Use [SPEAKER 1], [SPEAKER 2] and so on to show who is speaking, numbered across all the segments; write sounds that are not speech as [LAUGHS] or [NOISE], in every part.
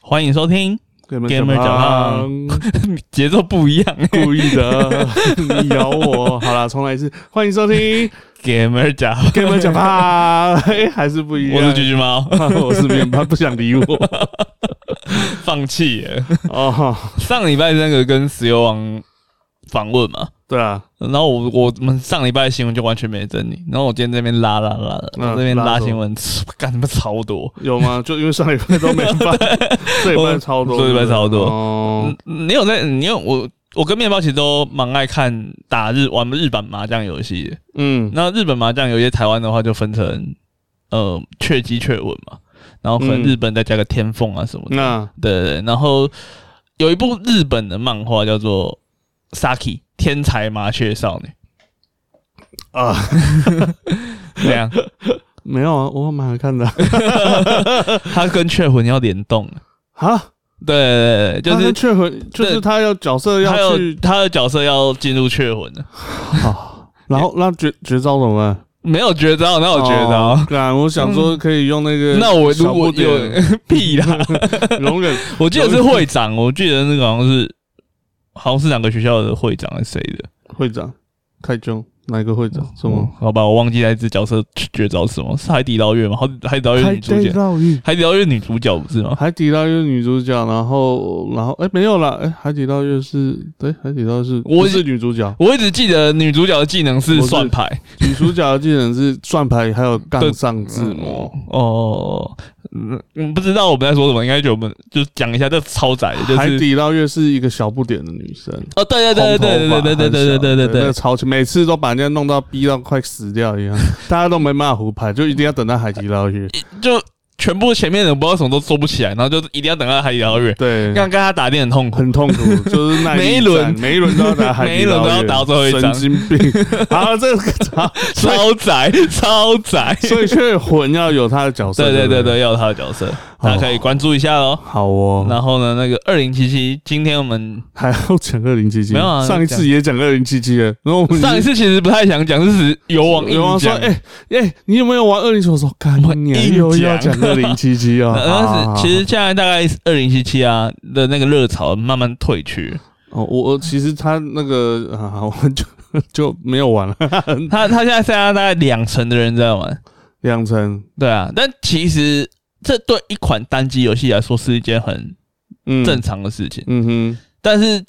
[SPEAKER 1] 欢迎收听，Gamer [LAUGHS]
[SPEAKER 2] 讲
[SPEAKER 1] 讲啊节奏不一样。
[SPEAKER 2] 故
[SPEAKER 1] [LAUGHS]
[SPEAKER 2] 意的，你咬我。好啦，重来一次，欢迎收
[SPEAKER 1] [LAUGHS]
[SPEAKER 2] 听
[SPEAKER 1] Gamer 讲，
[SPEAKER 2] Gamer 讲吧。 [LAUGHS] 哎，还是不一
[SPEAKER 1] [LAUGHS] 我
[SPEAKER 2] 样。
[SPEAKER 1] 是橘橘猫，
[SPEAKER 2] [LAUGHS] 我是面
[SPEAKER 1] [LAUGHS]
[SPEAKER 2] 包，不想理我。
[SPEAKER 1] 放弃耶。
[SPEAKER 2] 哦，
[SPEAKER 1] 上礼拜那个跟石油王访问嘛，
[SPEAKER 2] 对啊，
[SPEAKER 1] 然后我我们上礼拜的新闻就完全没整理，然后我今天这边拉拉拉的，
[SPEAKER 2] 嗯
[SPEAKER 1] 这边
[SPEAKER 2] 拉
[SPEAKER 1] 拉
[SPEAKER 2] 什么
[SPEAKER 1] 新闻，干他妈超多。
[SPEAKER 2] 有吗？就因为上礼拜都没
[SPEAKER 1] [LAUGHS]
[SPEAKER 2] 办，这礼拜超多，
[SPEAKER 1] 这礼拜超多
[SPEAKER 2] 哦
[SPEAKER 1] 嗯，你有在？你有我？我跟面包其实都蛮爱看打日玩日本麻将游戏的。
[SPEAKER 2] 嗯，
[SPEAKER 1] 那日本麻将有些台湾的话就分成呃雀鸡雀吻嘛，然后可能
[SPEAKER 2] 嗯
[SPEAKER 1] 日本再加个天凤啊什么的。
[SPEAKER 2] 那
[SPEAKER 1] 对对对，然后有一部日本的漫画叫做《Saki 天才麻雀少女
[SPEAKER 2] 啊，》，
[SPEAKER 1] 这样，
[SPEAKER 2] 没有啊，我蛮好看的
[SPEAKER 1] [LAUGHS] 它跟雀魂要联动。
[SPEAKER 2] 啊。
[SPEAKER 1] 对对对对，就
[SPEAKER 2] 他跟
[SPEAKER 1] 是
[SPEAKER 2] 雀魂，就是
[SPEAKER 1] 对
[SPEAKER 2] 他要角色
[SPEAKER 1] 他
[SPEAKER 2] 要
[SPEAKER 1] 有
[SPEAKER 2] 去，
[SPEAKER 1] 他的角色要进入雀魂了，
[SPEAKER 2] 啊然后那绝绝招怎么办？
[SPEAKER 1] 没有绝招，哪有绝招？嗯
[SPEAKER 2] 哦对啊，我想说可以用那个、
[SPEAKER 1] 那我如果有 [LAUGHS] 屁啦，
[SPEAKER 2] 容忍，
[SPEAKER 1] 我记得是会长，我记得那个好像是好像是哪个学校的会长还是谁的？
[SPEAKER 2] 会长开中哪一个会长？什
[SPEAKER 1] 嗯
[SPEAKER 2] 么？
[SPEAKER 1] 好吧，我忘记那只角色绝招是什么，是海底捞月吗？海海底捞月
[SPEAKER 2] 海
[SPEAKER 1] 女主
[SPEAKER 2] 底
[SPEAKER 1] 角，
[SPEAKER 2] 捞月，
[SPEAKER 1] 海底捞月女主角不是吗？
[SPEAKER 2] 海底捞月女主角，然后然后哎、没有啦，哎、海底捞月是对，海底捞是
[SPEAKER 1] 我
[SPEAKER 2] 不是女主角，
[SPEAKER 1] 我一直记得女主角的技能是算牌，
[SPEAKER 2] 女主角的技能是算牌还有杠上字幕。
[SPEAKER 1] 哦，嗯，嗯不知道我们在说什么，应该就我们就讲一下，这超窄，就
[SPEAKER 2] 海
[SPEAKER 1] 是
[SPEAKER 2] 底捞月是一个小不点的女生，
[SPEAKER 1] 哦，对对对对对对对对对对对
[SPEAKER 2] 那
[SPEAKER 1] 对，
[SPEAKER 2] 个超每次都把人家弄到逼到快死掉一样，大家都没办法胡牌，就一定要等到海底捞月。
[SPEAKER 1] 就全部前面的人不知道什么都做不起来，然后就一定要等到海底捞月，
[SPEAKER 2] 对，
[SPEAKER 1] 刚刚跟他打电很痛苦，
[SPEAKER 2] 很
[SPEAKER 1] [LAUGHS]
[SPEAKER 2] 痛苦，就是那
[SPEAKER 1] 每一轮
[SPEAKER 2] 每一轮都要打海
[SPEAKER 1] [LAUGHS] 每一
[SPEAKER 2] 底捞月，
[SPEAKER 1] 轮都要打最后一张
[SPEAKER 2] 神经病。好，这个
[SPEAKER 1] [LAUGHS]
[SPEAKER 2] 好，所以
[SPEAKER 1] 超窄超窄，
[SPEAKER 2] 所以雀魂要有他的角色，
[SPEAKER 1] 对对
[SPEAKER 2] 对
[SPEAKER 1] 对
[SPEAKER 2] 不
[SPEAKER 1] 对，要有他的角色，大家可以关注一下哦。
[SPEAKER 2] 好哦，
[SPEAKER 1] 然后呢，那个二零七七，今天我们
[SPEAKER 2] 还要讲二零七七，
[SPEAKER 1] 没有啊
[SPEAKER 2] 上一次也讲二零七七了，然后我们
[SPEAKER 1] 上一次其实不太想讲，是游网
[SPEAKER 2] 有网说，
[SPEAKER 1] 讲。
[SPEAKER 2] 哎哎，你有没有玩二零七？我说，干
[SPEAKER 1] 我
[SPEAKER 2] 你
[SPEAKER 1] 硬
[SPEAKER 2] 又要
[SPEAKER 1] 讲
[SPEAKER 2] 讲二零七七
[SPEAKER 1] [LAUGHS]
[SPEAKER 2] 啊！
[SPEAKER 1] 但
[SPEAKER 2] 啊
[SPEAKER 1] 是其实现在大概二零七七啊的那个热潮慢慢退去，
[SPEAKER 2] 哦，我我其实他那个啊，我 [LAUGHS] 就就没有玩了 [LAUGHS]
[SPEAKER 1] 他他现在剩下大概两成的人在玩，
[SPEAKER 2] 两层，
[SPEAKER 1] 对啊，但其实这对一款单机游戏来说是一件很
[SPEAKER 2] 嗯
[SPEAKER 1] 正常的事情，
[SPEAKER 2] 嗯
[SPEAKER 1] 但是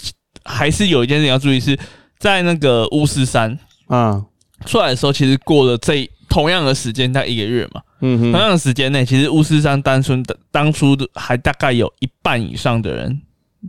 [SPEAKER 1] 还是有一件事情要注意是，在那个巫师三
[SPEAKER 2] 哼啊，
[SPEAKER 1] 出来的时候，其实过了这一同样的时间，大概一个月嘛，
[SPEAKER 2] 嗯哼
[SPEAKER 1] 同，样的时间内，其实巫师三单纯的当初的还大概有一半以上的人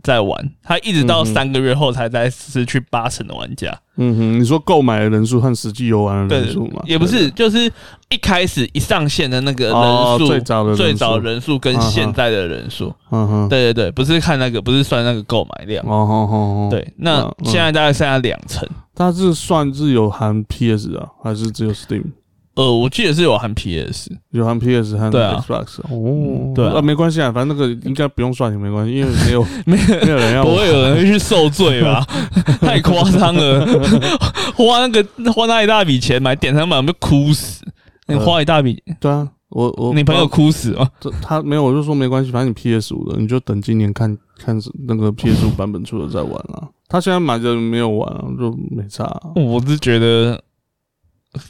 [SPEAKER 1] 在玩，他一直到
[SPEAKER 2] 嗯哼
[SPEAKER 1] 三个月后才在失去八成的玩家。
[SPEAKER 2] 嗯哼，你说购买的人数和实际游玩的
[SPEAKER 1] 对
[SPEAKER 2] 人数嘛？，
[SPEAKER 1] 也不是，就是一开始一上线的那个
[SPEAKER 2] 哦
[SPEAKER 1] 人数，
[SPEAKER 2] 最早的人数
[SPEAKER 1] 最早人数跟现在的人数，
[SPEAKER 2] 嗯哼，
[SPEAKER 1] 对对对，不是看那个，不是算那个购买量
[SPEAKER 2] 哦，哦哦哦，，
[SPEAKER 1] 对，那
[SPEAKER 2] 嗯嗯
[SPEAKER 1] 现在大概剩下两成，
[SPEAKER 2] 它是算是有含 PS 的，还是只有 Steam？
[SPEAKER 1] 呃，我记得是有含 PS，
[SPEAKER 2] 有含 PS 和
[SPEAKER 1] 对啊
[SPEAKER 2] Xbox 哦，
[SPEAKER 1] 对啊
[SPEAKER 2] 啊，没关系啊，反正那个应该不用算也没关系，因为
[SPEAKER 1] [LAUGHS]
[SPEAKER 2] 没有
[SPEAKER 1] 没
[SPEAKER 2] 没有人要
[SPEAKER 1] 不
[SPEAKER 2] 玩，
[SPEAKER 1] 会有人会去受罪
[SPEAKER 2] [LAUGHS]
[SPEAKER 1] 吧？太夸张了，花那个花那一大笔钱买典藏版，不就哭死？你花一大笔，
[SPEAKER 2] 对啊，我嗯我
[SPEAKER 1] 你朋友哭死吗？
[SPEAKER 2] 这他没有，我就说没关系，反正你 PS 五的，你就等今年看看是那个 PS 五版本出了再玩啊。他现在买着没有玩啊，就没差啊、
[SPEAKER 1] 我是觉得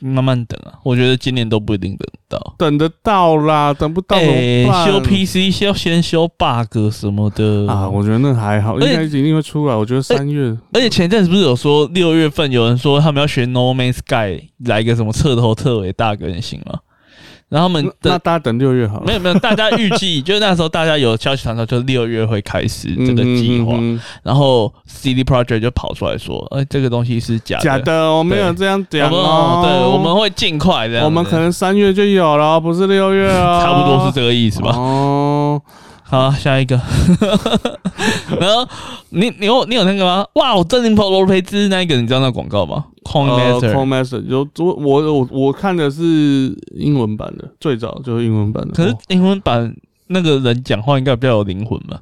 [SPEAKER 1] 慢慢等啊，我觉得今年都不一定等到。
[SPEAKER 2] 等得到啦，等不到怎么办？
[SPEAKER 1] 哎修 PC 要先修 bug 什么的
[SPEAKER 2] 啊，我觉得那还好，
[SPEAKER 1] 而
[SPEAKER 2] 应
[SPEAKER 1] 且
[SPEAKER 2] 该一定会出来。我觉得三月，
[SPEAKER 1] 而且前一阵子不是有说六月份有人说他们要学 No Man's Sky 来一个什么彻头彻尾大更新吗？然后他们
[SPEAKER 2] 那那
[SPEAKER 1] 的
[SPEAKER 2] 大家等六月好了。
[SPEAKER 1] 没有没有，大家预
[SPEAKER 2] [LAUGHS]
[SPEAKER 1] 计就是那时候大家有消息传出，就六月会开始
[SPEAKER 2] 嗯
[SPEAKER 1] 这个计划，
[SPEAKER 2] 嗯嗯
[SPEAKER 1] 然后 CD Project 就跑出来说，哎、这个东西是假的，
[SPEAKER 2] 假的，我没有这样
[SPEAKER 1] 我
[SPEAKER 2] 讲
[SPEAKER 1] 们
[SPEAKER 2] 哦。
[SPEAKER 1] 对，我们会尽快的，
[SPEAKER 2] 我们可能三月就有了，不是六月哦。
[SPEAKER 1] [LAUGHS] 差不多是这个意思吧。
[SPEAKER 2] 哦，
[SPEAKER 1] 好，下一个。 [LAUGHS] 然后你你有你有那个吗？哇，我真灵婆罗培兹那一个，你知道那广告吗？Coin
[SPEAKER 2] 呃
[SPEAKER 1] Master。
[SPEAKER 2] ，Call Master 有我我我我看的是英文版的，最早就是英文版的。哦
[SPEAKER 1] 可是英文版那个人讲话应该比较有灵魂吧？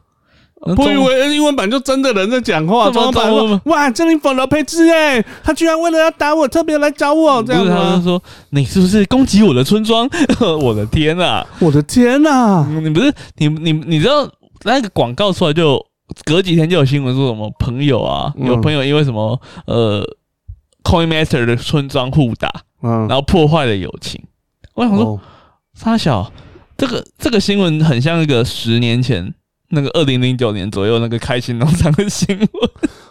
[SPEAKER 2] 哦不以为英文版就真的人在讲话，
[SPEAKER 1] 怎么
[SPEAKER 2] 中文版
[SPEAKER 1] 中文
[SPEAKER 2] 说哇，这里粉罗佩兹哎，他居然为了要打我，特别来找我
[SPEAKER 1] 不
[SPEAKER 2] 这样啊
[SPEAKER 1] 是，他就
[SPEAKER 2] 吗？
[SPEAKER 1] 说你是不是攻击 [LAUGHS] 我的村庄？我的天啊！
[SPEAKER 2] 我的天呐！
[SPEAKER 1] 嗯你不是你你你知道那个广告出来就隔几天就有新闻说什么朋友啊，
[SPEAKER 2] 嗯
[SPEAKER 1] 有朋友因为什么呃 Coin Master 的村庄互打，
[SPEAKER 2] 嗯
[SPEAKER 1] 然，后破坏了友情。我想说，
[SPEAKER 2] 哦
[SPEAKER 1] 沙小，这个这个新闻很像那个十年前那个二零零九年左右那个开心农场的新闻。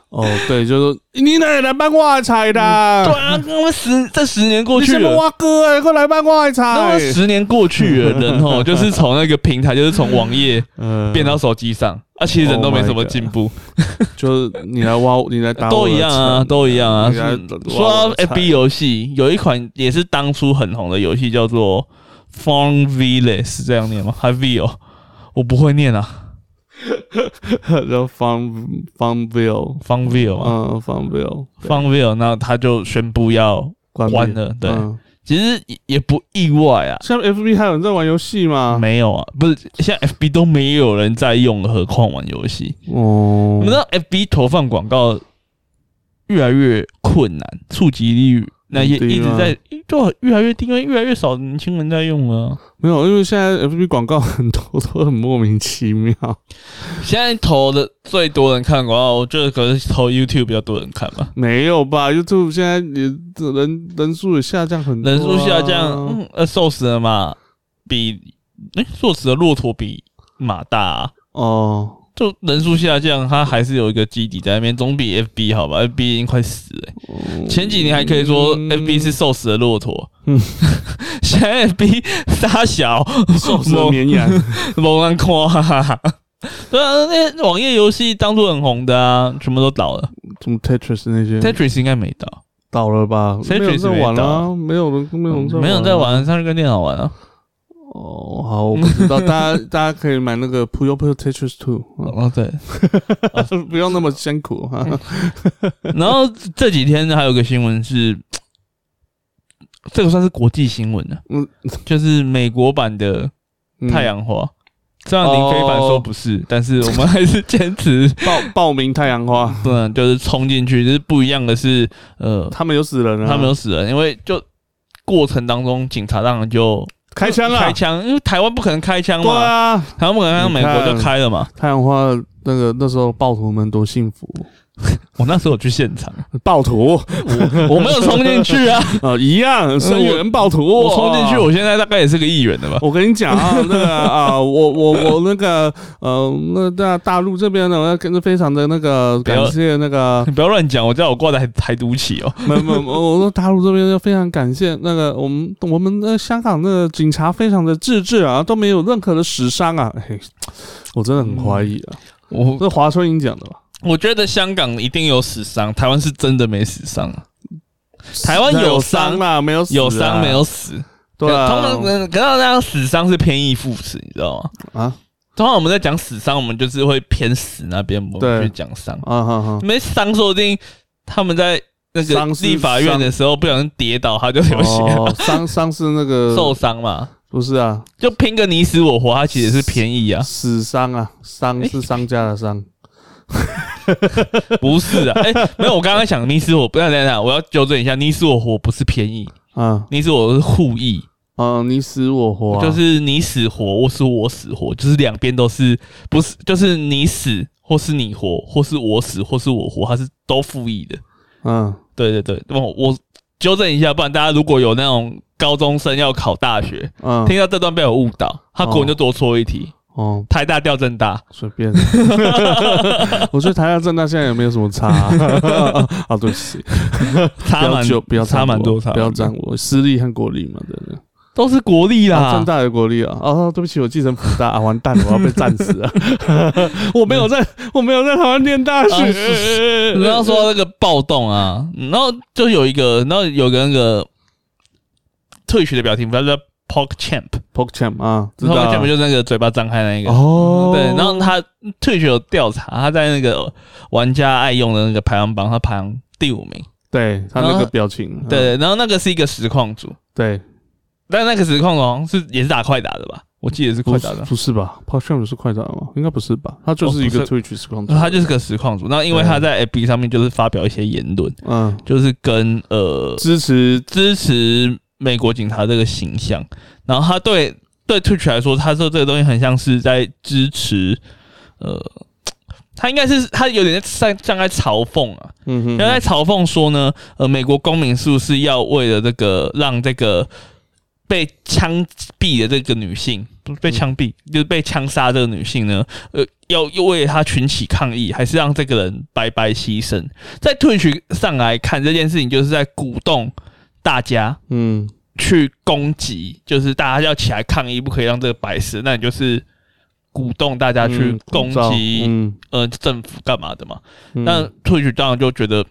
[SPEAKER 2] 哦，对，就是你哪来帮我的菜
[SPEAKER 1] 对
[SPEAKER 2] 的？
[SPEAKER 1] 啊，我们十这十年过
[SPEAKER 2] 你
[SPEAKER 1] 去
[SPEAKER 2] 什么
[SPEAKER 1] 了。
[SPEAKER 2] 蛙哥哎，快来帮我的
[SPEAKER 1] 那
[SPEAKER 2] 菜
[SPEAKER 1] 么。十年过去了，人哦，就是从那个平台，就是从网页
[SPEAKER 2] 嗯
[SPEAKER 1] 变到手机上，啊，其实人都没什么进步，
[SPEAKER 2] [LAUGHS] 就是你来挖，你来打我
[SPEAKER 1] 都
[SPEAKER 2] 的
[SPEAKER 1] 一样啊，
[SPEAKER 2] 菜
[SPEAKER 1] 都一样啊。
[SPEAKER 2] 你来
[SPEAKER 1] 是
[SPEAKER 2] 挖
[SPEAKER 1] 说到
[SPEAKER 2] 我的菜
[SPEAKER 1] FB 游戏，有一款也是当初很红的游戏，叫做《Farm Village》，是这样念吗？还 V 哦，我不会念啊
[SPEAKER 2] [LAUGHS] 然后 Farm Farmville，
[SPEAKER 1] ，Farm Village 嘛
[SPEAKER 2] 嗯，Farmville
[SPEAKER 1] ，Farm Village，那他就宣布要
[SPEAKER 2] 关
[SPEAKER 1] 关
[SPEAKER 2] 闭
[SPEAKER 1] 了。对，
[SPEAKER 2] 嗯
[SPEAKER 1] 其实也也不意外啊。
[SPEAKER 2] 现在 FB 还有人在玩游戏吗？
[SPEAKER 1] 没有啊，不是，现在 FB 都没有人在用了，何况玩游戏？
[SPEAKER 2] 哦
[SPEAKER 1] 你们知，道 FB 投放广告越来越困难，触及率那也
[SPEAKER 2] 很低
[SPEAKER 1] 一直
[SPEAKER 2] 吗
[SPEAKER 1] 在就越来越低，因为越来越少年轻人在用了啊。
[SPEAKER 2] 没有，因为现在 FB 广告 [LAUGHS] 很多都很莫名其妙。
[SPEAKER 1] 现在投的最多人看广告，我觉得可能是投 YouTube 比较多人看吧，
[SPEAKER 2] 没有吧？YouTube 现在也人人数也下降很多啊、
[SPEAKER 1] 人数下降，嗯，呃，瘦死了嘛，比哎、瘦死的骆驼比马大、啊。
[SPEAKER 2] 哦。
[SPEAKER 1] 就人数下降，它还是有一个基底在那边，总比 FB 好吧？FB 已经快死了欸、前几年还可以说
[SPEAKER 2] 嗯
[SPEAKER 1] FB 是瘦死的骆驼，嗯
[SPEAKER 2] 嗯，
[SPEAKER 1] [LAUGHS] 现在 FB 大小
[SPEAKER 2] [LAUGHS] 瘦死的
[SPEAKER 1] [LAUGHS]
[SPEAKER 2] 绵羊，
[SPEAKER 1] 猛然夸， [LAUGHS] 对啊，那些网页游戏当初很红的啊，全部都倒了。
[SPEAKER 2] 什么 Tetris 那些
[SPEAKER 1] Tetris 应该没倒，
[SPEAKER 2] 倒了吧？没
[SPEAKER 1] Tetris
[SPEAKER 2] 有人在
[SPEAKER 1] 没
[SPEAKER 2] 玩啦、
[SPEAKER 1] 倒
[SPEAKER 2] 没有人没有人在玩、啊
[SPEAKER 1] 没有人在。玩，上去跟电脑玩啊。
[SPEAKER 2] 哦，好，我不知道，大家大家可以买那个 Puyo Puyo Tetris Two，、
[SPEAKER 1] [LAUGHS] 哦，对。
[SPEAKER 2] 不用那么辛苦啊哈、
[SPEAKER 1] 嗯然后这几天还有个新闻是，这个算是国际新闻了，啊
[SPEAKER 2] 嗯
[SPEAKER 1] 就是美国版的
[SPEAKER 2] 嗯
[SPEAKER 1] 太阳花。虽然林飞凡说不是，但是我们还是坚 [LAUGHS] 持，
[SPEAKER 2] 报报名太阳花，
[SPEAKER 1] 嗯，就是冲进去。就是不一样的是，呃，
[SPEAKER 2] 他们有死人啊，
[SPEAKER 1] 他没有死人，因为就过程当中警察当然就
[SPEAKER 2] 开枪
[SPEAKER 1] 开
[SPEAKER 2] 啊，
[SPEAKER 1] 枪，因为台湾不可能开枪
[SPEAKER 2] 对
[SPEAKER 1] 嘛，
[SPEAKER 2] 啊，
[SPEAKER 1] 台湾不可能让美国就开了嘛。
[SPEAKER 2] 太阳花那个那时候暴徒们多幸福，
[SPEAKER 1] 我那时候有去现场，
[SPEAKER 2] 暴徒
[SPEAKER 1] [LAUGHS] 我没有冲进去啊，
[SPEAKER 2] 啊一样声援暴
[SPEAKER 1] [LAUGHS]
[SPEAKER 2] 徒，
[SPEAKER 1] 我冲进去，
[SPEAKER 2] 哦
[SPEAKER 1] 我现在大概也是个议员的 [LAUGHS] 吧。
[SPEAKER 2] 我跟你讲啊，那个啊，我我我那个呃，那大大陆这边呢，我要跟着非常的那个
[SPEAKER 1] 不要
[SPEAKER 2] 感谢那个
[SPEAKER 1] [LAUGHS] 你不要乱讲，我知道我挂的还台独旗哦。
[SPEAKER 2] 没有没有，没有我说大陆这边要非常感谢那个我们我们的香港那个警察非常的自治啊，都没有任何的死伤啊。嘿，我真的很怀疑啊，
[SPEAKER 1] 嗯我
[SPEAKER 2] 这华春莹讲的吧？
[SPEAKER 1] 我觉得香港一定有死伤，台湾是真的没死伤，台湾有
[SPEAKER 2] 有
[SPEAKER 1] 伤
[SPEAKER 2] 啦，没有死啊
[SPEAKER 1] 有伤没有死。
[SPEAKER 2] 对啊，
[SPEAKER 1] 通常嗯可可能那样死伤是偏义副词，你知道吗？
[SPEAKER 2] 啊
[SPEAKER 1] 通常我们在讲死伤，我们就是会偏死那边，我们
[SPEAKER 2] 对
[SPEAKER 1] 去讲伤。
[SPEAKER 2] 啊哈哈。
[SPEAKER 1] 没伤，说不定他们在那个
[SPEAKER 2] 伤是
[SPEAKER 1] 立法院的时候不小心跌倒，他就流血了、
[SPEAKER 2] 哦，伤哦伤是那
[SPEAKER 1] 啊受
[SPEAKER 2] 个
[SPEAKER 1] 伤嘛，
[SPEAKER 2] 不是啊，
[SPEAKER 1] 就拼个你死我活，他其实是便宜
[SPEAKER 2] [LAUGHS]
[SPEAKER 1] 啊，
[SPEAKER 2] 死伤啊，伤是商家的伤。
[SPEAKER 1] 不是啊？哎、没有，我刚刚想你死我，不要等一下，我要纠正一下，你死我活不是便宜，
[SPEAKER 2] 啊，
[SPEAKER 1] 你死我是互益，
[SPEAKER 2] 哦，你死我活啊，
[SPEAKER 1] 就是你死活，我死我死活，就是两边都是不是，就是你死或是你活，或是我死或是我活，它是都复议的。
[SPEAKER 2] 嗯，
[SPEAKER 1] 对对对，我我纠正一下，不然大家如果有那种高中生要考大学，
[SPEAKER 2] 嗯，
[SPEAKER 1] 听到这段被我误导，他国文就多错一题，
[SPEAKER 2] 哦，
[SPEAKER 1] 台大掉正大，
[SPEAKER 2] 随便。 [LAUGHS] 我觉得台大正大现在也没有什么差啊。啊， [LAUGHS] 对不起，不
[SPEAKER 1] 差
[SPEAKER 2] 要
[SPEAKER 1] 蛮
[SPEAKER 2] 就不要
[SPEAKER 1] 差蛮多差蛮
[SPEAKER 2] 不
[SPEAKER 1] 多，
[SPEAKER 2] 要占我私立和国立嘛，真的。
[SPEAKER 1] 都是国力
[SPEAKER 2] 啊，
[SPEAKER 1] 啦
[SPEAKER 2] 正。大的国立啊，哦，对不起，我继承福
[SPEAKER 1] [LAUGHS]
[SPEAKER 2] 大啊，完蛋了，我要被战死了。我没有在，我没有在台湾念大
[SPEAKER 1] 啊
[SPEAKER 2] 学。
[SPEAKER 1] 你要说那个暴动啊，然后就有一个，然后有个那个退学的表情符，他叫 Pork Champ，
[SPEAKER 2] PogChamp 啊，知
[SPEAKER 1] 然
[SPEAKER 2] 道
[SPEAKER 1] 后
[SPEAKER 2] 啊
[SPEAKER 1] Champ 就是那个嘴巴张开那一个。
[SPEAKER 2] 哦，
[SPEAKER 1] 对，然后他退学有调查，他在那个玩家爱用的那个排行榜，他排行第五名。
[SPEAKER 2] 对他
[SPEAKER 1] 然后
[SPEAKER 2] 那个表情，嗯
[SPEAKER 1] 对，然后那个是一个实况组，
[SPEAKER 2] 对，
[SPEAKER 1] 但那个实况好像是也是打快打的吧？我记得是快
[SPEAKER 2] 不
[SPEAKER 1] 打
[SPEAKER 2] 是
[SPEAKER 1] 的，
[SPEAKER 2] 不是吧？PogChamp 是快打的吗？应该不是吧？他就是一
[SPEAKER 1] 哦
[SPEAKER 2] 个
[SPEAKER 1] 不
[SPEAKER 2] Twitch 实况主，
[SPEAKER 1] 他就是个实况组。那因为他在 FB 上面就是发表一些言论，
[SPEAKER 2] 嗯
[SPEAKER 1] 就是跟呃
[SPEAKER 2] 支持
[SPEAKER 1] 支持美国警察这个形象，然后他对对 Twitch 来说，他说这个东西很像是在支持呃，他应该是他有点在像像在嘲讽啊，
[SPEAKER 2] 嗯哼，
[SPEAKER 1] 然后在嘲讽说呢，呃，美国公民是不是要为了这个让这个被枪毙的这个女性，不是被枪毙，就是被枪杀这个女性呢，呃，要又为她群起抗议，还是让这个人白白牺牲？在退群上来看这件事情，就是在鼓动大家
[SPEAKER 2] 嗯
[SPEAKER 1] 去攻击，就是大家要起来抗议，不可以让这个白死，那你就是鼓动大家去
[SPEAKER 2] 嗯
[SPEAKER 1] 攻
[SPEAKER 2] 照
[SPEAKER 1] 击、
[SPEAKER 2] 嗯，
[SPEAKER 1] 呃政府干嘛的嘛？
[SPEAKER 2] 嗯
[SPEAKER 1] 那退去当然就觉得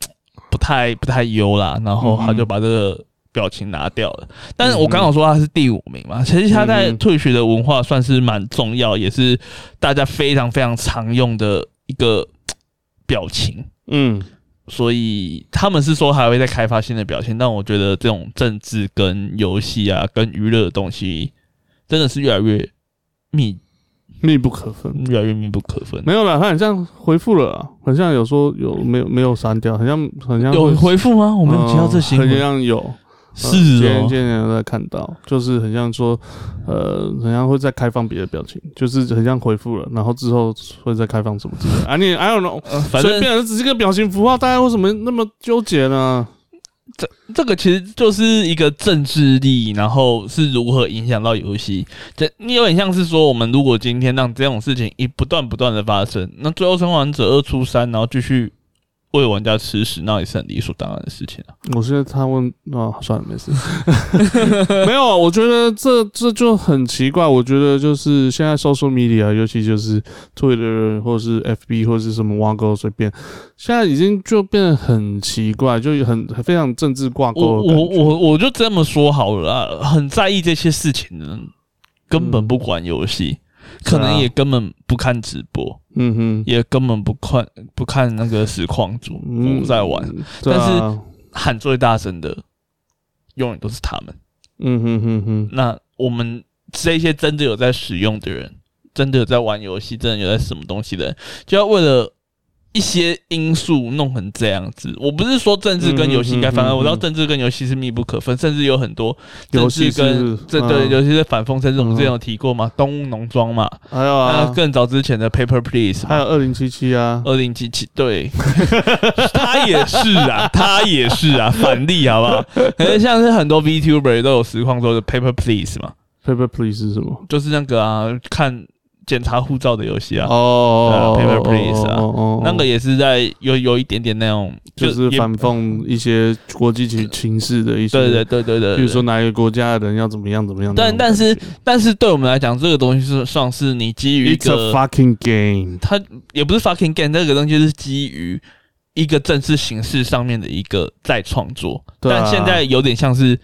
[SPEAKER 1] 不太不太优啦，然后他
[SPEAKER 2] 嗯
[SPEAKER 1] 就把这个表情拿掉了。但是我刚好说他是第五名嘛，其实他在
[SPEAKER 2] 嗯
[SPEAKER 1] 退学的文化算是蛮重要，也是大家非常非常常用的一个表情。
[SPEAKER 2] 嗯
[SPEAKER 1] 所以他们是说还会再开发新的表情，但我觉得这种政治跟游戏啊、跟娱乐的东西，真的是越来越密，
[SPEAKER 2] 密不可分。
[SPEAKER 1] 越来越密不可分。
[SPEAKER 2] 没有啦，他很像回复了啊，很像有说有没有没有删掉，很像很像
[SPEAKER 1] 有回复吗？我
[SPEAKER 2] 我
[SPEAKER 1] 没有接到这新
[SPEAKER 2] 哦很
[SPEAKER 1] 闻，
[SPEAKER 2] 像有
[SPEAKER 1] 是
[SPEAKER 2] 呃今天
[SPEAKER 1] 哦
[SPEAKER 2] 今，天有在看到，就是很像说呃，很像会再开放别的表情，就是很像回复了，然后之后会再开放什么之类的啊，你 I don't know，
[SPEAKER 1] 呃反
[SPEAKER 2] 随
[SPEAKER 1] 正
[SPEAKER 2] 便只是个表情符号，大家为什么那么纠结呢？
[SPEAKER 1] 这个其实就是一个政治力，然后是如何影响到游戏。这你有点像是说，我们如果今天让这种事情一不断不断的发生，那最后生还者二出三，然后继续为玩家吃屎，那也是很理所当然的事情啊。
[SPEAKER 2] 我现在他问啊，算了，
[SPEAKER 1] [LAUGHS]
[SPEAKER 2] 没事。没有，我觉得这这就很奇怪。我觉得就是现在 social media，尤其就是 Twitter 或是 FB 或是什么挖沟随便，现在已经就变得很奇怪，就很很非常政治挂
[SPEAKER 1] 我
[SPEAKER 2] 钩的感
[SPEAKER 1] 我
[SPEAKER 2] 觉。
[SPEAKER 1] 我我就这么说好了啦，很在意这些事情的人，根本不管游戏，可
[SPEAKER 2] 啊
[SPEAKER 1] 能也根本不看直播，
[SPEAKER 2] 嗯哼，
[SPEAKER 1] 也根本不看不看那个实况组
[SPEAKER 2] 嗯
[SPEAKER 1] 在玩，
[SPEAKER 2] 对啊
[SPEAKER 1] 喊最大声的永远都是他们。
[SPEAKER 2] 嗯哼哼哼，
[SPEAKER 1] 那我们这些真的有在使用的人，真的有在玩游戏，真的有在什么东西的人，就要为了一些因素弄成这样子。我不是说政治跟游戏应该反
[SPEAKER 2] 嗯嗯嗯嗯
[SPEAKER 1] 而
[SPEAKER 2] 嗯
[SPEAKER 1] 我知道政治跟游戏是密不可分，甚至有很多政
[SPEAKER 2] 游戏
[SPEAKER 1] 治跟
[SPEAKER 2] 是
[SPEAKER 1] 这对
[SPEAKER 2] 嗯
[SPEAKER 1] 尤其是反讽，甚至我们之前有提过嘛，东吴农庄嘛，
[SPEAKER 2] 还有
[SPEAKER 1] 那
[SPEAKER 2] 啊，
[SPEAKER 1] 更早之前的 Paper Please
[SPEAKER 2] 还有二零七七啊，
[SPEAKER 1] 二零七七，
[SPEAKER 2] [LAUGHS]
[SPEAKER 1] 对，他也是啊，他也是啊，反例好不
[SPEAKER 2] [LAUGHS]
[SPEAKER 1] 好？可是像是很多 VTuber 都有实况说的 Paper Please 嘛，
[SPEAKER 2] Paper Please 是什么？
[SPEAKER 1] 就是那个啊，看检查护照的游戏啊，
[SPEAKER 2] 哦
[SPEAKER 1] 对啊，Paper Please 啊
[SPEAKER 2] 哦哦哦
[SPEAKER 1] 那个也是在有有一点点那种，
[SPEAKER 2] 就是
[SPEAKER 1] 也
[SPEAKER 2] 反讽一些国际情情势的一些，
[SPEAKER 1] 对对对对对，
[SPEAKER 2] 比如说
[SPEAKER 1] 对，
[SPEAKER 2] 哪一个国家的人要怎么样怎么样。
[SPEAKER 1] 但
[SPEAKER 2] 那种感觉
[SPEAKER 1] 但是对我们来讲，这个东西是算是你基于一
[SPEAKER 2] it's
[SPEAKER 1] 个
[SPEAKER 2] a fucking game，
[SPEAKER 1] 它也不是 fucking game，这个东西是基于一个正式形式上面的一个再创作，
[SPEAKER 2] 对啊
[SPEAKER 1] 但现在有点像是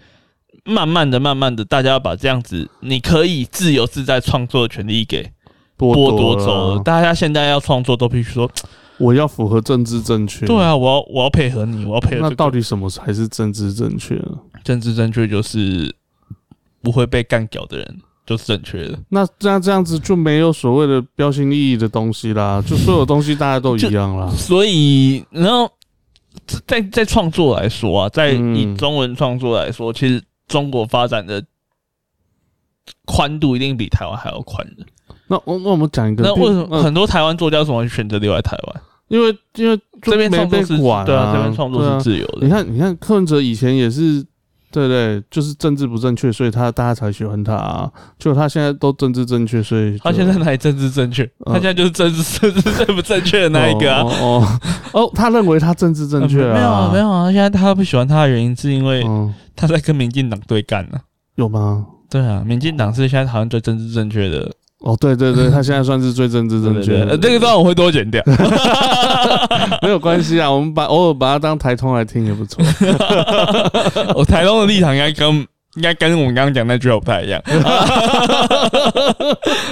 [SPEAKER 1] 慢慢的、慢慢的，大家要把这样子你可以自由自在创作的权利给
[SPEAKER 2] 剥
[SPEAKER 1] 剥
[SPEAKER 2] 夺
[SPEAKER 1] 夺走了。
[SPEAKER 2] 了。
[SPEAKER 1] 大家现在要创作都必须说，
[SPEAKER 2] 我要符合政治正确。
[SPEAKER 1] 对，啊，我要我要配合你，我要配合
[SPEAKER 2] 那
[SPEAKER 1] 这个
[SPEAKER 2] 到底什么才是政治正确呢？
[SPEAKER 1] 政治正确就是不会被干掉的人就是正确的。
[SPEAKER 2] 那这样这样子就没有所谓的标新立异的东西
[SPEAKER 1] [LAUGHS]
[SPEAKER 2] 啦，就所有东西大家都一样啦。
[SPEAKER 1] 所以，然后在在在创作来说啊，在
[SPEAKER 2] 嗯
[SPEAKER 1] 以中文创作来说，其实中国发展的宽度一定比台湾还要宽的。
[SPEAKER 2] 那我那我们讲一个，
[SPEAKER 1] 那为什
[SPEAKER 2] 嗯
[SPEAKER 1] 么很多台湾作家为什么会选择留在台湾？
[SPEAKER 2] 因为因为就
[SPEAKER 1] 这边
[SPEAKER 2] 没
[SPEAKER 1] 创作
[SPEAKER 2] 被
[SPEAKER 1] 是
[SPEAKER 2] 管
[SPEAKER 1] 对啊，这边创
[SPEAKER 2] 对啊
[SPEAKER 1] 作是自由
[SPEAKER 2] 你
[SPEAKER 1] 的。
[SPEAKER 2] 看，你看，柯文哲以前也是，对不对？就是政治不正确，所以他大家才喜欢他、啊。就他现在都政治正确，所以就
[SPEAKER 1] 他现在哪里政治正确？他现在就是政治政治正不正确的那一个啊
[SPEAKER 2] 嗯哦。哦哦哦他认为他政治正确
[SPEAKER 1] [LAUGHS]
[SPEAKER 2] 啊？
[SPEAKER 1] 没有啊，没有啊！现在他不喜欢他的原因是因为
[SPEAKER 2] 嗯，
[SPEAKER 1] 他在跟民进党对干啊呢、
[SPEAKER 2] 有吗？
[SPEAKER 1] 对啊，民进党是现在台湾最政治正确的
[SPEAKER 2] 哦，对对对，他现在算是最政治正确的
[SPEAKER 1] [LAUGHS] 呃，这个段我会多剪掉。 [LAUGHS]
[SPEAKER 2] 没有关系啊。我们把偶尔把它当台通来听也
[SPEAKER 1] [LAUGHS]
[SPEAKER 2] 不错。
[SPEAKER 1] 我台东的立场应该跟应该跟我们刚刚讲那句话不太一样。 [LAUGHS] 好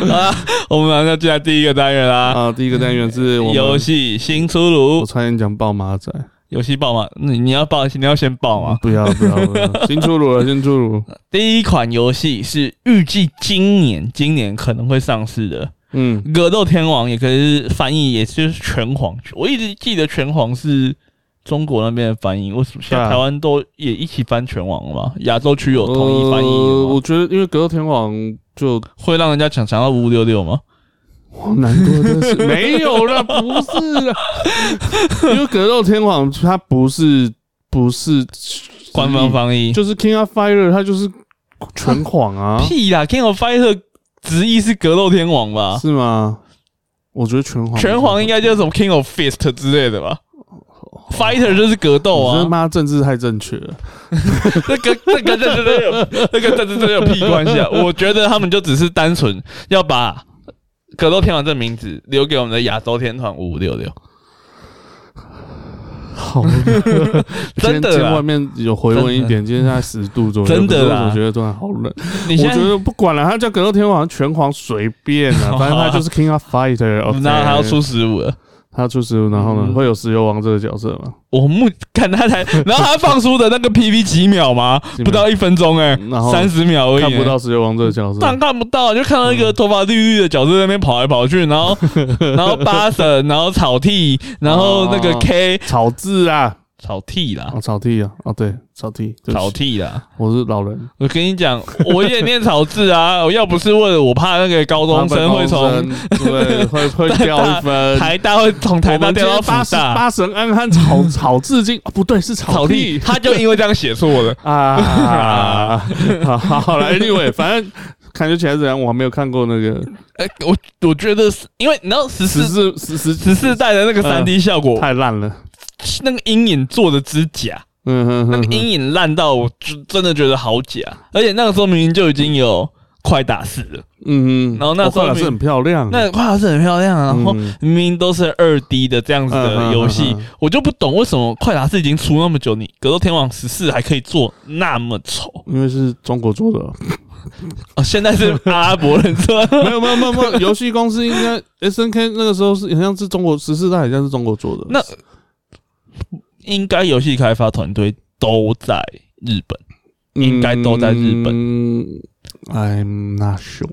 [SPEAKER 1] 啦，我们马上就进来第一个单元啦。
[SPEAKER 2] 啊，第一个单元是我
[SPEAKER 1] 游
[SPEAKER 2] 们，
[SPEAKER 1] 戏新出
[SPEAKER 2] 我
[SPEAKER 1] 炉，
[SPEAKER 2] 差点讲爆马仔，
[SPEAKER 1] 游戏爆吗？你你要爆，你要先爆吗？
[SPEAKER 2] 不要不要不
[SPEAKER 1] [LAUGHS]
[SPEAKER 2] 要，新出炉了，新出炉。
[SPEAKER 1] 第一款游戏是预计今年今年可能会上市的
[SPEAKER 2] 嗯，
[SPEAKER 1] 《格斗天王》，也可以是翻译，也就是拳皇。我一直记得拳皇是中国那边的翻译，为什么现
[SPEAKER 2] 对
[SPEAKER 1] 在
[SPEAKER 2] 啊
[SPEAKER 1] 台湾都也一起翻拳王了吗？亚洲区有统
[SPEAKER 2] 哦
[SPEAKER 1] 一翻译了吗
[SPEAKER 2] 呃我觉得因为格斗天王就
[SPEAKER 1] 会让人家想想到五五六六吗？
[SPEAKER 2] 哇，难过真的
[SPEAKER 1] [LAUGHS]
[SPEAKER 2] 是没有了，不是了，因为格斗天皇他不是不是
[SPEAKER 1] 官方翻译
[SPEAKER 2] 就是 King of Fighter，他就是拳皇啊，
[SPEAKER 1] [LAUGHS] 屁啦！King of Fighter 直译是格斗天王吧？
[SPEAKER 2] 是吗？我觉得拳皇
[SPEAKER 1] 拳啊皇应该就是什么 King of Fist 之类的吧？Fighter 就是格斗
[SPEAKER 2] 我觉
[SPEAKER 1] 啊
[SPEAKER 2] 得，妈政治太正
[SPEAKER 1] [LAUGHS]
[SPEAKER 2] 确了，
[SPEAKER 1] 那个那个这真的有那个这真的有屁关系啊！我觉得他们就只是单纯要把格斗天王这名字留给我们的亚洲天团五五六六。
[SPEAKER 2] 好热，
[SPEAKER 1] 真的啦
[SPEAKER 2] 今天外面有回温一点，今天大概十度左右，
[SPEAKER 1] 真的啦
[SPEAKER 2] 可是我觉得突然好冷。
[SPEAKER 1] 你
[SPEAKER 2] 我
[SPEAKER 1] 现
[SPEAKER 2] 觉
[SPEAKER 1] 在
[SPEAKER 2] 得不管了，他叫格斗天王、拳皇随便啊，反正他就是 King of Fighter，
[SPEAKER 1] 我 [LAUGHS]
[SPEAKER 2] OK
[SPEAKER 1] 们然后还要出十五了。
[SPEAKER 2] 他出十五，然后呢
[SPEAKER 1] 嗯
[SPEAKER 2] 会有石油王这个角色吗？
[SPEAKER 1] 我目看他才，然后他放出的那个 PV 几秒吗？
[SPEAKER 2] 几
[SPEAKER 1] 不
[SPEAKER 2] 秒
[SPEAKER 1] 到一分钟哎、
[SPEAKER 2] 然后
[SPEAKER 1] 三十秒而已、欸
[SPEAKER 2] 看不，到石油王这个角色，
[SPEAKER 1] 当然看不到，就看到一个头发绿绿的角色在那边跑来跑去，然
[SPEAKER 2] [LAUGHS]
[SPEAKER 1] 后然后八神，然后草剃，然后那个
[SPEAKER 2] 哦
[SPEAKER 1] K
[SPEAKER 2] 草字啊，
[SPEAKER 1] 草剃啦
[SPEAKER 2] 哦，，草地啊，哦对，草地，对不
[SPEAKER 1] 草
[SPEAKER 2] 起
[SPEAKER 1] 剃啦。
[SPEAKER 2] 我是老人，
[SPEAKER 1] 我跟你讲，我也念草字啊， [LAUGHS] 我要不是为了我怕那个高中生会从。
[SPEAKER 2] 对会会掉一分
[SPEAKER 1] 台大会从台大掉到
[SPEAKER 2] 八
[SPEAKER 1] 复
[SPEAKER 2] 十
[SPEAKER 1] 大。
[SPEAKER 2] 八神暗
[SPEAKER 1] [LAUGHS]
[SPEAKER 2] 汉草草字经，哦不对，是
[SPEAKER 1] 草
[SPEAKER 2] 草
[SPEAKER 1] 地，
[SPEAKER 2] 地
[SPEAKER 1] 他就因为这样写错了。
[SPEAKER 2] [LAUGHS] 啊。好好了，Anyway，反正感觉起来是这样，我还没有看过那个
[SPEAKER 1] [LAUGHS] 哎、我我觉得是因为你知道十
[SPEAKER 2] 十
[SPEAKER 1] 四嗯
[SPEAKER 2] 四十十
[SPEAKER 1] 十四代的那个三 D 效果，
[SPEAKER 2] 太烂了。
[SPEAKER 1] 那个阴影做的之假，
[SPEAKER 2] 嗯哼
[SPEAKER 1] 那
[SPEAKER 2] 哼
[SPEAKER 1] 个
[SPEAKER 2] 哼，
[SPEAKER 1] 阴影烂到我就真的觉得好假，而且那个时候明明就已经有快打四了，
[SPEAKER 2] 嗯哼，
[SPEAKER 1] 然后那时候
[SPEAKER 2] 我看了是很漂亮，
[SPEAKER 1] 那快打四很漂亮啊，然后
[SPEAKER 2] 嗯
[SPEAKER 1] 明明都是二 D 的这样子的游戏
[SPEAKER 2] 嗯嗯嗯嗯，
[SPEAKER 1] 我就不懂为什么快打四已经出那么久，你格斗天王十四还可以做那么丑
[SPEAKER 2] 因为是中国做的，
[SPEAKER 1] 哦，现在
[SPEAKER 2] [LAUGHS]
[SPEAKER 1] 是阿拉伯人做，
[SPEAKER 2] 没有没有没有没有，游戏公司应该 S N K 那个时候是好像是中国十四代，好像是中国做的。
[SPEAKER 1] 那 [LAUGHS] 应该游戏开发团队都在日
[SPEAKER 2] [LAUGHS]
[SPEAKER 1] 本。应该都在日本
[SPEAKER 2] 嗯 I'm not sure。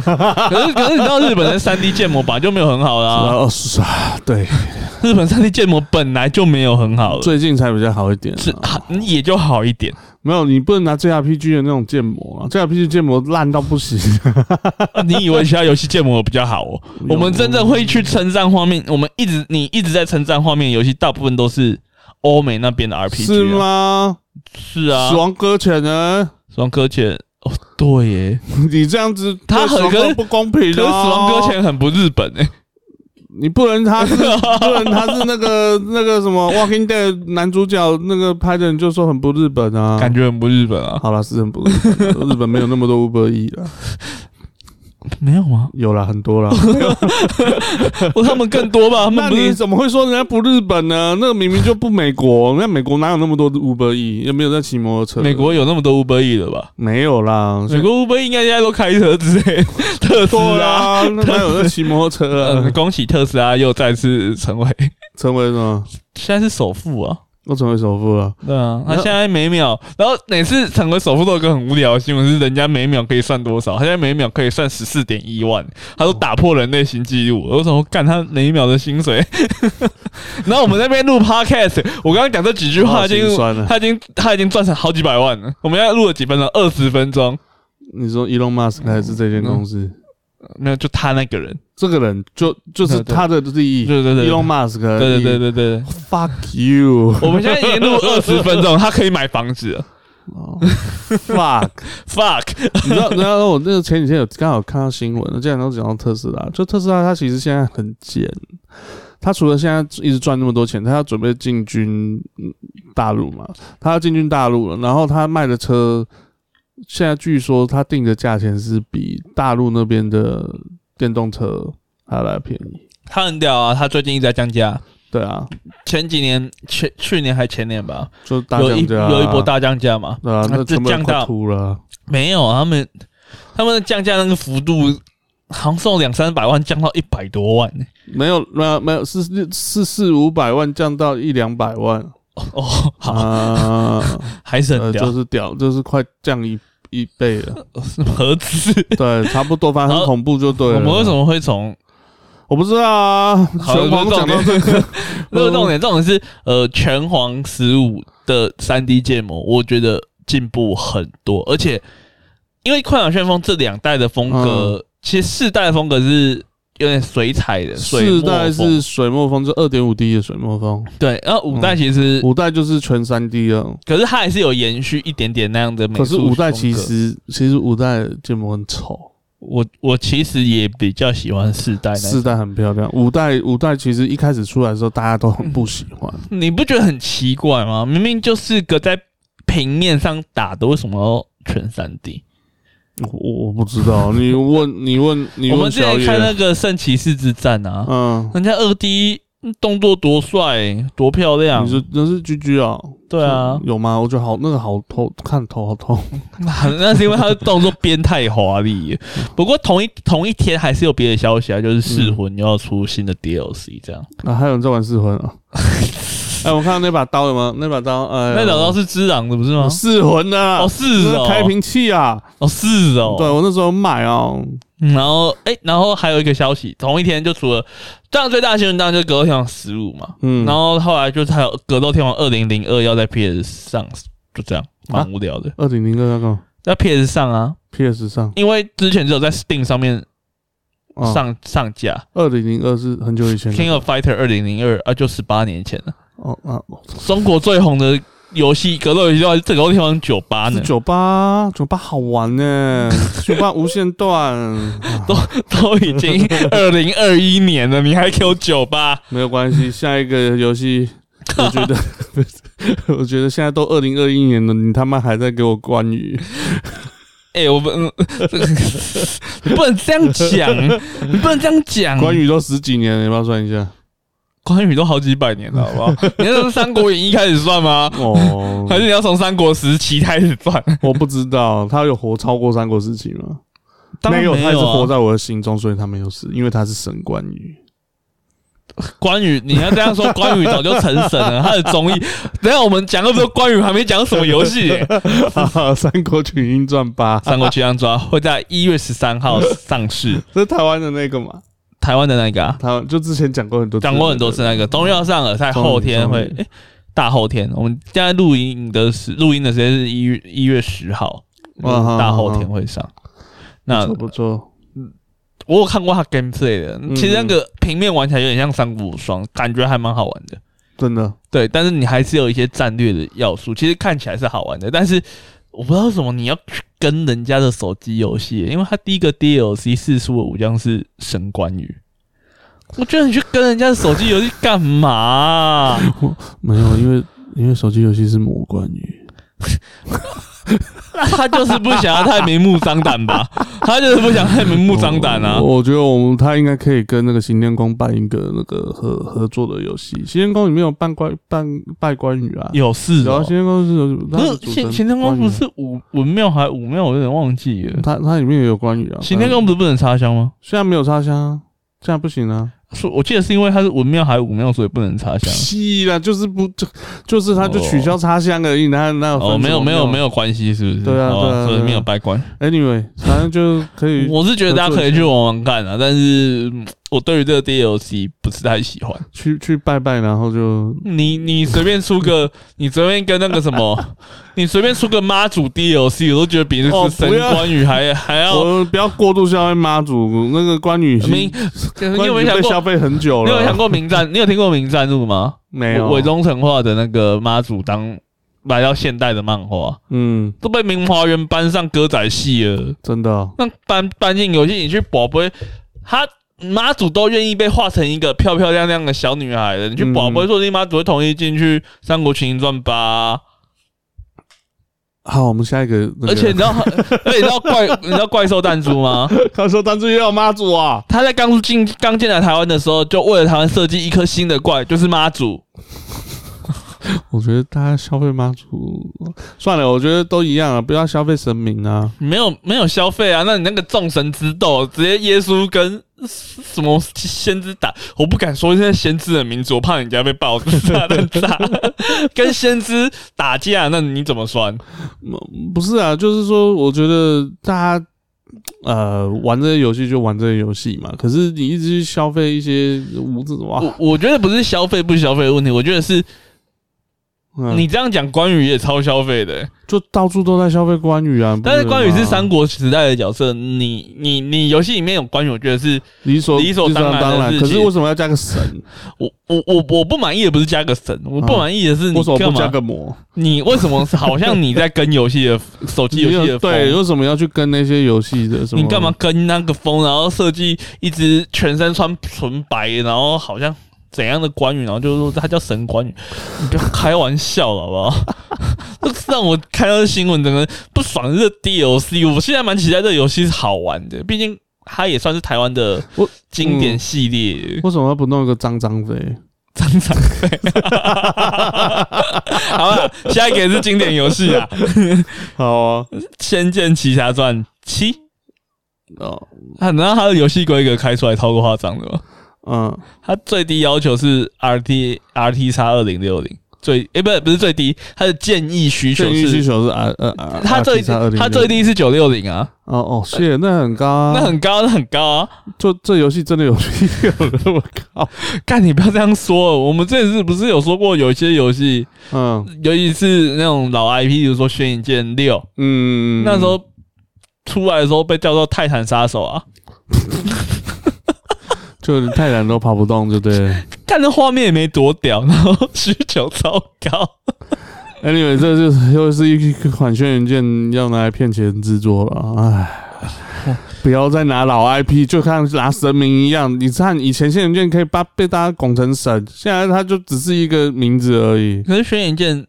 [SPEAKER 1] 可是可是你知道日本的三 D 建模本来就没有很好啦、
[SPEAKER 2] 啊，是啊，对，
[SPEAKER 1] 日本三 D 建模本来就没有很好了，
[SPEAKER 2] 最近才比较好一点啊。
[SPEAKER 1] 是啊也就好一点。
[SPEAKER 2] 没有，你不能拿 J R P G 的那种建模啊，J R P G 建模烂到不行。
[SPEAKER 1] 啊你以为其他游戏建模比较好 [LAUGHS] 哦？我们真正会去称赞画面，我们一直你一直在称赞画面的游戏，大部分都是欧美那边的 RPG，、啊、
[SPEAKER 2] 是？吗？
[SPEAKER 1] 是啊
[SPEAKER 2] 死，亡搁浅呢？
[SPEAKER 1] 死亡搁浅哦，对耶，
[SPEAKER 2] [LAUGHS] 你这样子
[SPEAKER 1] 他
[SPEAKER 2] 对死
[SPEAKER 1] 很
[SPEAKER 2] 亡
[SPEAKER 1] 可是
[SPEAKER 2] 搁不公平
[SPEAKER 1] 可是
[SPEAKER 2] 的
[SPEAKER 1] 死
[SPEAKER 2] 哦。
[SPEAKER 1] 亡搁浅很不日本诶、
[SPEAKER 2] 你不能
[SPEAKER 1] [LAUGHS]
[SPEAKER 2] 他是不能他是那个那个什么《Walking Dead》男主角那个拍的人就说很不日本啊，
[SPEAKER 1] 感觉很不日本啊？
[SPEAKER 2] [LAUGHS] 好啦，是很不日本啊，日本没有那么多 Uber E 啦， [LAUGHS]
[SPEAKER 1] 没有啊吗？
[SPEAKER 2] 有啦，
[SPEAKER 1] [LAUGHS]
[SPEAKER 2] 很多啦。
[SPEAKER 1] 哦，他们更多吧？他
[SPEAKER 2] 那
[SPEAKER 1] 们不
[SPEAKER 2] 你
[SPEAKER 1] 是
[SPEAKER 2] 怎么会说人家不日本呢？那个明明就不美国，那美国哪有那么多 Uber E？又没有在骑摩托车，
[SPEAKER 1] 美国有那么多 Uber E 的吧？
[SPEAKER 2] 没有啦，
[SPEAKER 1] 美国 Uber E 应该现在都开车之类， [LAUGHS] 特斯
[SPEAKER 2] 对
[SPEAKER 1] 拉。 [LAUGHS]
[SPEAKER 2] 啊，那哪有在骑摩托车
[SPEAKER 1] 呃，
[SPEAKER 2] 啊？
[SPEAKER 1] 恭喜特斯拉又再次成为
[SPEAKER 2] 成为什么？
[SPEAKER 1] 现在是首富啊。
[SPEAKER 2] 我成为首富了。
[SPEAKER 1] 对啊，他
[SPEAKER 2] 然后
[SPEAKER 1] 现在每秒，然后每次成为首富都有一个很无聊的新闻，是人家每秒可以算多少？他现在每秒可以算十四点一万，他都打破人类新纪录。我怎么干他每一秒的薪水？ [LAUGHS] 然后我们在那边录 podcast，我刚刚讲这几句话，
[SPEAKER 2] 好
[SPEAKER 1] 已
[SPEAKER 2] 心
[SPEAKER 1] 经
[SPEAKER 2] 酸啊了
[SPEAKER 1] 他已经他已经赚成好几百万了。我们要录了几分钟？二十分钟？
[SPEAKER 2] 你说 Elon Musk 还是这
[SPEAKER 1] 嗯
[SPEAKER 2] 间公司？
[SPEAKER 1] 没有，就他那个人。
[SPEAKER 2] 这个人就就是他的利益，
[SPEAKER 1] 对对对
[SPEAKER 2] Elon Musk 的
[SPEAKER 1] 对
[SPEAKER 2] 利益
[SPEAKER 1] 对对对对，
[SPEAKER 2] Fuck
[SPEAKER 1] [LAUGHS]
[SPEAKER 2] you！
[SPEAKER 1] 我们现在已经录二十分钟，他可以买房子了。
[SPEAKER 2] 哦 fuck！
[SPEAKER 1] Fuck，
[SPEAKER 2] [LAUGHS] 你知道，你知道我那个前几天有刚好看到新闻，既然都讲到特斯拉，就特斯拉它其实现在很贱，它除了现在一直赚那么多钱，它要准备进军嗯大陆嘛，它要进军大陆了，然后它卖的车，现在据说它定的价钱是比大陆那边的电动车还要来得便宜。
[SPEAKER 1] 他很屌啊！他最近一直在降价，
[SPEAKER 2] 对啊，
[SPEAKER 1] 前几年前去年还前年吧，
[SPEAKER 2] 就大
[SPEAKER 1] 有一
[SPEAKER 2] 降价啊
[SPEAKER 1] 有一波大降价嘛。
[SPEAKER 2] 对啊，那
[SPEAKER 1] 这
[SPEAKER 2] 成本
[SPEAKER 1] 降
[SPEAKER 2] 快
[SPEAKER 1] 到
[SPEAKER 2] 吐了啊。
[SPEAKER 1] 没有啊，他们他们的降价那个幅度，好像从两三百万降到一百多万呢、
[SPEAKER 2] 没有，没有，没有，是是四五百万降到一两百万，
[SPEAKER 1] 哦，好，
[SPEAKER 2] 啊，
[SPEAKER 1] 还 [LAUGHS] 是很
[SPEAKER 2] 嗯呃，
[SPEAKER 1] 屌，
[SPEAKER 2] 就是屌，就是快降一一倍
[SPEAKER 1] [LAUGHS]
[SPEAKER 2] 了，
[SPEAKER 1] 何止？
[SPEAKER 2] 对，啊差不多，反正很恐怖就对了。
[SPEAKER 1] 我们为什？么会从？
[SPEAKER 2] 我不知道啊，
[SPEAKER 1] 好
[SPEAKER 2] 拳皇
[SPEAKER 1] 这
[SPEAKER 2] 讲
[SPEAKER 1] 重点
[SPEAKER 2] 到
[SPEAKER 1] [LAUGHS]
[SPEAKER 2] 这个，
[SPEAKER 1] 那个重点，重点是呃，拳皇十五的三 D 建模，我觉得进步很多，而
[SPEAKER 2] 嗯
[SPEAKER 1] 且因为《快打旋风》这两代的风格，其实四代的风格是有点水彩的水
[SPEAKER 2] 四
[SPEAKER 1] 墨
[SPEAKER 2] 代
[SPEAKER 1] 风
[SPEAKER 2] 是水墨风，就二点五 D 的水墨风，
[SPEAKER 1] 对，然后五
[SPEAKER 2] 嗯
[SPEAKER 1] 代其实，
[SPEAKER 2] 五代就是全三 D 了。
[SPEAKER 1] 可是它还是有延续一点点那样的美术
[SPEAKER 2] 可是五代
[SPEAKER 1] 风
[SPEAKER 2] 其
[SPEAKER 1] 格
[SPEAKER 2] 实其实五代建模很丑，
[SPEAKER 1] 我我其实也比较喜欢四代那种，
[SPEAKER 2] 四代很漂亮，五代五代其实一开始出来的时候大家都很不喜欢，
[SPEAKER 1] 你不觉得很奇怪吗？明明就是个在平面上打的，为什么要全三 D？
[SPEAKER 2] 我我不知道，你问你问你
[SPEAKER 1] 嗯我们
[SPEAKER 2] 问
[SPEAKER 1] 之
[SPEAKER 2] 小
[SPEAKER 1] 前看那
[SPEAKER 2] 野，
[SPEAKER 1] 个《圣骑士之战》啊，
[SPEAKER 2] 嗯，
[SPEAKER 1] 人家二 D 动作多帅、多漂亮
[SPEAKER 2] 你，是那是居居啊？
[SPEAKER 1] 对啊
[SPEAKER 2] 是，有吗？我觉得好那个好头看头好痛，
[SPEAKER 1] [LAUGHS]
[SPEAKER 2] [LAUGHS]
[SPEAKER 1] 那是因为他的动作编太华
[SPEAKER 2] [LAUGHS]
[SPEAKER 1] 丽了。不过同一同一天还是有别的消息啊，就是《噬
[SPEAKER 2] 嗯
[SPEAKER 1] 魂》又要出新的 DLC 这样。
[SPEAKER 2] 啊，还有人在玩四魂
[SPEAKER 1] [LAUGHS]
[SPEAKER 2] 啊？哎，我看到那把刀了吗？那把刀，哎，
[SPEAKER 1] 那老刀是之狼的不是吗？
[SPEAKER 2] 四魂的啊，
[SPEAKER 1] 哦，是
[SPEAKER 2] 那
[SPEAKER 1] 哦，
[SPEAKER 2] 是开瓶器啊，
[SPEAKER 1] 哦，是哦，
[SPEAKER 2] 对我那时候买哦，
[SPEAKER 1] 嗯然后，哎、然后还有一个消息，同一天就除了，当然最大的新闻当然就是《格斗天王十五》嘛，
[SPEAKER 2] 嗯，
[SPEAKER 1] 然后后来就是还有《格斗天王二零零二》要在 PS 上，就这样，
[SPEAKER 2] 啊
[SPEAKER 1] 蛮无聊的，
[SPEAKER 2] 二零零二那个
[SPEAKER 1] 在 PS 上啊，
[SPEAKER 2] PS 上哦
[SPEAKER 1] 因为之前只有在 Steam 上面上、上架，
[SPEAKER 2] 二零零二是很久以前
[SPEAKER 1] 《
[SPEAKER 2] 的
[SPEAKER 1] King of Fighter 二零零二》啊，就十八年前了，
[SPEAKER 2] 哦啊，
[SPEAKER 1] 中国最红的游戏格斗游戏叫《格斗天王九八》
[SPEAKER 2] 是 [LAUGHS]
[SPEAKER 1] 呢，
[SPEAKER 2] 酒吧，啊酒吧好玩
[SPEAKER 1] [LAUGHS]
[SPEAKER 2] 呢，酒吧无限段，啊
[SPEAKER 1] 都已经二零二一年了，你还给我九八？
[SPEAKER 2] 没有关系，下一个游戏。我觉得， [LAUGHS] 我觉得现在都二零二一年了，你他妈还在给我关于
[SPEAKER 1] 哎、我们、嗯、 [LAUGHS] 你不能这样讲，你不能这样讲。
[SPEAKER 2] 关羽都十几年了，你要不要算
[SPEAKER 1] [LAUGHS]
[SPEAKER 2] 一下？
[SPEAKER 1] 关羽都好几百年了，好不
[SPEAKER 2] [LAUGHS]
[SPEAKER 1] 好？你要从《三国演义》开始算吗？
[SPEAKER 2] 哦，
[SPEAKER 1] 还是你要从三国时期开始
[SPEAKER 2] [LAUGHS]
[SPEAKER 1] 算？
[SPEAKER 2] 我不知道，他有活超过三国时期吗？
[SPEAKER 1] 当然
[SPEAKER 2] 没有，他
[SPEAKER 1] 没
[SPEAKER 2] 也是活
[SPEAKER 1] 有啊。
[SPEAKER 2] 在我的心中，所以他没有死，因为他是神关羽。 [LAUGHS]
[SPEAKER 1] 关羽，你要这样说，关羽早就成神
[SPEAKER 2] [LAUGHS]
[SPEAKER 1] 了。他的综艺，等一下我们讲到说关羽还没讲什么游
[SPEAKER 2] [LAUGHS]
[SPEAKER 1] 戏、
[SPEAKER 2] 《三国群英传八》
[SPEAKER 1] 三国群英传》会在一月十三号上市，
[SPEAKER 2] 这是台湾的那个嘛？
[SPEAKER 1] 台湾的那个、啊，
[SPEAKER 2] 台湾就之前讲过很多次，
[SPEAKER 1] 讲过很多次那个，终于要上了，在后天会、
[SPEAKER 2] 终于
[SPEAKER 1] 诶大后天。我们现在录音的时录音的时间是一月一月十号，
[SPEAKER 2] 啊哈
[SPEAKER 1] 大后天会上。那
[SPEAKER 2] 不错不错。
[SPEAKER 1] 我有看过他 gameplay 的，
[SPEAKER 2] 嗯
[SPEAKER 1] 其实那个平面玩起来有点像三国无双，感觉还蛮好玩的。
[SPEAKER 2] 真的，
[SPEAKER 1] 对，但是你还是有一些战略的要素，其实看起来是好玩的，但是我不知道为什么你要去跟人家的手机游戏，因为他第一个 DLC 四出的武将是神关羽。我觉得你去跟人家的手机游戏干嘛啊、
[SPEAKER 2] 没有，因为因为手机游戏是魔关羽，
[SPEAKER 1] 那他就是不想要太明目张胆吧？他就是不想太明目张胆啊
[SPEAKER 2] 我！！我觉得我们他应该可以跟那个行天宫办一个那个合合作的游戏。行天宫里面有办关办拜关羽啊，
[SPEAKER 1] 有事
[SPEAKER 2] 然后
[SPEAKER 1] 哦、
[SPEAKER 2] 行天宫是有，啊
[SPEAKER 1] 不是
[SPEAKER 2] 行
[SPEAKER 1] 行行天宫不是武文庙还武庙，我有点忘记了。
[SPEAKER 2] 它它里面也有关羽
[SPEAKER 1] [LAUGHS]
[SPEAKER 2] 啊。
[SPEAKER 1] 行天宫不是不能插香吗？
[SPEAKER 2] 虽然没有插香啊，这样不行啊。
[SPEAKER 1] 说我记得是因为它是文庙还是武庙，所以不能插香。
[SPEAKER 2] 屁啦，就是不就就是他就取消插香而已，哪哪有分
[SPEAKER 1] 哦，没有
[SPEAKER 2] 什么
[SPEAKER 1] 没有没
[SPEAKER 2] 用
[SPEAKER 1] 有关系，是不是？
[SPEAKER 2] 对啊
[SPEAKER 1] 哦
[SPEAKER 2] 对啊
[SPEAKER 1] 所以
[SPEAKER 2] 对啊
[SPEAKER 1] 没有拜关。
[SPEAKER 2] ，anyway，反正就可以
[SPEAKER 1] 我是觉得大家可以去玩玩看啊，但是嗯我对于这个 DLC 不是太喜欢。 [LAUGHS]
[SPEAKER 2] 去去拜拜，然后就
[SPEAKER 1] 你你随便出 [LAUGHS] 个，你随便跟那个什 [LAUGHS] 么，你随便出个妈祖 DLC，我都觉得比那
[SPEAKER 2] 哦
[SPEAKER 1] 个神
[SPEAKER 2] 不要
[SPEAKER 1] 关羽还还要。
[SPEAKER 2] 我不要过度消费妈祖那个关羽已经，
[SPEAKER 1] 明，你
[SPEAKER 2] 关
[SPEAKER 1] 有没有
[SPEAKER 2] 羽
[SPEAKER 1] 想
[SPEAKER 2] 被消
[SPEAKER 1] 过？
[SPEAKER 2] 费很久
[SPEAKER 1] 你有没有想
[SPEAKER 2] 了，
[SPEAKER 1] 过名战？你有听过名战录吗？
[SPEAKER 2] 没有
[SPEAKER 1] 伪装神话的那个妈祖当来到现代的漫画，
[SPEAKER 2] 嗯，
[SPEAKER 1] 都被明华园搬上歌仔戏了。
[SPEAKER 2] 真的哦
[SPEAKER 1] 那搬搬进游戏，你去宝贝，他妈祖都愿意被画成一个漂漂亮亮的小女孩了。你去宝贝，
[SPEAKER 2] 嗯
[SPEAKER 1] 说不定妈祖会同意进去《三国群英传八啊》
[SPEAKER 2] 好，我们下一个那个，
[SPEAKER 1] 而
[SPEAKER 2] [LAUGHS]
[SPEAKER 1] 且你知道， [LAUGHS] 而且你知道怪，你知道怪兽弹珠吗？
[SPEAKER 2] 他说当初也有妈祖啊，
[SPEAKER 1] 他在刚进刚进来台湾的时候，就为了台湾设计一颗新的怪，就是妈祖。
[SPEAKER 2] 我觉得大家消费妈祖算了，我觉得都一样啊，不要消费神明啊，
[SPEAKER 1] 没有没有消费啊，那你那个众神之斗，直接耶稣跟什么先知打，我不敢说现在先知的名字，我怕人家被爆炸弹炸。 [LAUGHS] 跟先知打架，那你怎么算？
[SPEAKER 2] 不是啊，就是说，我觉得大家呃玩这些游戏就玩这些游戏嘛。可是你一直去消费一些无字哇，
[SPEAKER 1] 哦我我觉得不是消费不消费的问题，我觉得是
[SPEAKER 2] 嗯
[SPEAKER 1] 你这样讲关羽也超消费的欸、
[SPEAKER 2] 就到处都在消费关羽啊。
[SPEAKER 1] 但是关羽是三
[SPEAKER 2] 国
[SPEAKER 1] 国时代的角色，你你你游戏里面有关羽，我觉得是
[SPEAKER 2] 理所
[SPEAKER 1] 理所当
[SPEAKER 2] 当
[SPEAKER 1] 然的事
[SPEAKER 2] 可是
[SPEAKER 1] 情
[SPEAKER 2] 为什么要加个神？
[SPEAKER 1] 我我我我不满意的不是加个神，我不满意的是你
[SPEAKER 2] 嗯为什么
[SPEAKER 1] 干
[SPEAKER 2] 不加
[SPEAKER 1] 嘛？
[SPEAKER 2] 个魔？
[SPEAKER 1] 你为什么好像你在跟游戏的手机游戏的风
[SPEAKER 2] 对，为什么要去跟那些游戏的什么？
[SPEAKER 1] 你干嘛？跟那个风，然后设计一只全身穿纯白，然后好像怎样的关羽，然后就说他叫神关羽，你不要开玩笑了好不好？ [LAUGHS] 这是让我看到新闻，整个不爽。这 DLC 我现在蛮期待这个游戏是好玩的，毕竟它也算是台湾的
[SPEAKER 2] 我
[SPEAKER 1] 经典系列。
[SPEAKER 2] 为什么要不弄一个张张飞？
[SPEAKER 1] 张张飞，好了，下一个也是经典游戏啊，《
[SPEAKER 2] 好啊，
[SPEAKER 1] 仙剑奇侠传七》
[SPEAKER 2] 哦，
[SPEAKER 1] 啊，难道它的游戏规格开出来超过夸张的哦吗？
[SPEAKER 2] 嗯，
[SPEAKER 1] 它最低要求是 R T R T 叉二零六零，最诶、不是不是最低，它的建议需求
[SPEAKER 2] 最低需
[SPEAKER 1] 是。
[SPEAKER 2] 求是啊呃啊，
[SPEAKER 1] 它最低它最低是九六零啊，
[SPEAKER 2] 哦哦，谢，那很高啊，
[SPEAKER 1] 那很高，那很高啊！
[SPEAKER 2] 就这游戏真的有必要的， [LAUGHS] 我靠，
[SPEAKER 1] 干，你不要这样说。我们这次不是有说过，有一些游戏，
[SPEAKER 2] 嗯
[SPEAKER 1] 尤其是那种老 IP，比如说《轩辕剑六》，
[SPEAKER 2] 嗯，
[SPEAKER 1] 那时候出来的时候被叫做泰坦杀手啊，
[SPEAKER 2] 就太难都跑不动，就对了。
[SPEAKER 1] 看那画面也没多屌，然后需求超高。
[SPEAKER 2] Anyway，这就是又是一款轩辕剑要拿来骗钱制作了，唉。不要再拿老 IP，就看拿神明一样。你看以前轩辕剑可以把被大家拱成神，现在它就只是一个名字
[SPEAKER 1] [LAUGHS]
[SPEAKER 2] 而已。
[SPEAKER 1] 可是《轩辕剑》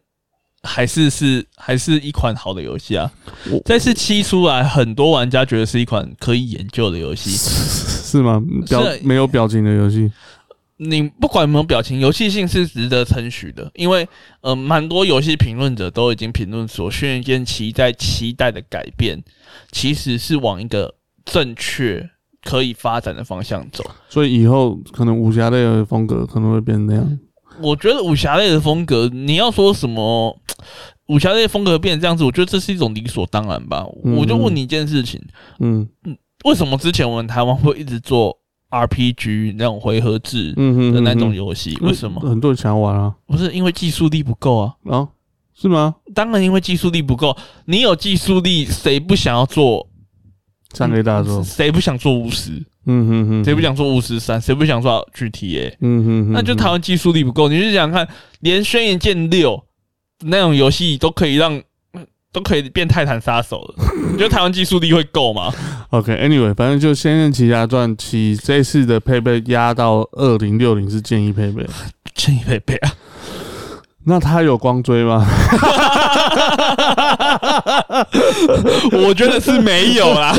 [SPEAKER 1] 还是是还是一款好的游戏啊
[SPEAKER 2] 我，
[SPEAKER 1] 这次七出来，很多玩家觉得是一款可以研究的游戏。
[SPEAKER 2] 是吗？表
[SPEAKER 1] 是啊
[SPEAKER 2] 没有表情的游戏，
[SPEAKER 1] 你不管有没有表情，游戏性是值得称许的，因为呃，蛮多游戏评论者都已经评论说，《轩辕剑七》在期待的改变，其实是往一个正确可以发展的方向走。
[SPEAKER 2] 所以以后可能武侠类的风格可能会变那样。
[SPEAKER 1] 我觉得武侠类的风格，你要说什么武侠类的风格变成这样子，我觉得这是一种理所当然吧。
[SPEAKER 2] 嗯
[SPEAKER 1] 我就问你一件事情，
[SPEAKER 2] 嗯
[SPEAKER 1] 为什么之前我们台湾会一直做 RPG 那种回合制
[SPEAKER 2] 嗯哼
[SPEAKER 1] 的那种
[SPEAKER 2] 嗯
[SPEAKER 1] 游戏？
[SPEAKER 2] 哼
[SPEAKER 1] 为什么？
[SPEAKER 2] 很多人想要玩啊？
[SPEAKER 1] 不是因为技术力不够啊？
[SPEAKER 2] 啊，是吗？
[SPEAKER 1] 当然因为技术力不够，你有技术力，谁不想要做？嗯
[SPEAKER 2] 讲给大家说。
[SPEAKER 1] 谁不想做巫师？
[SPEAKER 2] 嗯哼哼，
[SPEAKER 1] 谁不想做巫师三？谁不想做 GTA？
[SPEAKER 2] 嗯哼哼，
[SPEAKER 1] 那就台湾技术力不够。你就想想看，连《轩辕剑六》那种游戏都可以让都可以变泰坦杀手
[SPEAKER 2] [LAUGHS]
[SPEAKER 1] 了，你觉得台湾技术力会够吗？ [LAUGHS]
[SPEAKER 2] OK，Anyway，、反正就《仙剑奇侠传七》这次的配备压到二零六零是建议配备，
[SPEAKER 1] 建议配备啊！
[SPEAKER 2] [LAUGHS] 那它有光追吗？ [LAUGHS]
[SPEAKER 1] 我觉得是没有啦。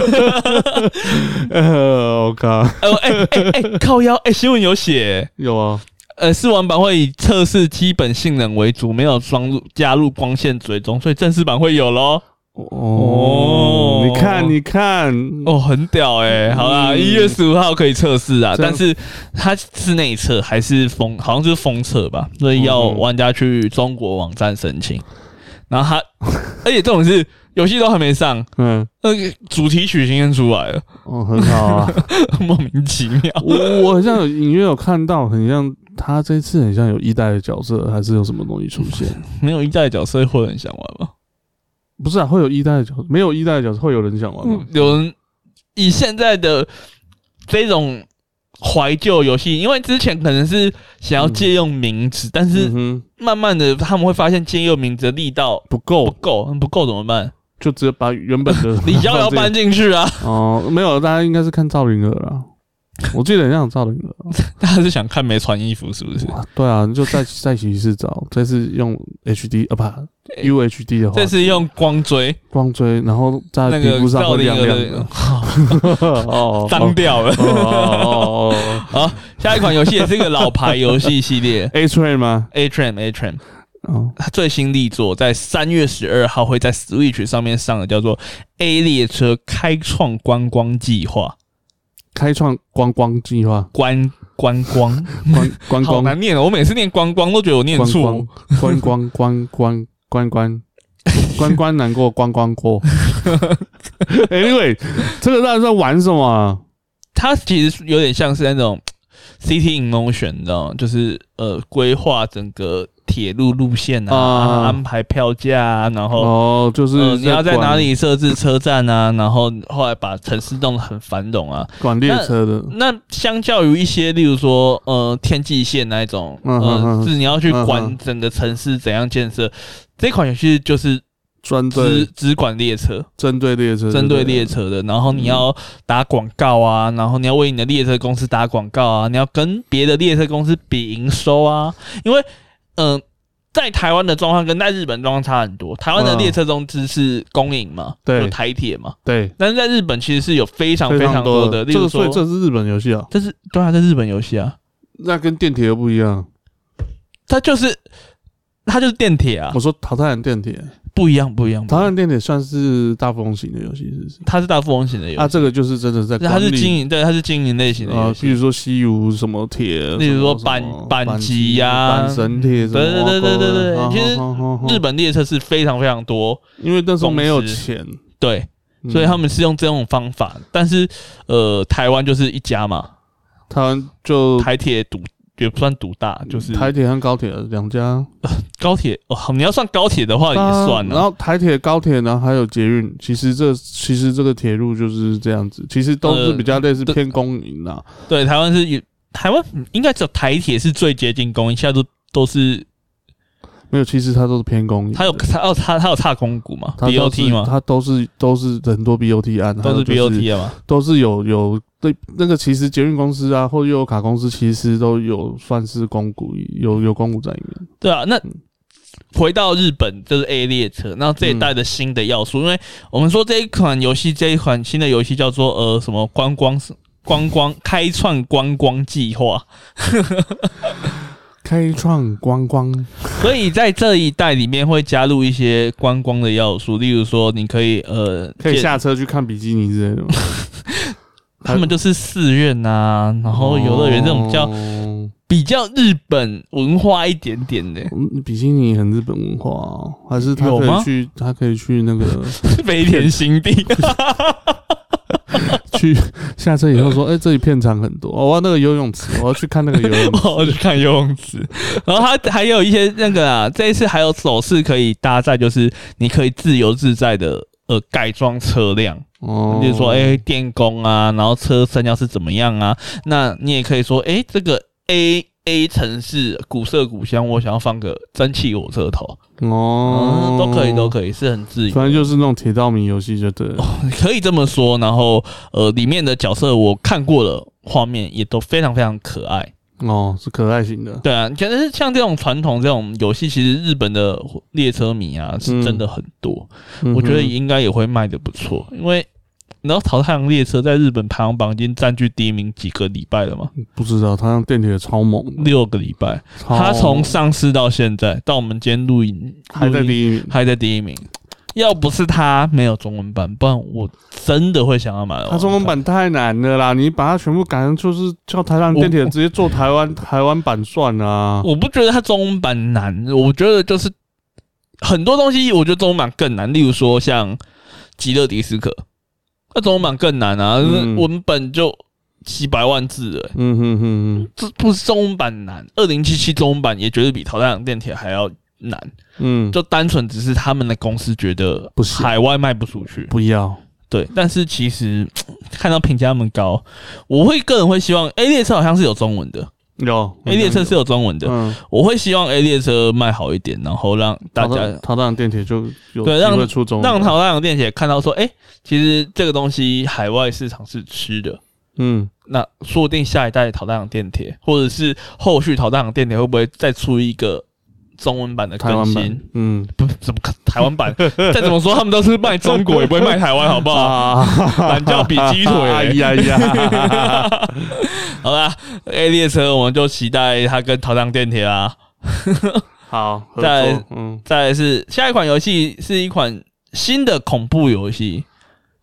[SPEAKER 2] 呃，我靠，
[SPEAKER 1] 呃，哎哎哎，靠腰，哎、新闻有写、
[SPEAKER 2] 有啊，
[SPEAKER 1] 呃，试玩版会以测试基本性能为主，没有装入加入光线追踪，所以正式版会有咯。
[SPEAKER 2] 哦，你看，你看，
[SPEAKER 1] 哦，很屌哎、好啦，
[SPEAKER 2] 嗯
[SPEAKER 1] 一、月十五号可以测试啊，
[SPEAKER 2] 这样
[SPEAKER 1] 但是它是内测还是封，好像是封测吧，所以要
[SPEAKER 2] 嗯
[SPEAKER 1] 玩家去中国网站申请。然后它，而且这种是游戏都还没上，
[SPEAKER 2] 嗯，
[SPEAKER 1] 那个主题曲已经先出来了， [LAUGHS]
[SPEAKER 2] 哦，很好啊，
[SPEAKER 1] 莫名其妙。
[SPEAKER 2] 我我好像有隐约有看到，很像他这次很像有一代的角色，还是有什么东西出现？
[SPEAKER 1] 没有一代的角色会有人想玩吗？
[SPEAKER 2] 不是啊，会有一代的角色，没有一代的角色会有人想玩吗？
[SPEAKER 1] 有人以现在的这种怀旧游戏，因为之前可能是想要借用名字，但是
[SPEAKER 2] 嗯哼，
[SPEAKER 1] 慢慢的他们会发现借用名字的力道
[SPEAKER 2] 不
[SPEAKER 1] 不
[SPEAKER 2] 够，
[SPEAKER 1] 够，不够怎么 [LAUGHS] 办？
[SPEAKER 2] 就直接把原本的
[SPEAKER 1] 你要要搬进去 [LAUGHS] 啊！
[SPEAKER 2] 哦，没有，大家应该是看赵灵儿啦。我记得很像有赵灵儿。
[SPEAKER 1] 大家是想看没穿衣服是不是？
[SPEAKER 2] 哇对啊，你就再再洗一次澡，这次用 HD 啊不 UHD 的话，
[SPEAKER 1] [LAUGHS] 这次用光追
[SPEAKER 2] 光追，然后在
[SPEAKER 1] 那
[SPEAKER 2] 皮
[SPEAKER 1] 个
[SPEAKER 2] 肤上
[SPEAKER 1] 赵
[SPEAKER 2] 会
[SPEAKER 1] 灵
[SPEAKER 2] 亮
[SPEAKER 1] 儿
[SPEAKER 2] 亮的
[SPEAKER 1] 的。
[SPEAKER 2] 哦，
[SPEAKER 1] 脏掉了。
[SPEAKER 2] 哦哦哦
[SPEAKER 1] 好， [LAUGHS] 下一款游戏也是一个老牌游戏系列 [LAUGHS]
[SPEAKER 2] ，A Train 吗？
[SPEAKER 1] A Train A Train，
[SPEAKER 2] 哦，
[SPEAKER 1] 它最新力作在三月十二号会在 Switch 上面上的，叫做《A 列车开创观光计划》
[SPEAKER 2] 开创观光计划，
[SPEAKER 1] 观观光，
[SPEAKER 2] 观
[SPEAKER 1] [LAUGHS]
[SPEAKER 2] 观
[SPEAKER 1] 好
[SPEAKER 2] 光
[SPEAKER 1] 难念哦！我每次念观光都觉得我念
[SPEAKER 2] 观
[SPEAKER 1] 错
[SPEAKER 2] 光。观光观光观光关关难过关关过。Anyway，这个到底在玩什么啊？
[SPEAKER 1] 它其实有点像是那种 CT in motion，你知道吗？就是呃，规划整个铁路路线啊，
[SPEAKER 2] 啊
[SPEAKER 1] 安排票价啊，然后、
[SPEAKER 2] 哦，就是、
[SPEAKER 1] 呃你要在
[SPEAKER 2] 在
[SPEAKER 1] 哪
[SPEAKER 2] 管
[SPEAKER 1] 里设置车站啊，然后后来把城市弄得很繁荣啊。
[SPEAKER 2] 管列车的？
[SPEAKER 1] 那相较于一些，例如说，呃，天际线那一种，
[SPEAKER 2] 嗯嗯
[SPEAKER 1] 呃，
[SPEAKER 2] 嗯
[SPEAKER 1] 是你要去
[SPEAKER 2] 嗯嗯
[SPEAKER 1] 管整个城市怎样建设，这款游戏就是
[SPEAKER 2] 专
[SPEAKER 1] 只
[SPEAKER 2] 对
[SPEAKER 1] 只管列车，
[SPEAKER 2] 针对列车，
[SPEAKER 1] 针对
[SPEAKER 2] 不
[SPEAKER 1] 列车的，然后你要打广告啊，然后你要为你的列车公司打广告啊，你要跟别的列车公司比营收啊，因为嗯、呃在台湾的状况跟在日本状况差很多，台湾的
[SPEAKER 2] 嗯
[SPEAKER 1] 列车公司是公营嘛，
[SPEAKER 2] 对
[SPEAKER 1] 有台铁嘛，
[SPEAKER 2] 对
[SPEAKER 1] 但是在日本其实是有非常
[SPEAKER 2] 非
[SPEAKER 1] 非常多的，
[SPEAKER 2] 的，
[SPEAKER 1] 例
[SPEAKER 2] 这
[SPEAKER 1] 如
[SPEAKER 2] 个所
[SPEAKER 1] 说
[SPEAKER 2] 以这是日本游戏啊，
[SPEAKER 1] 这是对啊，这是日本游戏啊，
[SPEAKER 2] 那跟电铁又不一样。
[SPEAKER 1] 它就是它就是电铁啊
[SPEAKER 2] 我，说淘汰人电铁，
[SPEAKER 1] 不一样不一样，不
[SPEAKER 2] 淘
[SPEAKER 1] 一
[SPEAKER 2] 汰
[SPEAKER 1] 样
[SPEAKER 2] 人电铁算是大富翁型的游戏，是不是？
[SPEAKER 1] 它是大富翁型的游
[SPEAKER 2] 啊，
[SPEAKER 1] 戏，
[SPEAKER 2] 这个就是真的在管
[SPEAKER 1] 它是
[SPEAKER 2] 理
[SPEAKER 1] 经营对，它是经营类型的游
[SPEAKER 2] 啊，
[SPEAKER 1] 戏
[SPEAKER 2] 比。如说西游什么铁，
[SPEAKER 1] 例如说
[SPEAKER 2] 什么
[SPEAKER 1] 板
[SPEAKER 2] 什么
[SPEAKER 1] 板
[SPEAKER 2] 板
[SPEAKER 1] 级呀
[SPEAKER 2] 板神铁什么
[SPEAKER 1] 对对对对对对对
[SPEAKER 2] 啊
[SPEAKER 1] 其实
[SPEAKER 2] 啊啊啊啊
[SPEAKER 1] 日本列车是非常非常多，
[SPEAKER 2] 因为那时候没有
[SPEAKER 1] 公司
[SPEAKER 2] 钱，
[SPEAKER 1] 对，
[SPEAKER 2] 嗯
[SPEAKER 1] 所以他们是用这种方法。但是，呃，台湾就是一家嘛，
[SPEAKER 2] 台湾就
[SPEAKER 1] 台铁独也不算独大，就是
[SPEAKER 2] 嗯台铁和高铁两家啊
[SPEAKER 1] 高铁哦。你要算高铁的话呃也算啊
[SPEAKER 2] 然
[SPEAKER 1] 了，
[SPEAKER 2] 后台铁、高铁，然后还有捷运，其实这其实这个铁路就是这样子，其实都是
[SPEAKER 1] 呃
[SPEAKER 2] 比较类似
[SPEAKER 1] 对
[SPEAKER 2] 偏公营啦。
[SPEAKER 1] 对，台湾是台湾应该只有台铁是最接近公营，现在都都是
[SPEAKER 2] 没有，其实它都是偏公营的。
[SPEAKER 1] 它有它有它它有差公股嘛
[SPEAKER 2] 它都是
[SPEAKER 1] ，BOT 嘛，
[SPEAKER 2] 它都是都是很多 BOT 案，还
[SPEAKER 1] 都
[SPEAKER 2] 有
[SPEAKER 1] 是
[SPEAKER 2] 就是嗯
[SPEAKER 1] BOT 的嘛。
[SPEAKER 2] 都是有有对那个其实捷运公司啊，或者悠游卡公司，其实都有算是公股，有有公股在里面。
[SPEAKER 1] 对啊，那
[SPEAKER 2] 嗯
[SPEAKER 1] 回到日本就是 A 列车，然后这一代的新的要素，因
[SPEAKER 2] 嗯
[SPEAKER 1] 为我们说这一款游戏，这一款新的游戏叫做呃什么观光观光开创观光计划，
[SPEAKER 2] 开创观光，
[SPEAKER 1] 所以在这一代里面会加入一些观光的要素，例如说你可以呃
[SPEAKER 2] 可以
[SPEAKER 1] 见
[SPEAKER 2] 下车去看比基尼之类的吗。
[SPEAKER 1] [LAUGHS] 他们就是寺院啊，然后游乐园这种比较
[SPEAKER 2] 哦
[SPEAKER 1] 比较日本文化一点点的，
[SPEAKER 2] 嗯比基尼很日本文化、哦，还是他
[SPEAKER 1] 有
[SPEAKER 2] 可
[SPEAKER 1] 吗
[SPEAKER 2] 以去，他可以去那个 [LAUGHS]
[SPEAKER 1] 飞田新地。
[SPEAKER 2] 去下车以后说，哎、这里片场很多，哦我要那个游泳池，我要去看那个游泳池。
[SPEAKER 1] [LAUGHS] 我去看游泳池，然后它还有一些那个啊，这一次还有手势可以搭载，就是你可以自由自在的呃改装车辆，
[SPEAKER 2] 哦，
[SPEAKER 1] 就是说哎、电工啊，然后车身要是怎么样啊，那你也可以说哎、这个 A A 城市古色古香，我想要放个蒸汽火车头，
[SPEAKER 2] 哦
[SPEAKER 1] 嗯，，都可以都
[SPEAKER 2] 以，
[SPEAKER 1] 可以，是很自由
[SPEAKER 2] 反。正就是那种铁道迷游戏就对了。
[SPEAKER 1] 可以这么说，然后呃，里面的角色我看过了，画面也都非常非常可爱。
[SPEAKER 2] 哦，是可爱型的。
[SPEAKER 1] 对啊，其实像这种传统这种游戏，其实日本的列车迷啊是真的很多，
[SPEAKER 2] 嗯
[SPEAKER 1] 我觉得
[SPEAKER 2] 哼
[SPEAKER 1] 应该也会卖的不错，因为。然后淘汰列车在日本排行榜已经占据第一名几个礼拜了嘛，
[SPEAKER 2] 不知道，他让电铁超猛的，
[SPEAKER 1] 六个礼拜。
[SPEAKER 2] 超
[SPEAKER 1] 它从上市到现在，到我们今天录影，
[SPEAKER 2] 还在
[SPEAKER 1] 录音
[SPEAKER 2] 第一名。
[SPEAKER 1] 还在第一名。要不是它没有中文版，不然我真的会想要买。哦
[SPEAKER 2] 它中文，版太难了啦，你把它全部改成就是叫台湾电铁直接做台湾台湾版算啊。
[SPEAKER 1] 我不觉得它中文版难，我觉得就是很多东西，我觉得中文版更难。例如说像《极乐迪斯科》，那中文版更难啊，
[SPEAKER 2] 嗯
[SPEAKER 1] 文本就几百万字了、
[SPEAKER 2] 嗯哼哼
[SPEAKER 1] 这不是中文版难。二零七七中文版也绝对比《淘汰港电铁》还要难，
[SPEAKER 2] 哼，嗯，
[SPEAKER 1] 就单纯只是他们的公司觉得
[SPEAKER 2] 不行
[SPEAKER 1] 海外卖不出去。
[SPEAKER 2] 不要。
[SPEAKER 1] 对，但是其实看到评价那么高，我会个人会希望 A 列车好像是有中文的
[SPEAKER 2] 嗯有
[SPEAKER 1] ，A 列车哎是有中文的。
[SPEAKER 2] 嗯，
[SPEAKER 1] 我会希望 A 列车卖好一点，然后让大
[SPEAKER 2] 大
[SPEAKER 1] 家
[SPEAKER 2] 家淘汰嗯电铁就有
[SPEAKER 1] 对
[SPEAKER 2] 机
[SPEAKER 1] 让
[SPEAKER 2] 会出中文
[SPEAKER 1] 让淘汰港电铁看到说，哎、其实这个东西海外市场是吃的。
[SPEAKER 2] 嗯
[SPEAKER 1] 那说不定下一代淘汰港电铁，或者是后续淘汰港电铁会不会再出一个中文版的
[SPEAKER 2] 台
[SPEAKER 1] 更
[SPEAKER 2] 湾
[SPEAKER 1] 新
[SPEAKER 2] 版？嗯
[SPEAKER 1] 不，怎么可 [LAUGHS] 台湾
[SPEAKER 2] [LAUGHS]
[SPEAKER 1] 版？再怎么说，他们都是卖中国，也不会卖台湾，好不
[SPEAKER 2] [LAUGHS]
[SPEAKER 1] 好？
[SPEAKER 2] 啊，
[SPEAKER 1] 懒觉比鸡腿、
[SPEAKER 2] 哎呀呀，
[SPEAKER 1] [LAUGHS] 好啦，A 列车我们就期待它跟淘汰港电铁啦。
[SPEAKER 2] 好，合
[SPEAKER 1] 再
[SPEAKER 2] 作嗯
[SPEAKER 1] 再来是下一款游戏是一款新的恐怖游戏，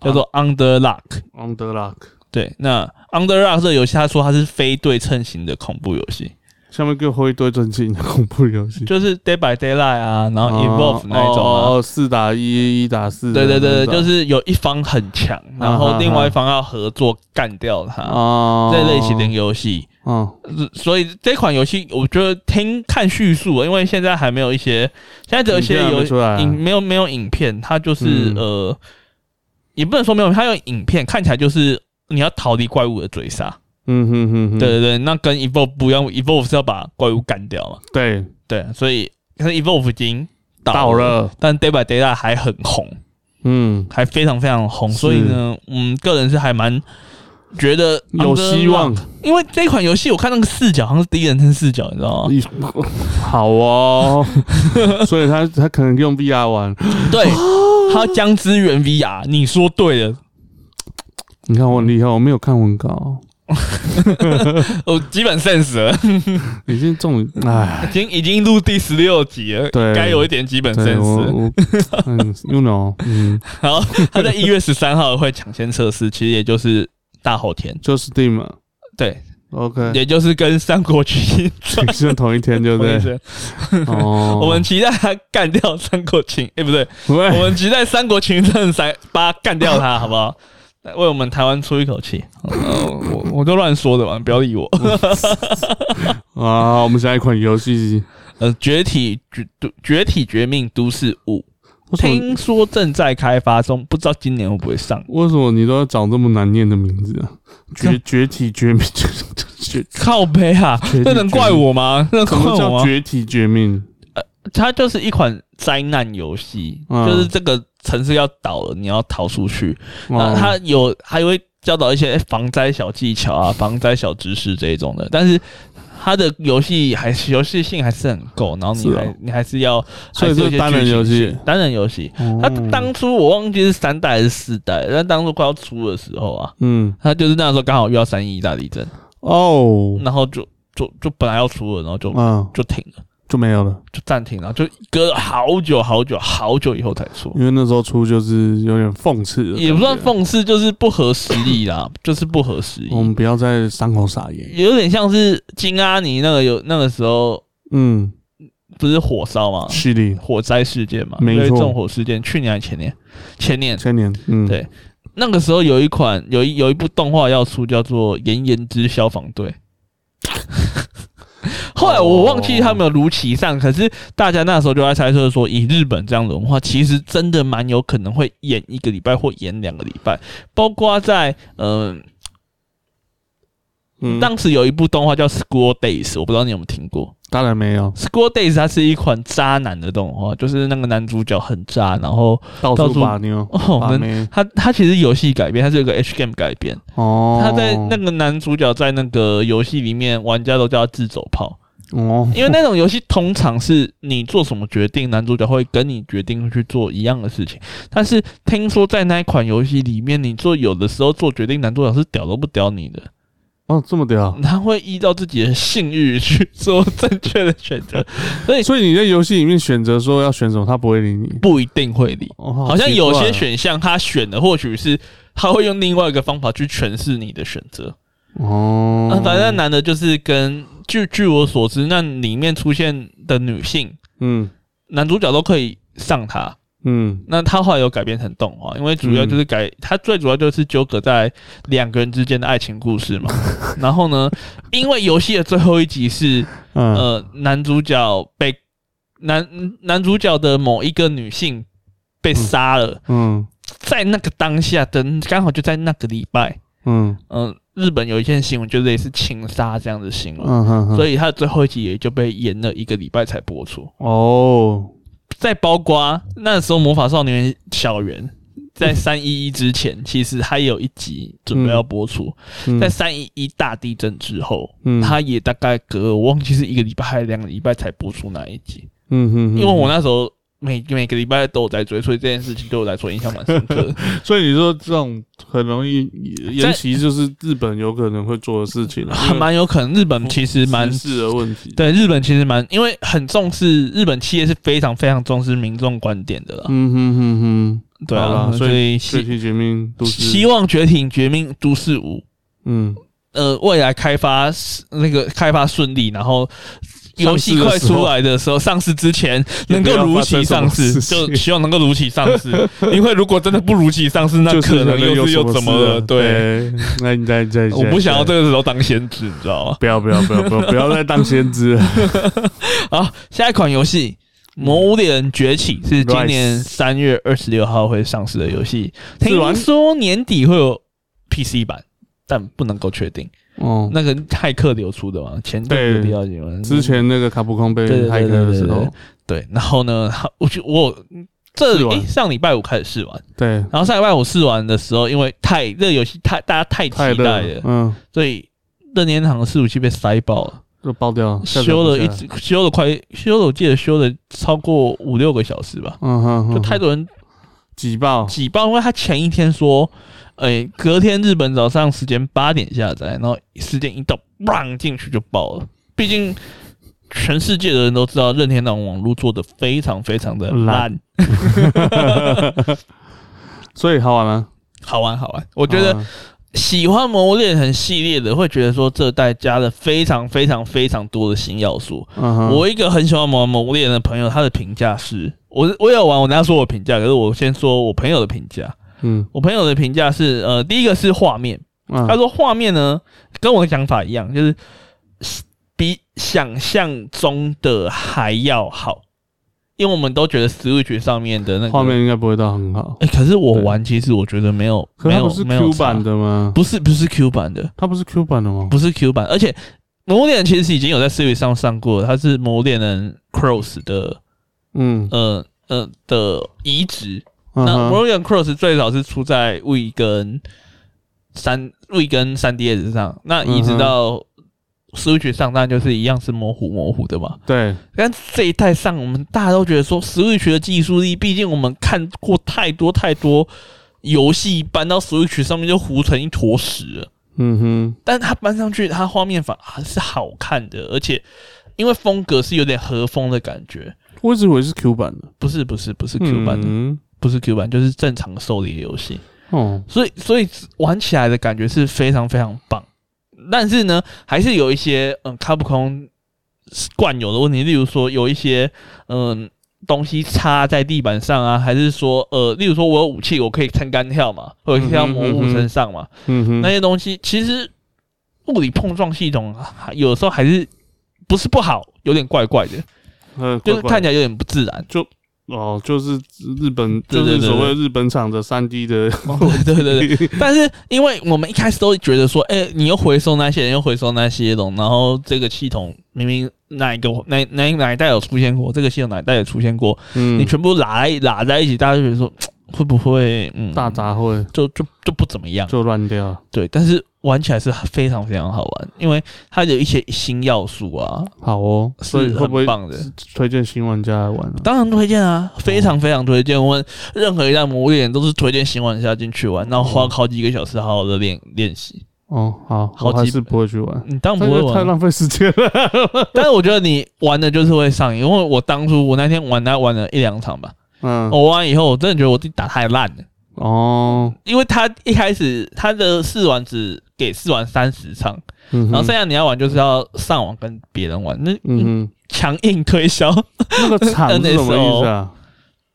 [SPEAKER 2] 啊
[SPEAKER 1] 叫做 Under Luck。
[SPEAKER 2] ，On the Luck，
[SPEAKER 1] 对，那 Under Rock 这个游戏，他说它是非对称型的恐怖游戏，
[SPEAKER 2] 下面给我一堆正经的恐怖游戏。
[SPEAKER 1] 就是 Day by Daylight 啊，然后 Evolve 那一种啊。
[SPEAKER 2] 嗯哦，四打一，一打四的
[SPEAKER 1] 对
[SPEAKER 2] 那
[SPEAKER 1] 对
[SPEAKER 2] 种，
[SPEAKER 1] 对，就是有一方很强，然后另外一方要合作干掉他
[SPEAKER 2] 啊
[SPEAKER 1] 这类型的游戏。
[SPEAKER 2] 嗯
[SPEAKER 1] 所以这款游戏，我觉得听看叙述，因为现在还没有一些，现在只有一些
[SPEAKER 2] 影片还
[SPEAKER 1] 有
[SPEAKER 2] 没出来啊
[SPEAKER 1] 影没有没有影片，它就是、
[SPEAKER 2] 嗯
[SPEAKER 1] 呃，也不能说没有，它有影片，看起来就是你要逃离怪物的追杀。
[SPEAKER 2] 嗯哼哼哼，
[SPEAKER 1] 对对对，那跟 evolve 不一样，evolve 是要把怪物干掉嘛。
[SPEAKER 2] 对，
[SPEAKER 1] 对，所以可是 evolve 已经倒
[SPEAKER 2] 倒了，
[SPEAKER 1] 但 Day by Daylight 还很红，
[SPEAKER 2] 嗯，
[SPEAKER 1] 还非常非常红，
[SPEAKER 2] 是
[SPEAKER 1] 所以呢，嗯，个人是还蛮觉得
[SPEAKER 2] 有希望， [LAUGHS]
[SPEAKER 1] 因为这款游戏我看那个视角好像是第一人称视角，你知道吗？
[SPEAKER 2] 一好哦， [LAUGHS] 所以他他可能用 VR 玩，
[SPEAKER 1] 对， [LAUGHS] 它将支援 VR，你说对了，
[SPEAKER 2] 你看我很厉害，我没有看文稿，
[SPEAKER 1] 我哦基本 sense 了，
[SPEAKER 2] 已经中，哎
[SPEAKER 1] 已，经已经录第十六集了，
[SPEAKER 2] 对
[SPEAKER 1] 该有一点基本
[SPEAKER 2] [LAUGHS] 对我
[SPEAKER 1] sense 了。 [LAUGHS]
[SPEAKER 2] 我，嗯，you know，嗯，
[SPEAKER 1] 然后它在一月十三号会抢先测试，其实也就是大后
[SPEAKER 2] [LAUGHS]
[SPEAKER 1] 天，
[SPEAKER 2] 就是 Steam 嘛
[SPEAKER 1] 对，
[SPEAKER 2] ，OK，
[SPEAKER 1] 也就是跟《三国群英传
[SPEAKER 2] 是同一天， [LAUGHS] 对》
[SPEAKER 1] [LAUGHS]
[SPEAKER 2] 不
[SPEAKER 1] 同一
[SPEAKER 2] 对？
[SPEAKER 1] 天
[SPEAKER 2] 哦，
[SPEAKER 1] [LAUGHS] 我们期待他干掉《三国群》， [LAUGHS] 哎，不
[SPEAKER 2] [LAUGHS]
[SPEAKER 1] 对，我
[SPEAKER 2] 喂，
[SPEAKER 1] 们期待《三国群英传》三八干掉他，好不好？ [LAUGHS] 来为我们台湾出一口气。
[SPEAKER 2] 哦
[SPEAKER 1] 呃 [LAUGHS] 我我就乱说的嘛，不要理我。 [LAUGHS]
[SPEAKER 2] 啊，我们下一款游戏，
[SPEAKER 1] 呃，绝体绝绝体绝命都市五，
[SPEAKER 2] 为什么
[SPEAKER 1] 听说正在开发中，不知道今年会不会上。
[SPEAKER 2] 为什么你都要找这么难念的名字
[SPEAKER 1] [LAUGHS]
[SPEAKER 2] 啊？绝绝体绝命， [LAUGHS] 绝绝
[SPEAKER 1] 靠背啊
[SPEAKER 2] 绝，地
[SPEAKER 1] 那能怪我吗？那能
[SPEAKER 2] 什
[SPEAKER 1] 怪
[SPEAKER 2] 么
[SPEAKER 1] 我
[SPEAKER 2] 叫
[SPEAKER 1] 吗？
[SPEAKER 2] 绝体绝命？
[SPEAKER 1] 它就是一款灾难游戏，
[SPEAKER 2] 嗯
[SPEAKER 1] 就是这个城市要倒了，你要逃出去。那
[SPEAKER 2] 哦
[SPEAKER 1] 啊他有还会教导一些哎防灾小技巧啊、防灾小知识这一种的，但是他的游戏还是游戏性还是很够，然后你
[SPEAKER 2] 是啊
[SPEAKER 1] 还、你还是要，
[SPEAKER 2] 所以
[SPEAKER 1] 还是有一
[SPEAKER 2] 是
[SPEAKER 1] 些
[SPEAKER 2] 单人游
[SPEAKER 1] 剧情
[SPEAKER 2] 戏
[SPEAKER 1] 性。单人游戏。他
[SPEAKER 2] 哦
[SPEAKER 1] 当初我忘记是三代还是四代，但当初快要出的时候啊，
[SPEAKER 2] 嗯
[SPEAKER 1] 他就是那时候刚好遇到三一一大地震，
[SPEAKER 2] 哦，
[SPEAKER 1] 然后就就就本来要出了，然后就
[SPEAKER 2] 嗯，
[SPEAKER 1] 就停了，
[SPEAKER 2] 就没有了，
[SPEAKER 1] 就暂停了，就隔了好久好久好久以后才出。
[SPEAKER 2] 因为那时候出就是有点讽刺的感觉，
[SPEAKER 1] 也不算讽刺，就是不合时宜
[SPEAKER 2] [LAUGHS]
[SPEAKER 1] 啦，就是不合时宜。
[SPEAKER 2] 我们不要在伤口撒盐。
[SPEAKER 1] 有点像是金阿尼那个有那个时候
[SPEAKER 2] 嗯，
[SPEAKER 1] 不是火烧嘛，
[SPEAKER 2] 犀利，
[SPEAKER 1] 火灾事件嘛，
[SPEAKER 2] 没错
[SPEAKER 1] 因为纵火事件，去年还前年，前年
[SPEAKER 2] 千年，嗯，
[SPEAKER 1] 对那个时候有一款有一有一部动画要出，叫做《炎炎之消防队》。 [LAUGHS] 后来我忘记他们有如期上，可是大家那时候就在猜测说，以日本这样的文化，其实真的蛮有可能会演一个礼拜或演两个礼拜，包括在嗯、
[SPEAKER 2] 嗯，
[SPEAKER 1] 当时有一部动画叫《School Days》，我不知道你有没有听过。
[SPEAKER 2] 当然没有，
[SPEAKER 1] School Days 它是一款渣男的动画，就是那个男主角很渣，然后
[SPEAKER 2] 到
[SPEAKER 1] 到
[SPEAKER 2] 处
[SPEAKER 1] 处
[SPEAKER 2] 把妞，
[SPEAKER 1] 哦
[SPEAKER 2] 把
[SPEAKER 1] 我们
[SPEAKER 2] 妹，
[SPEAKER 1] 他他其实游戏改编，他是有个 H game 改编，
[SPEAKER 2] 哦，
[SPEAKER 1] 他在那个男主角在那个游戏里面，玩家都叫他自走炮，
[SPEAKER 2] 哦，
[SPEAKER 1] 因为那种游戏通常是你做什么决定，男主角会跟你决定去做一样的事情，但是听说在那一款游戏里面，你做有的时候做决定，男主角是屌都不屌你的，
[SPEAKER 2] 哦这么屌，
[SPEAKER 1] 他会依照自己的性欲去做正确的选择，所以
[SPEAKER 2] 所以你在游戏里面选择说要选什么，他不会理你。
[SPEAKER 1] 不一定会理。
[SPEAKER 2] 哦，好
[SPEAKER 1] 好像
[SPEAKER 2] 奇
[SPEAKER 1] 有
[SPEAKER 2] 怪
[SPEAKER 1] 些
[SPEAKER 2] 哦
[SPEAKER 1] 选项他选的或许是他会用另外一个方法去诠释你的选择。
[SPEAKER 2] 哦
[SPEAKER 1] 啊，，反正那男的就是跟据据我所知，那里面出现的女性
[SPEAKER 2] 嗯
[SPEAKER 1] 男主角都可以上他。
[SPEAKER 2] 嗯
[SPEAKER 1] 那他后来有改编成动画，因为主要就是改，他最主要就是纠葛在两个人之间的爱情故事嘛。
[SPEAKER 2] [LAUGHS]
[SPEAKER 1] 然后呢，因为游戏的最后一集是
[SPEAKER 2] 嗯，
[SPEAKER 1] 呃，男主角被男男主角的某一个女性被杀了，
[SPEAKER 2] 嗯
[SPEAKER 1] 在那个当下的刚好就在那个礼拜，
[SPEAKER 2] 嗯
[SPEAKER 1] 嗯、日本有一件新闻，就类似情杀这样的新闻，
[SPEAKER 2] 嗯哼哼，
[SPEAKER 1] 所
[SPEAKER 2] 以
[SPEAKER 1] 以他的最后一集也就被延了一个礼拜才播出。
[SPEAKER 2] 哦，
[SPEAKER 1] 再包括那时候魔法少年小圆在三一一之
[SPEAKER 2] [LAUGHS]
[SPEAKER 1] 前，其实他也有一集准备要播出，
[SPEAKER 2] 嗯
[SPEAKER 1] 在三一一大地震之后。
[SPEAKER 2] 嗯
[SPEAKER 1] 他也大概隔我忘记是一个礼拜还是两个礼拜才播出那一集，
[SPEAKER 2] 嗯哼哼，
[SPEAKER 1] 因为我那时候每每个礼拜都有在追，所以这件事情对我来说印象蛮深刻
[SPEAKER 2] [LAUGHS]
[SPEAKER 1] 的。
[SPEAKER 2] 所以你说这种很容易延
[SPEAKER 1] 在
[SPEAKER 2] 期，就是日本有可能会做的事情了，因为
[SPEAKER 1] 蛮有可能日本其实蛮
[SPEAKER 2] 时事的问题。
[SPEAKER 1] 对，日本其实蛮，因为很重视日本企业是非常非常重视民众观点的啦。
[SPEAKER 2] 嗯哼哼哼，
[SPEAKER 1] 对
[SPEAKER 2] 好
[SPEAKER 1] 啊，
[SPEAKER 2] 嗯啦所
[SPEAKER 1] 所
[SPEAKER 2] 以
[SPEAKER 1] 以
[SPEAKER 2] 绝
[SPEAKER 1] 希
[SPEAKER 2] 体绝命都是
[SPEAKER 1] 希望绝顶绝命都市五，
[SPEAKER 2] 嗯
[SPEAKER 1] 呃，未来开发那个开发顺利，然后游戏快出来的时候，上市之前能够如期上市，就希望能够如期上 [LAUGHS] 市。因为如果真的不如期上市，那可能又是又怎么啊了？对，
[SPEAKER 2] 对，那你再再，
[SPEAKER 1] 我不想要这个时候当先知，你知道吗？
[SPEAKER 2] 不要不要不要不要不要再当先知了。
[SPEAKER 1] 好，下一款游戏《魔物猎人崛起》是今年
[SPEAKER 2] Rise
[SPEAKER 1] 三月二十六号会上市的游戏，
[SPEAKER 2] 是玩
[SPEAKER 1] 听说年底会有 PC 版，但不能够确定。
[SPEAKER 2] 哦，
[SPEAKER 1] 那个骇客流出的嘛，前阵子
[SPEAKER 2] 对
[SPEAKER 1] 比较紧嘛，
[SPEAKER 2] 之前那个卡普空被
[SPEAKER 1] 对对
[SPEAKER 2] 骇
[SPEAKER 1] 对
[SPEAKER 2] 客
[SPEAKER 1] 对
[SPEAKER 2] 的
[SPEAKER 1] 对
[SPEAKER 2] 时
[SPEAKER 1] 对
[SPEAKER 2] 候，
[SPEAKER 1] 对，然后呢， [LAUGHS] 他我就我这
[SPEAKER 2] 试
[SPEAKER 1] 里、
[SPEAKER 2] 玩
[SPEAKER 1] 诶上礼拜五开始试玩，
[SPEAKER 2] 对，
[SPEAKER 1] 然后上礼拜五试玩的时候，因为太这个游戏太大家太期待
[SPEAKER 2] 太热
[SPEAKER 1] 了，
[SPEAKER 2] 了，嗯，
[SPEAKER 1] 所以任天堂的伺服器被塞爆了，
[SPEAKER 2] 就爆掉了，下载
[SPEAKER 1] 修
[SPEAKER 2] 不
[SPEAKER 1] 了
[SPEAKER 2] 下
[SPEAKER 1] 一
[SPEAKER 2] 来，
[SPEAKER 1] 直修了快修了，我记得修了超过五六个小时吧，
[SPEAKER 2] 嗯哼哼，
[SPEAKER 1] 就太多人
[SPEAKER 2] 挤爆，
[SPEAKER 1] 挤爆，因为他前一天说，哎、隔天日本早上时间八点下载，然后时间一到，砰进去就爆了。毕竟全世界的人都知道任天堂网络做的非常非常的烂，
[SPEAKER 2] 所以好玩吗？
[SPEAKER 1] 好玩好玩。我
[SPEAKER 2] 我
[SPEAKER 1] 觉得喜欢《魔物猎人》系列的会觉得说，这代加了非常非常非常多的新要素。
[SPEAKER 2] 嗯哼，
[SPEAKER 1] 我一个很喜欢玩《魔物猎人》的朋友，他的评价是，我我有玩，我等下说我评价，可是我先说我朋友的评价。
[SPEAKER 2] 嗯，
[SPEAKER 1] 我朋友的评价是，呃，第一个是画面。
[SPEAKER 2] 嗯
[SPEAKER 1] 他说画面呢跟我的想法一样，就是比想象中的还要好，因为我们都觉得 Switch 上面的那个
[SPEAKER 2] 画面，应该不会到很好，
[SPEAKER 1] 哎、可是我
[SPEAKER 2] 对
[SPEAKER 1] 玩其实我觉得没有
[SPEAKER 2] 可
[SPEAKER 1] 没
[SPEAKER 2] 它
[SPEAKER 1] 有
[SPEAKER 2] 不是
[SPEAKER 1] 没有
[SPEAKER 2] Q 版
[SPEAKER 1] 差，
[SPEAKER 2] 的吗？
[SPEAKER 1] 不是不是 Q 版的，
[SPEAKER 2] 它不是 Q 版的吗？
[SPEAKER 1] 不是 Q 版，而且《魔猎人》其实已经有在 Switch 上上过了，它是《魔猎人 Cross》的
[SPEAKER 2] 嗯，
[SPEAKER 1] 呃呃的移植，
[SPEAKER 2] 嗯
[SPEAKER 1] 那《
[SPEAKER 2] 哼
[SPEAKER 1] Mario n Cross》最早是出在 We 跟三 We 跟三 DS 上，那一直
[SPEAKER 2] 嗯
[SPEAKER 1] 到 Switch 上，当然就是一样是模糊模糊的嘛。
[SPEAKER 2] 对，
[SPEAKER 1] 但这一代上，我们大家都觉得说 Switch 的技术力，毕竟我们看过太多太多游戏搬到 Switch 上面就糊成一坨屎了。
[SPEAKER 2] 嗯哼，
[SPEAKER 1] 但它搬上去，它画面反而是好看的，而且因为风格是有点和风的感觉，
[SPEAKER 2] 我一直以为是 Q 版的
[SPEAKER 1] 不是不是不是 Q 版的，
[SPEAKER 2] 嗯
[SPEAKER 1] 不是 Q 版，就是正常狩猎游戏。
[SPEAKER 2] 哦，
[SPEAKER 1] 所以所以玩起来的感觉是非常非常棒，但是呢，还是有一些嗯卡普空惯有的问题，例如说有一些嗯东西插在地板上啊，还是说呃，例如说我有武器，我可以撑杆跳嘛，或者跳魔物身上嘛，
[SPEAKER 2] 嗯哼，
[SPEAKER 1] 那些东西其实物理碰撞系统还有时候还是不是不好，有点怪怪的，
[SPEAKER 2] 呃
[SPEAKER 1] 就
[SPEAKER 2] 怪
[SPEAKER 1] 是
[SPEAKER 2] 怪
[SPEAKER 1] 看起来有点不自
[SPEAKER 2] [LAUGHS]
[SPEAKER 1] 然。
[SPEAKER 2] 的哦，就是日本，
[SPEAKER 1] 对
[SPEAKER 2] 就
[SPEAKER 1] 对
[SPEAKER 2] 是
[SPEAKER 1] 对
[SPEAKER 2] 所
[SPEAKER 1] 对
[SPEAKER 2] 谓日本厂的三 D 的， [LAUGHS]
[SPEAKER 1] 对对对，但是因为我们一开始都觉得说，哎、你又回收那些人，又回收那些东，然后这个系统明明哪一个哪哪哪一代有出现过，这个系统哪一代有出现过，
[SPEAKER 2] 嗯，
[SPEAKER 1] 你全部拉在拉在一起，大家就觉得说，嘖会不会嗯
[SPEAKER 2] 大杂烩
[SPEAKER 1] 就就就不怎么样？
[SPEAKER 2] 就乱掉了，
[SPEAKER 1] 对，但是玩起来是非常非常好玩，因为它有一些新要素啊，
[SPEAKER 2] 好哦，所
[SPEAKER 1] 是
[SPEAKER 2] 以会不
[SPEAKER 1] 很
[SPEAKER 2] 会
[SPEAKER 1] 棒的。
[SPEAKER 2] 推荐新玩家来玩啊？
[SPEAKER 1] 当然推荐啊，非
[SPEAKER 2] 哦
[SPEAKER 1] 常非常推荐。我们任何一代魔猎人都是推荐新玩家进去玩，然后
[SPEAKER 2] 嗯
[SPEAKER 1] 花好几个小时好好的练练习。
[SPEAKER 2] 哦，好，
[SPEAKER 1] 好
[SPEAKER 2] 我还
[SPEAKER 1] 几
[SPEAKER 2] 是不会去玩，
[SPEAKER 1] 你当然
[SPEAKER 2] 这
[SPEAKER 1] 不会
[SPEAKER 2] 个太
[SPEAKER 1] 玩，啊
[SPEAKER 2] 浪费时间
[SPEAKER 1] [LAUGHS]
[SPEAKER 2] 了。
[SPEAKER 1] 但是我觉得你玩的就是会上瘾，因为我当初我那天玩大概玩了一两场吧，
[SPEAKER 2] 嗯，
[SPEAKER 1] 我玩完以后我真的觉得我自己打太烂了，
[SPEAKER 2] 哦，
[SPEAKER 1] 因为他一开始他的试玩只给试玩三十场，
[SPEAKER 2] 嗯
[SPEAKER 1] 然后
[SPEAKER 2] 哼，
[SPEAKER 1] 剩下你要玩就是要上网跟别人玩，那
[SPEAKER 2] 嗯哼，
[SPEAKER 1] 强硬推销， [LAUGHS]
[SPEAKER 2] 那个场是什么意思啊？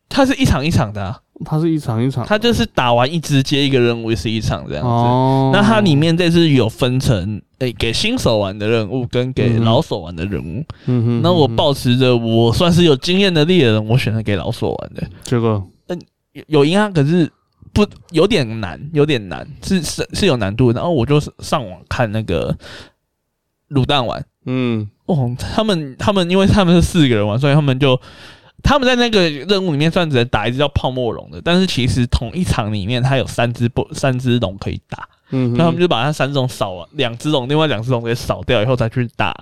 [SPEAKER 1] 它是一场一场的啊、
[SPEAKER 2] 它是一场一场，
[SPEAKER 1] 它就是打完一支接一个任务是一场这样子。
[SPEAKER 2] 哦，
[SPEAKER 1] 那它里面这次有分成，诶、给新手玩的任务跟给老手玩的任务。
[SPEAKER 2] 嗯哼，
[SPEAKER 1] 那我
[SPEAKER 2] 嗯哼
[SPEAKER 1] 保持着我算是有经验的猎人，我选择给老手玩的。
[SPEAKER 2] 结果
[SPEAKER 1] 有有银行，可是不有点难，有点难，是是是有难度的。然后我就上网看那个卤蛋玩，
[SPEAKER 2] 嗯
[SPEAKER 1] 哦，他们他们因为他们是四个人玩，所以他们就他们在那个任务里面算只能打一只叫泡沫龙的，但是其实同一场里面它有三只不三只龙可以打，
[SPEAKER 2] 嗯哼，
[SPEAKER 1] 那他们就把它三种扫完，两只龙，另外两只龙给扫掉以后再去打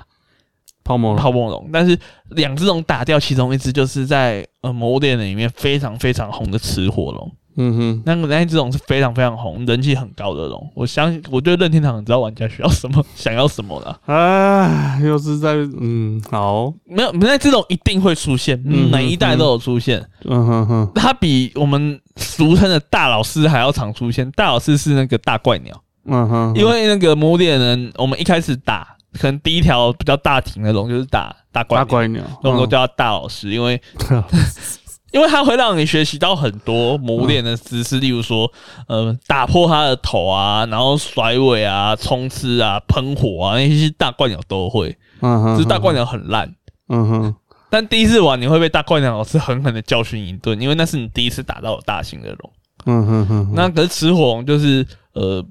[SPEAKER 2] 泡沫了，
[SPEAKER 1] 泡沫龙，但是两只龙打掉其中一只，就是在呃魔物猎人里面非常非常红的雌火龙。
[SPEAKER 2] 嗯哼，
[SPEAKER 1] 那个那一只龙是非常非常红，人气很高的龙。我相信，我对任天堂很知道玩家需要什么， [LAUGHS] 想要什么了。
[SPEAKER 2] 哎，又是在嗯好，
[SPEAKER 1] 没有，那只龙一定会出现，
[SPEAKER 2] 嗯
[SPEAKER 1] 每一代都有出现。
[SPEAKER 2] 嗯哼哼，
[SPEAKER 1] 它比我们俗称的大老师还要常出现。大老师是那个大怪鸟，
[SPEAKER 2] 嗯哼，
[SPEAKER 1] 因为那个魔物猎人，我们一开始打可能第一条比较大庭的龙就是打打怪
[SPEAKER 2] 大
[SPEAKER 1] 鸟，
[SPEAKER 2] 怪鸟，
[SPEAKER 1] 那我们都
[SPEAKER 2] 嗯
[SPEAKER 1] 叫他大老师，因为因为他会让你学习到很多磨练的姿势，例如说，呃，打破他的头啊，然后甩尾啊、冲刺啊、喷火啊，那些大怪鸟都会。
[SPEAKER 2] [LAUGHS] 嗯哼，
[SPEAKER 1] 只是大怪
[SPEAKER 2] 鸟，
[SPEAKER 1] 鸟很烂，
[SPEAKER 2] 嗯哼，
[SPEAKER 1] 但第一次玩你会被大怪鸟老师狠狠的教训一顿，因为那是你第一次打到大型的龙。
[SPEAKER 2] 嗯哼哼，
[SPEAKER 1] 那可是雌火龙就是呃，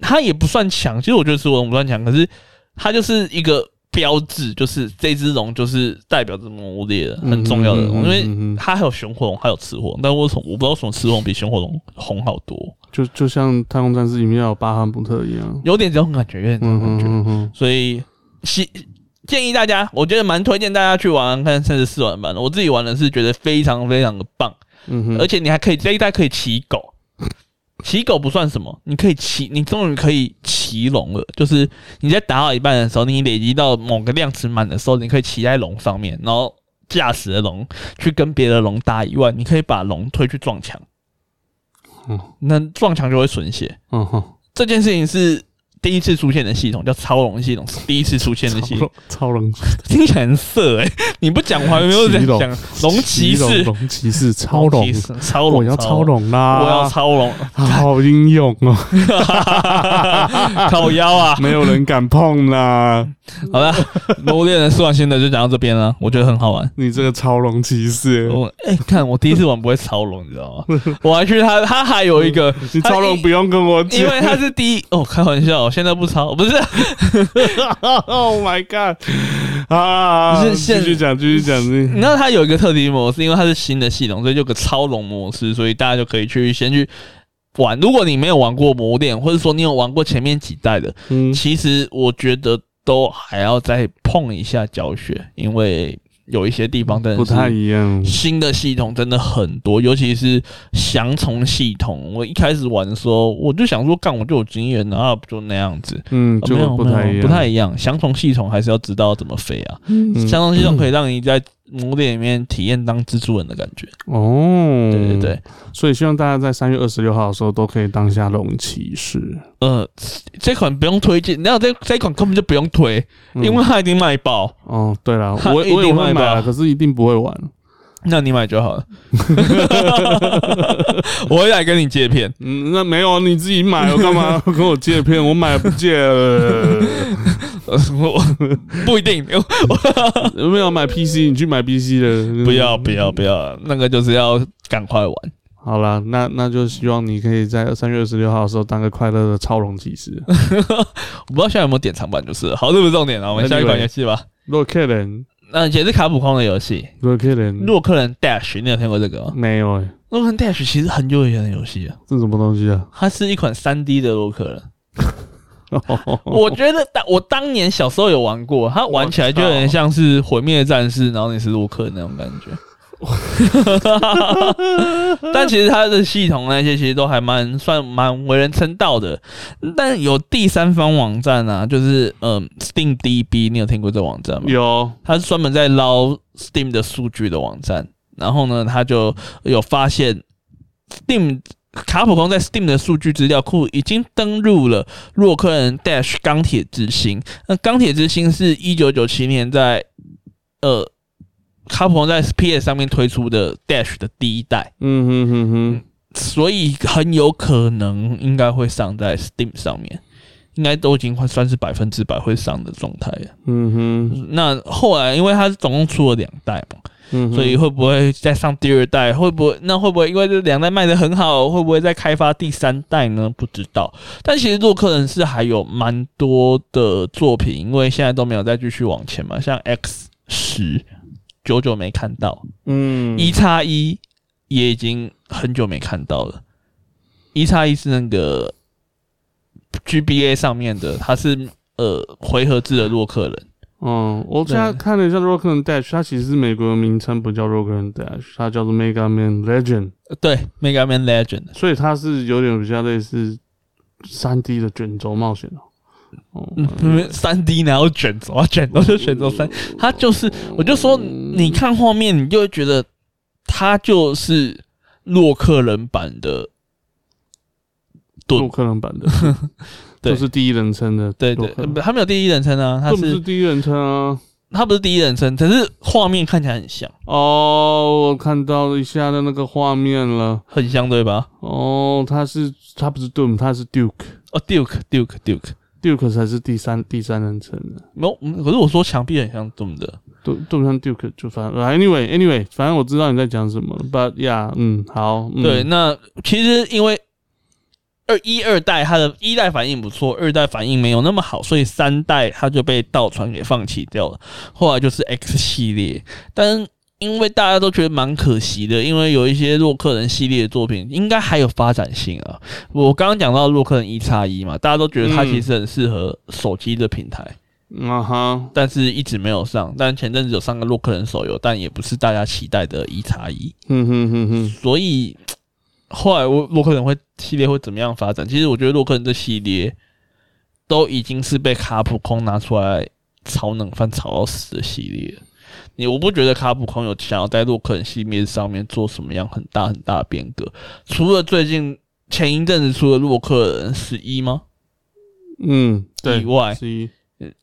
[SPEAKER 1] 它也不算强，其实我觉得雌火龙不算强，可是它就是一个标志，就是这只龙就是代表着猛烈的很重要的龙，
[SPEAKER 2] 嗯嗯嗯嗯
[SPEAKER 1] 因为
[SPEAKER 2] 嗯
[SPEAKER 1] 它还有雄火龙，还有雌火龙，但为什么我不知道为什么雌火龙比雄火龙红好多，
[SPEAKER 2] 就就像《太空战士》里面有巴哈姆特一样，
[SPEAKER 1] 有点这种感觉，有点这种
[SPEAKER 2] 嗯
[SPEAKER 1] 感
[SPEAKER 2] 哼
[SPEAKER 1] 觉，
[SPEAKER 2] 嗯哼，
[SPEAKER 1] 所以希建议大家，我觉得蛮推荐大家去玩玩看三十四玩版的，我自己玩的是觉得非常非常的棒。
[SPEAKER 2] 嗯哼，
[SPEAKER 1] 而且你还可以这一代可以骑狗，骑狗不算什么，你可以骑，你终于可以骑龙了。就是你在打到一半的时候，你累积到某个量值满的时候，你可以骑在龙上面，然后驾驶的龙去跟别的龙打以外，你可以把龙推去撞墙
[SPEAKER 2] 嗯。
[SPEAKER 1] 那撞墙就会损血，
[SPEAKER 2] 嗯哼，
[SPEAKER 1] 这件事情是第一次出现的系统，叫超龙系统，是第一次出现的系
[SPEAKER 2] 超
[SPEAKER 1] 统
[SPEAKER 2] 龙，，超龙，
[SPEAKER 1] 听起来很色哎、你不讲我还没有在
[SPEAKER 2] 骑龙
[SPEAKER 1] 讲龙骑士，
[SPEAKER 2] 龙骑士，超龙
[SPEAKER 1] 骑，士超龙，
[SPEAKER 2] 我要超龙啦，
[SPEAKER 1] 我要超龙，
[SPEAKER 2] 好英勇哦，
[SPEAKER 1] 靠腰
[SPEAKER 2] [LAUGHS]
[SPEAKER 1] 啊！
[SPEAKER 2] 没有人敢碰啦，
[SPEAKER 1] 好了，罗列人说完新的就讲到这边了，我觉得很好玩。
[SPEAKER 2] 你这个超龙骑士，
[SPEAKER 1] 我哎、看我第一次玩不会超龙，你知
[SPEAKER 2] [LAUGHS]
[SPEAKER 1] 道吗？我还去他，他还有一个，
[SPEAKER 2] 你超龙不用跟我
[SPEAKER 1] 因
[SPEAKER 2] 讲
[SPEAKER 1] 为他是第一哦，开玩笑，我现在不
[SPEAKER 2] 嗯
[SPEAKER 1] 超，不是
[SPEAKER 2] [LAUGHS]
[SPEAKER 1] 啊
[SPEAKER 2] ，Oh my god，啊，
[SPEAKER 1] 不是
[SPEAKER 2] 继
[SPEAKER 1] 现
[SPEAKER 2] 续讲，继续讲，
[SPEAKER 1] 你知道它有一个特定模式，因为它是新的系统，所以就有个超龙模式，所以大家就可以去先去玩。如果你没有玩过魔炼，或者说你有玩过前面几代的，
[SPEAKER 2] 嗯
[SPEAKER 1] 其实我觉得都还要再碰一下教学，因为有一些地方真的
[SPEAKER 2] 不
[SPEAKER 1] 是
[SPEAKER 2] 太一样，
[SPEAKER 1] 新的系统真的很多，尤其是降虫系统。我一开始玩的时候，我就想说，干我就有经验啊，不就那样子。
[SPEAKER 2] 嗯，
[SPEAKER 1] 啊没
[SPEAKER 2] 就
[SPEAKER 1] 有
[SPEAKER 2] 不
[SPEAKER 1] 没有
[SPEAKER 2] 太一样，
[SPEAKER 1] 不太一样。降虫系统还是要知道怎么飞啊。
[SPEAKER 2] 嗯
[SPEAKER 1] 降虫系统可以让你在魔猎里面体验当蜘蛛人的感觉。
[SPEAKER 2] 哦，
[SPEAKER 1] 对对对，
[SPEAKER 2] 所以希望大家在三月二十六号的时候都可以当下龙骑士，
[SPEAKER 1] 呃，这款不用推荐，然后这这一款根本就不用推，
[SPEAKER 2] 嗯
[SPEAKER 1] 因为它已经卖爆，
[SPEAKER 2] 哦，对了，
[SPEAKER 1] 他
[SPEAKER 2] 我我
[SPEAKER 1] 一定
[SPEAKER 2] 也会
[SPEAKER 1] 会
[SPEAKER 2] 买啊，
[SPEAKER 1] 吧
[SPEAKER 2] 可是一定不会玩。
[SPEAKER 1] 那你买就
[SPEAKER 2] [LAUGHS]
[SPEAKER 1] 好了。 [LAUGHS] 我会来跟你借片。 [LAUGHS]
[SPEAKER 2] 嗯，那没有，你自己买，我干嘛跟我借片？我买不借了，
[SPEAKER 1] 呃我不一定，
[SPEAKER 2] 没有买 PC，你去买 PC 的，
[SPEAKER 1] 不要不要不要，那个就是要赶快玩。
[SPEAKER 2] 好啦，那那就希望你可以在三月二十六号的时候当个快乐的超龙骑
[SPEAKER 1] [LAUGHS]
[SPEAKER 2] 士。
[SPEAKER 1] 我不知道现在有没有典藏版，就是了好，这不是重点了。我们下一款游戏吧。
[SPEAKER 2] 洛克人，
[SPEAKER 1] 那也是卡普空的游戏，
[SPEAKER 2] 洛克人
[SPEAKER 1] 《洛克人 Dash》，你有听过这个吗？
[SPEAKER 2] 没有哎、
[SPEAKER 1] 《洛克人 Dash》其实很久以前的游戏了，
[SPEAKER 2] 这什么东
[SPEAKER 1] [LAUGHS]
[SPEAKER 2] 西啊？
[SPEAKER 1] 它是一款三 D 的洛克人。
[SPEAKER 2] [LAUGHS]
[SPEAKER 1] 我觉得当我当年小时候有玩过，它玩起来就有点像是《毁灭战士》，然后你是洛克人那种感觉。 [LAUGHS] 但其实它的系统那些其实都还蛮算蛮为人称道的，但有第三方网站啊，就是嗯、Steam DB，你有听过这网站吗？
[SPEAKER 2] 有，
[SPEAKER 1] 它是专门在捞 Steam 的数据的网站。然后呢，它就有发现 Steam 卡普空在 Steam 的数据资料库已经登入了洛克人 Dash 钢铁之心。那钢铁之心是一九九七年在呃卡普空在 PS 上面推出的 Dash 的第一代，
[SPEAKER 2] 嗯哼哼哼，
[SPEAKER 1] 所以很有可能应该会上在 Steam 上面，应该都已经快算是百分之百会上的状态了。
[SPEAKER 2] 嗯哼
[SPEAKER 1] 那后来，因为它总共出了两代嘛，
[SPEAKER 2] 嗯哼，
[SPEAKER 1] 所以会不会再上第二代？会不会那会不会因为这两代卖的很好，会不会再开发第三代呢？不知道。但其实洛克人是还有蛮多的作品，因为现在都没有再继续往前嘛，像 X 十久久没看到，
[SPEAKER 2] 嗯
[SPEAKER 1] 一叉一也已经很久没看到了。一叉一是那个 GBA 上面的，它是呃回合制的洛克人。
[SPEAKER 2] 嗯，我现在看了一下 Rock and Dash，它其实是美国的名称不叫 Rock and Dash，它叫做 Mega Man Legend，
[SPEAKER 1] 对，Mega Man Legend
[SPEAKER 2] 所以它是有点比较类似三 D 的卷轴冒险哦。哦
[SPEAKER 1] 嗯，三 D 然后卷轴啊，卷轴就卷轴三，它就是，我就说你看画面，你就会觉得它就是洛克人版的盾，
[SPEAKER 2] 洛克人版的
[SPEAKER 1] [LAUGHS] 对
[SPEAKER 2] 都是第一人称的，
[SPEAKER 1] 对对，呃不他没有第一人称啊，他
[SPEAKER 2] 这不是
[SPEAKER 1] 是
[SPEAKER 2] 第一人称啊。
[SPEAKER 1] 他不是第一人称，只是画面看起来很像，
[SPEAKER 2] 哦，我看到一下的那个画面了。
[SPEAKER 1] 很像对吧？
[SPEAKER 2] 哦，他是他不是 Doom，他是 Duke，Duke
[SPEAKER 1] 哦，Duke Duke Duke，
[SPEAKER 2] 才是第三第三人称的。
[SPEAKER 1] 没有，嗯可是我说墙壁很像这么的，
[SPEAKER 2] Doom Doom 上 Duke 就反正 anyway anyway，反正我知道你在讲什么了。But yeah，嗯，好，嗯、
[SPEAKER 1] 对，那其实因为二一二代它的一代反应不错，二代反应没有那么好，所以三代它就被盗船给放弃掉了。后来就是 X 系列，但因为大家都觉得蛮可惜的，因为有一些洛克人系列的作品应该还有发展性啊。我刚刚讲到洛克人一叉一嘛，大家都觉得它其实很适合手机的平台。
[SPEAKER 2] 嗯啊哈，
[SPEAKER 1] 但是一直没有上，但前阵子有上个洛克人手游，但也不是大家期待的一叉一。
[SPEAKER 2] 嗯哼哼哼，
[SPEAKER 1] 所以后来我洛克人会系列会怎么样发展？其实我觉得洛克人这系列都已经是被卡普空拿出来炒冷饭炒到死的系列了。你我不觉得卡普空有想要在洛克人系列上面做什么样很大很大的变革，除了最近前一阵子出的洛克人十一吗？
[SPEAKER 2] 嗯，对
[SPEAKER 1] 以，外，
[SPEAKER 2] 十一，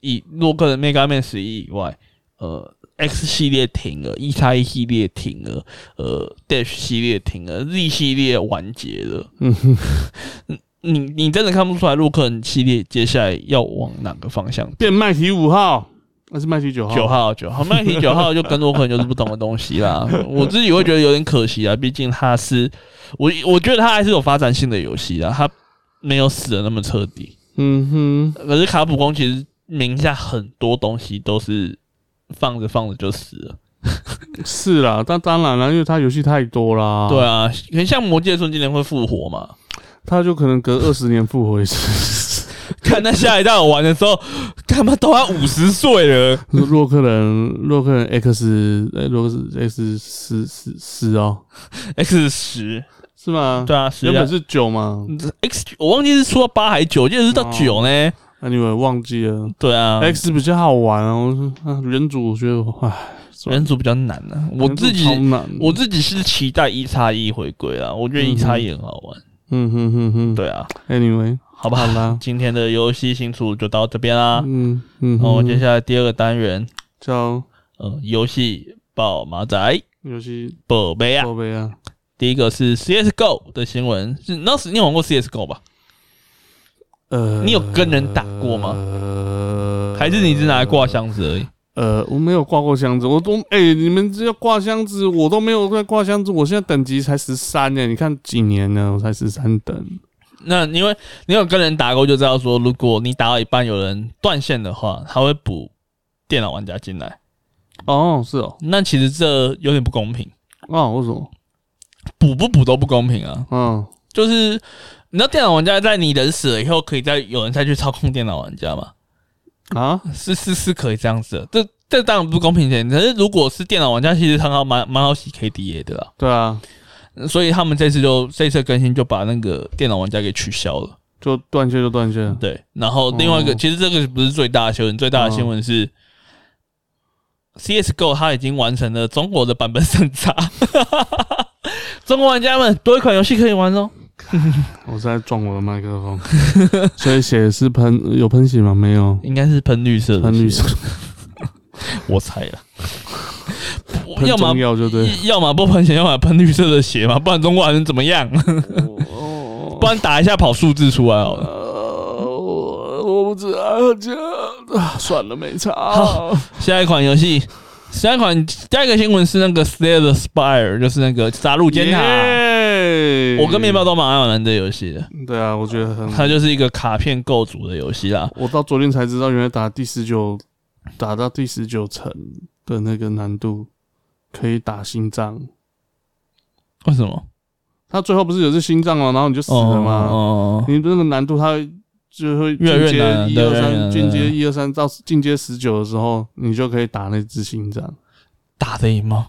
[SPEAKER 1] 以洛克人 Mega Man 十一以外，呃，X 系列停了，E 叉一系列停了，呃，Dash 系列停了，Z 系列完结了。
[SPEAKER 2] 嗯哼，
[SPEAKER 1] [LAUGHS] 你你真的看不出来洛克人系列接下来要往哪个方向？
[SPEAKER 2] 变麦提五号，那是麦提九号，
[SPEAKER 1] 九号，九号，麦提九号就跟洛克人就是不同的东西啦。 [LAUGHS] 我自己会觉得有点可惜啊，毕竟它是我我觉得它还是有发展性的游戏啊，它没有死的那么彻底。
[SPEAKER 2] 嗯哼，
[SPEAKER 1] 可是卡普空其实名下很多东西都是放着放着就死了。
[SPEAKER 2] 是啦，但当然了，因为他游戏太多啦，
[SPEAKER 1] 对，啊，很像《魔界村》今年会复活嘛？ [LAUGHS]
[SPEAKER 2] 他就可能隔二十年复活一次。 [LAUGHS]
[SPEAKER 1] 看那下一代我玩的时候，干嘛都要五十岁了？
[SPEAKER 2] 洛克人，洛克人 X，哎、洛克人 X 十十十哦，
[SPEAKER 1] X 十，
[SPEAKER 2] 是吗？
[SPEAKER 1] 对啊，十
[SPEAKER 2] 原
[SPEAKER 1] 啊
[SPEAKER 2] 本是九嘛
[SPEAKER 1] X，我忘记是出到八还是九，我记得是到九呢。
[SPEAKER 2] ，anyway 忘记了。
[SPEAKER 1] 对啊
[SPEAKER 2] 嗯 X 比较好玩哦，啊，原主我觉得，唉，
[SPEAKER 1] 人组比较难啊。我
[SPEAKER 2] 原主
[SPEAKER 1] 自己
[SPEAKER 2] 超难，
[SPEAKER 1] 我自己是期待一叉一回归啊，我觉得一叉一很好玩。
[SPEAKER 2] 嗯哼哼哼，
[SPEAKER 1] 对啊，
[SPEAKER 2] ，anyway，
[SPEAKER 1] 好吧，
[SPEAKER 2] 好啦
[SPEAKER 1] 今天的游戏新出就到这边啦。
[SPEAKER 2] 嗯嗯，
[SPEAKER 1] 然后接
[SPEAKER 2] 嗯
[SPEAKER 1] 下来第二个单元，
[SPEAKER 2] 叫
[SPEAKER 1] 呃，游戏爆马仔
[SPEAKER 2] 游戏
[SPEAKER 1] 宝贝啊。
[SPEAKER 2] 宝贝啊，
[SPEAKER 1] 第一个是 CSGO 的新闻，是那时你有玩过 CSGO 吧？
[SPEAKER 2] 呃，
[SPEAKER 1] 你有跟人打过吗
[SPEAKER 2] 呃，
[SPEAKER 1] 还是你只拿来挂箱子而已？
[SPEAKER 2] 呃，我没有挂过箱子，我都哎、你们这要挂箱子，我都没有在挂箱子，我现在等级才十三呢，你看几年呢？我才十三等，
[SPEAKER 1] 那因为你有跟人打过，就知道说，如果你打到一半有人断线的话，他会补电脑玩家进来。
[SPEAKER 2] 哦，是哦，
[SPEAKER 1] 那其实这有点不公平，
[SPEAKER 2] 哦，为什么？
[SPEAKER 1] 补不补都不公平啊！
[SPEAKER 2] 嗯，
[SPEAKER 1] 就是你知道电脑玩家在你人死了以后，可以再有人再去操控电脑玩家吗？
[SPEAKER 2] 啊，
[SPEAKER 1] 是是是可以这样子的，这这当然不公平点。可是如果是电脑玩家，其实很好蛮蛮好洗 KDA 的啦。
[SPEAKER 2] 对啊，
[SPEAKER 1] 所以他们这次就这次更新就把那个电脑玩家给取消了。
[SPEAKER 2] 就断线就断线，
[SPEAKER 1] 对，然后另外一个、
[SPEAKER 2] 嗯哦嗯
[SPEAKER 1] 其实这个不是最大的新闻，最大的新闻是。CSGO 它已经完成了中国的版本审查， [LAUGHS] 中国玩家们多一款游戏可以玩哦喽。
[SPEAKER 2] 我是在撞我的麦克 [LAUGHS] 风，所以血是喷有喷血吗？没有，
[SPEAKER 1] 应该是喷绿色的，
[SPEAKER 2] 喷绿色，，
[SPEAKER 1] 我猜
[SPEAKER 2] [LAUGHS]
[SPEAKER 1] 了。
[SPEAKER 2] 喷
[SPEAKER 1] 要么
[SPEAKER 2] 中药就对了，
[SPEAKER 1] 要么不喷血，要么喷绿色的血嘛，不然中国还能怎么样？ [LAUGHS]
[SPEAKER 2] 哦
[SPEAKER 1] 不然打一下跑数字出来好了。
[SPEAKER 2] 呃，我我不知道，这啊算了，没
[SPEAKER 1] 好
[SPEAKER 2] 差。
[SPEAKER 1] 下一款游戏，下一款下一个新闻是那个《Slay the Spire》，就是那个杀戮尖塔。
[SPEAKER 2] 耶
[SPEAKER 1] 我跟面包都蛮爱玩这游戏的，
[SPEAKER 2] 对啊，我觉得很。
[SPEAKER 1] 它就是一个卡片构筑的游戏啦。
[SPEAKER 2] 我到昨天才知道，原来打第十九，打到第十九层的那个难度可以打心脏。
[SPEAKER 1] 为什么？
[SPEAKER 2] 他最后不是有只心脏吗？然后你就死了吗？
[SPEAKER 1] 哦，
[SPEAKER 2] 你那个难度它就会进
[SPEAKER 1] 越来越
[SPEAKER 2] 阶
[SPEAKER 1] 难
[SPEAKER 2] 一
[SPEAKER 1] 对
[SPEAKER 2] 二
[SPEAKER 1] 越来越难
[SPEAKER 2] 三，进
[SPEAKER 1] 对
[SPEAKER 2] 阶一二三到进阶十九的时候，你就可以打那只心脏。
[SPEAKER 1] 打得赢吗？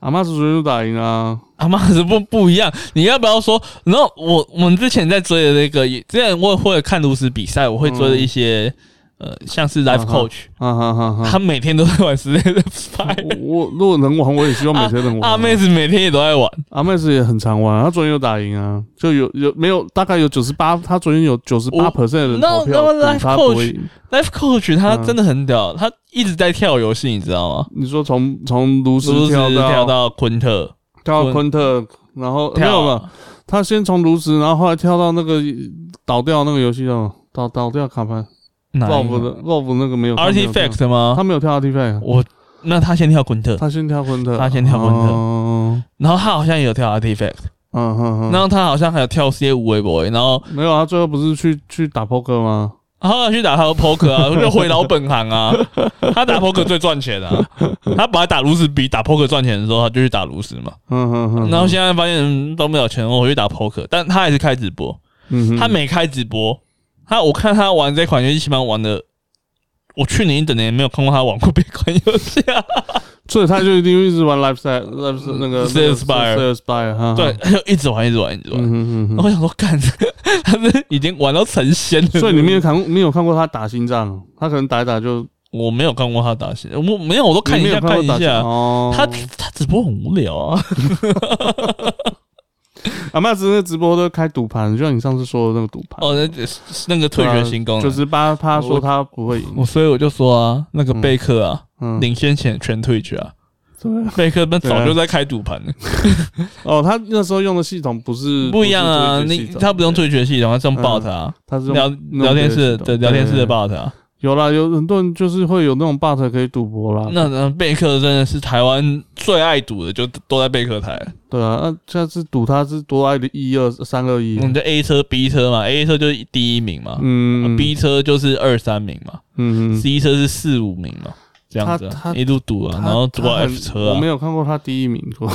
[SPEAKER 2] 阿妈叔叔就打赢啊，
[SPEAKER 1] 阿妈是不不一样，你要不要说？然后我我们之前在追的那个，之前我也会看炉石比赛，我会追的一些、呃，像是 Life
[SPEAKER 2] 啊哈
[SPEAKER 1] Coach，、
[SPEAKER 2] 哈哈哈哈。
[SPEAKER 1] 他每天都在玩 Slave Spy，
[SPEAKER 2] 我我如果能玩，我也希望每天能玩。啊
[SPEAKER 1] 阿妹子每天也都在玩，
[SPEAKER 2] 阿妹子也很常玩，她昨天有打赢啊，就有有没有大概有九十八，她昨天有九十八 percent 的人
[SPEAKER 1] 哦那
[SPEAKER 2] 投票
[SPEAKER 1] 那么
[SPEAKER 2] 赌她不会
[SPEAKER 1] Life
[SPEAKER 2] 赢。
[SPEAKER 1] Life Coach 他
[SPEAKER 2] 嗯
[SPEAKER 1] 真的很屌，他一直在跳游戏，你知道吗？
[SPEAKER 2] 你说从从卢
[SPEAKER 1] 不
[SPEAKER 2] 斯
[SPEAKER 1] 是
[SPEAKER 2] 跳到
[SPEAKER 1] 跳到昆特，
[SPEAKER 2] 跳到昆特，然后没有
[SPEAKER 1] 跳啊
[SPEAKER 2] 了，他先从卢斯，然后后来跳到那个倒掉那个游戏叫什么倒倒掉卡牌
[SPEAKER 1] 哪
[SPEAKER 2] r o
[SPEAKER 1] 一
[SPEAKER 2] v
[SPEAKER 1] 个
[SPEAKER 2] 的 r o v 那个没有他没有跳
[SPEAKER 1] Artifact 吗
[SPEAKER 2] 他？没有跳 Artifact，
[SPEAKER 1] 我那他先跳昆特，
[SPEAKER 2] 他先跳昆特，
[SPEAKER 1] 他先跳昆特
[SPEAKER 2] 嗯
[SPEAKER 1] 然后他好像也有跳 Artifact，
[SPEAKER 2] 嗯嗯，
[SPEAKER 1] 然后他好像还有跳 C 五 A boy，然后
[SPEAKER 2] 没有，啊他最后不是去去打 poker 吗？
[SPEAKER 1] 然后去打他的 poker
[SPEAKER 2] [LAUGHS]
[SPEAKER 1] 啊，就回老本行啊。他打 poker 最赚钱
[SPEAKER 2] [LAUGHS]
[SPEAKER 1] 啊，他本来打炉石比打 poker 赚钱的时候，他就去打炉石嘛。
[SPEAKER 2] 嗯嗯嗯，
[SPEAKER 1] 然后现在发现嗯赚不了钱，我去打 poker，但他还是开直播。
[SPEAKER 2] 嗯
[SPEAKER 1] 他每开直播，他我看他玩这款游戏，起码玩的，我去年一整年没有看过他玩过别款游戏啊。
[SPEAKER 2] 所以他就一定一直玩 lifestyle
[SPEAKER 1] 嗯
[SPEAKER 2] life 那个
[SPEAKER 1] Sales buyer
[SPEAKER 2] sales buyer 哈，
[SPEAKER 1] 对，， [LAUGHS] 他就一直玩，一直玩，一直玩。
[SPEAKER 2] 嗯嗯
[SPEAKER 1] 然后
[SPEAKER 2] 嗯
[SPEAKER 1] 我想说，干， [LAUGHS] 他是已经玩到成仙了。
[SPEAKER 2] 嗯，所以你没有看没有看过他打心脏，啊他可能打一打就
[SPEAKER 1] 我没有看过他打戏，我没有，我都看一
[SPEAKER 2] 你没
[SPEAKER 1] 下
[SPEAKER 2] 有看
[SPEAKER 1] 看
[SPEAKER 2] 过
[SPEAKER 1] 一
[SPEAKER 2] 打心
[SPEAKER 1] 下。
[SPEAKER 2] 哦，
[SPEAKER 1] 他他直播很无聊啊， [LAUGHS]
[SPEAKER 2] 阿妈直接直播都开赌盘，就像你上次说的那个赌盘，
[SPEAKER 1] 哦，那那个退学新功能
[SPEAKER 2] 九十八他说他不会赢，
[SPEAKER 1] 我所以我就说啊，那个贝克啊，
[SPEAKER 2] 嗯，
[SPEAKER 1] 领先前全退去啊，
[SPEAKER 2] 对
[SPEAKER 1] 贝克那
[SPEAKER 2] 对啊
[SPEAKER 1] 早就在开赌盘了，
[SPEAKER 2] 哦，他那时候用的系统不是
[SPEAKER 1] 不一样啊，
[SPEAKER 2] 是追
[SPEAKER 1] 你
[SPEAKER 2] 剧系统
[SPEAKER 1] 他不用退学系统，他是用
[SPEAKER 2] 嗯
[SPEAKER 1] bot 啊，
[SPEAKER 2] 他是用
[SPEAKER 1] 聊
[SPEAKER 2] 弄
[SPEAKER 1] 聊天
[SPEAKER 2] 别的
[SPEAKER 1] 室
[SPEAKER 2] 系统
[SPEAKER 1] 对聊天室的
[SPEAKER 2] 对
[SPEAKER 1] bot 啊，
[SPEAKER 2] 有啦，有很多人就是会有那种 bot 可以赌博啦，
[SPEAKER 1] 那那贝克真的是台湾最爱赌的，就都在贝克台，
[SPEAKER 2] 对啊，那下次赌他是多爱的一二三二一
[SPEAKER 1] 我，嗯们就 A 车 B 车嘛，A 车就是第一名嘛啊
[SPEAKER 2] 嗯
[SPEAKER 1] ，B 车就是二三名嘛
[SPEAKER 2] 嗯嗯
[SPEAKER 1] ，C 车是四五名嘛。这样子、
[SPEAKER 2] 他
[SPEAKER 1] 啊、
[SPEAKER 2] 他
[SPEAKER 1] 一路赌啊，
[SPEAKER 2] 他
[SPEAKER 1] 然后赌到
[SPEAKER 2] 他很
[SPEAKER 1] F 车
[SPEAKER 2] 我
[SPEAKER 1] 啊
[SPEAKER 2] 没。有看过他第一名
[SPEAKER 1] [LAUGHS]
[SPEAKER 2] 过。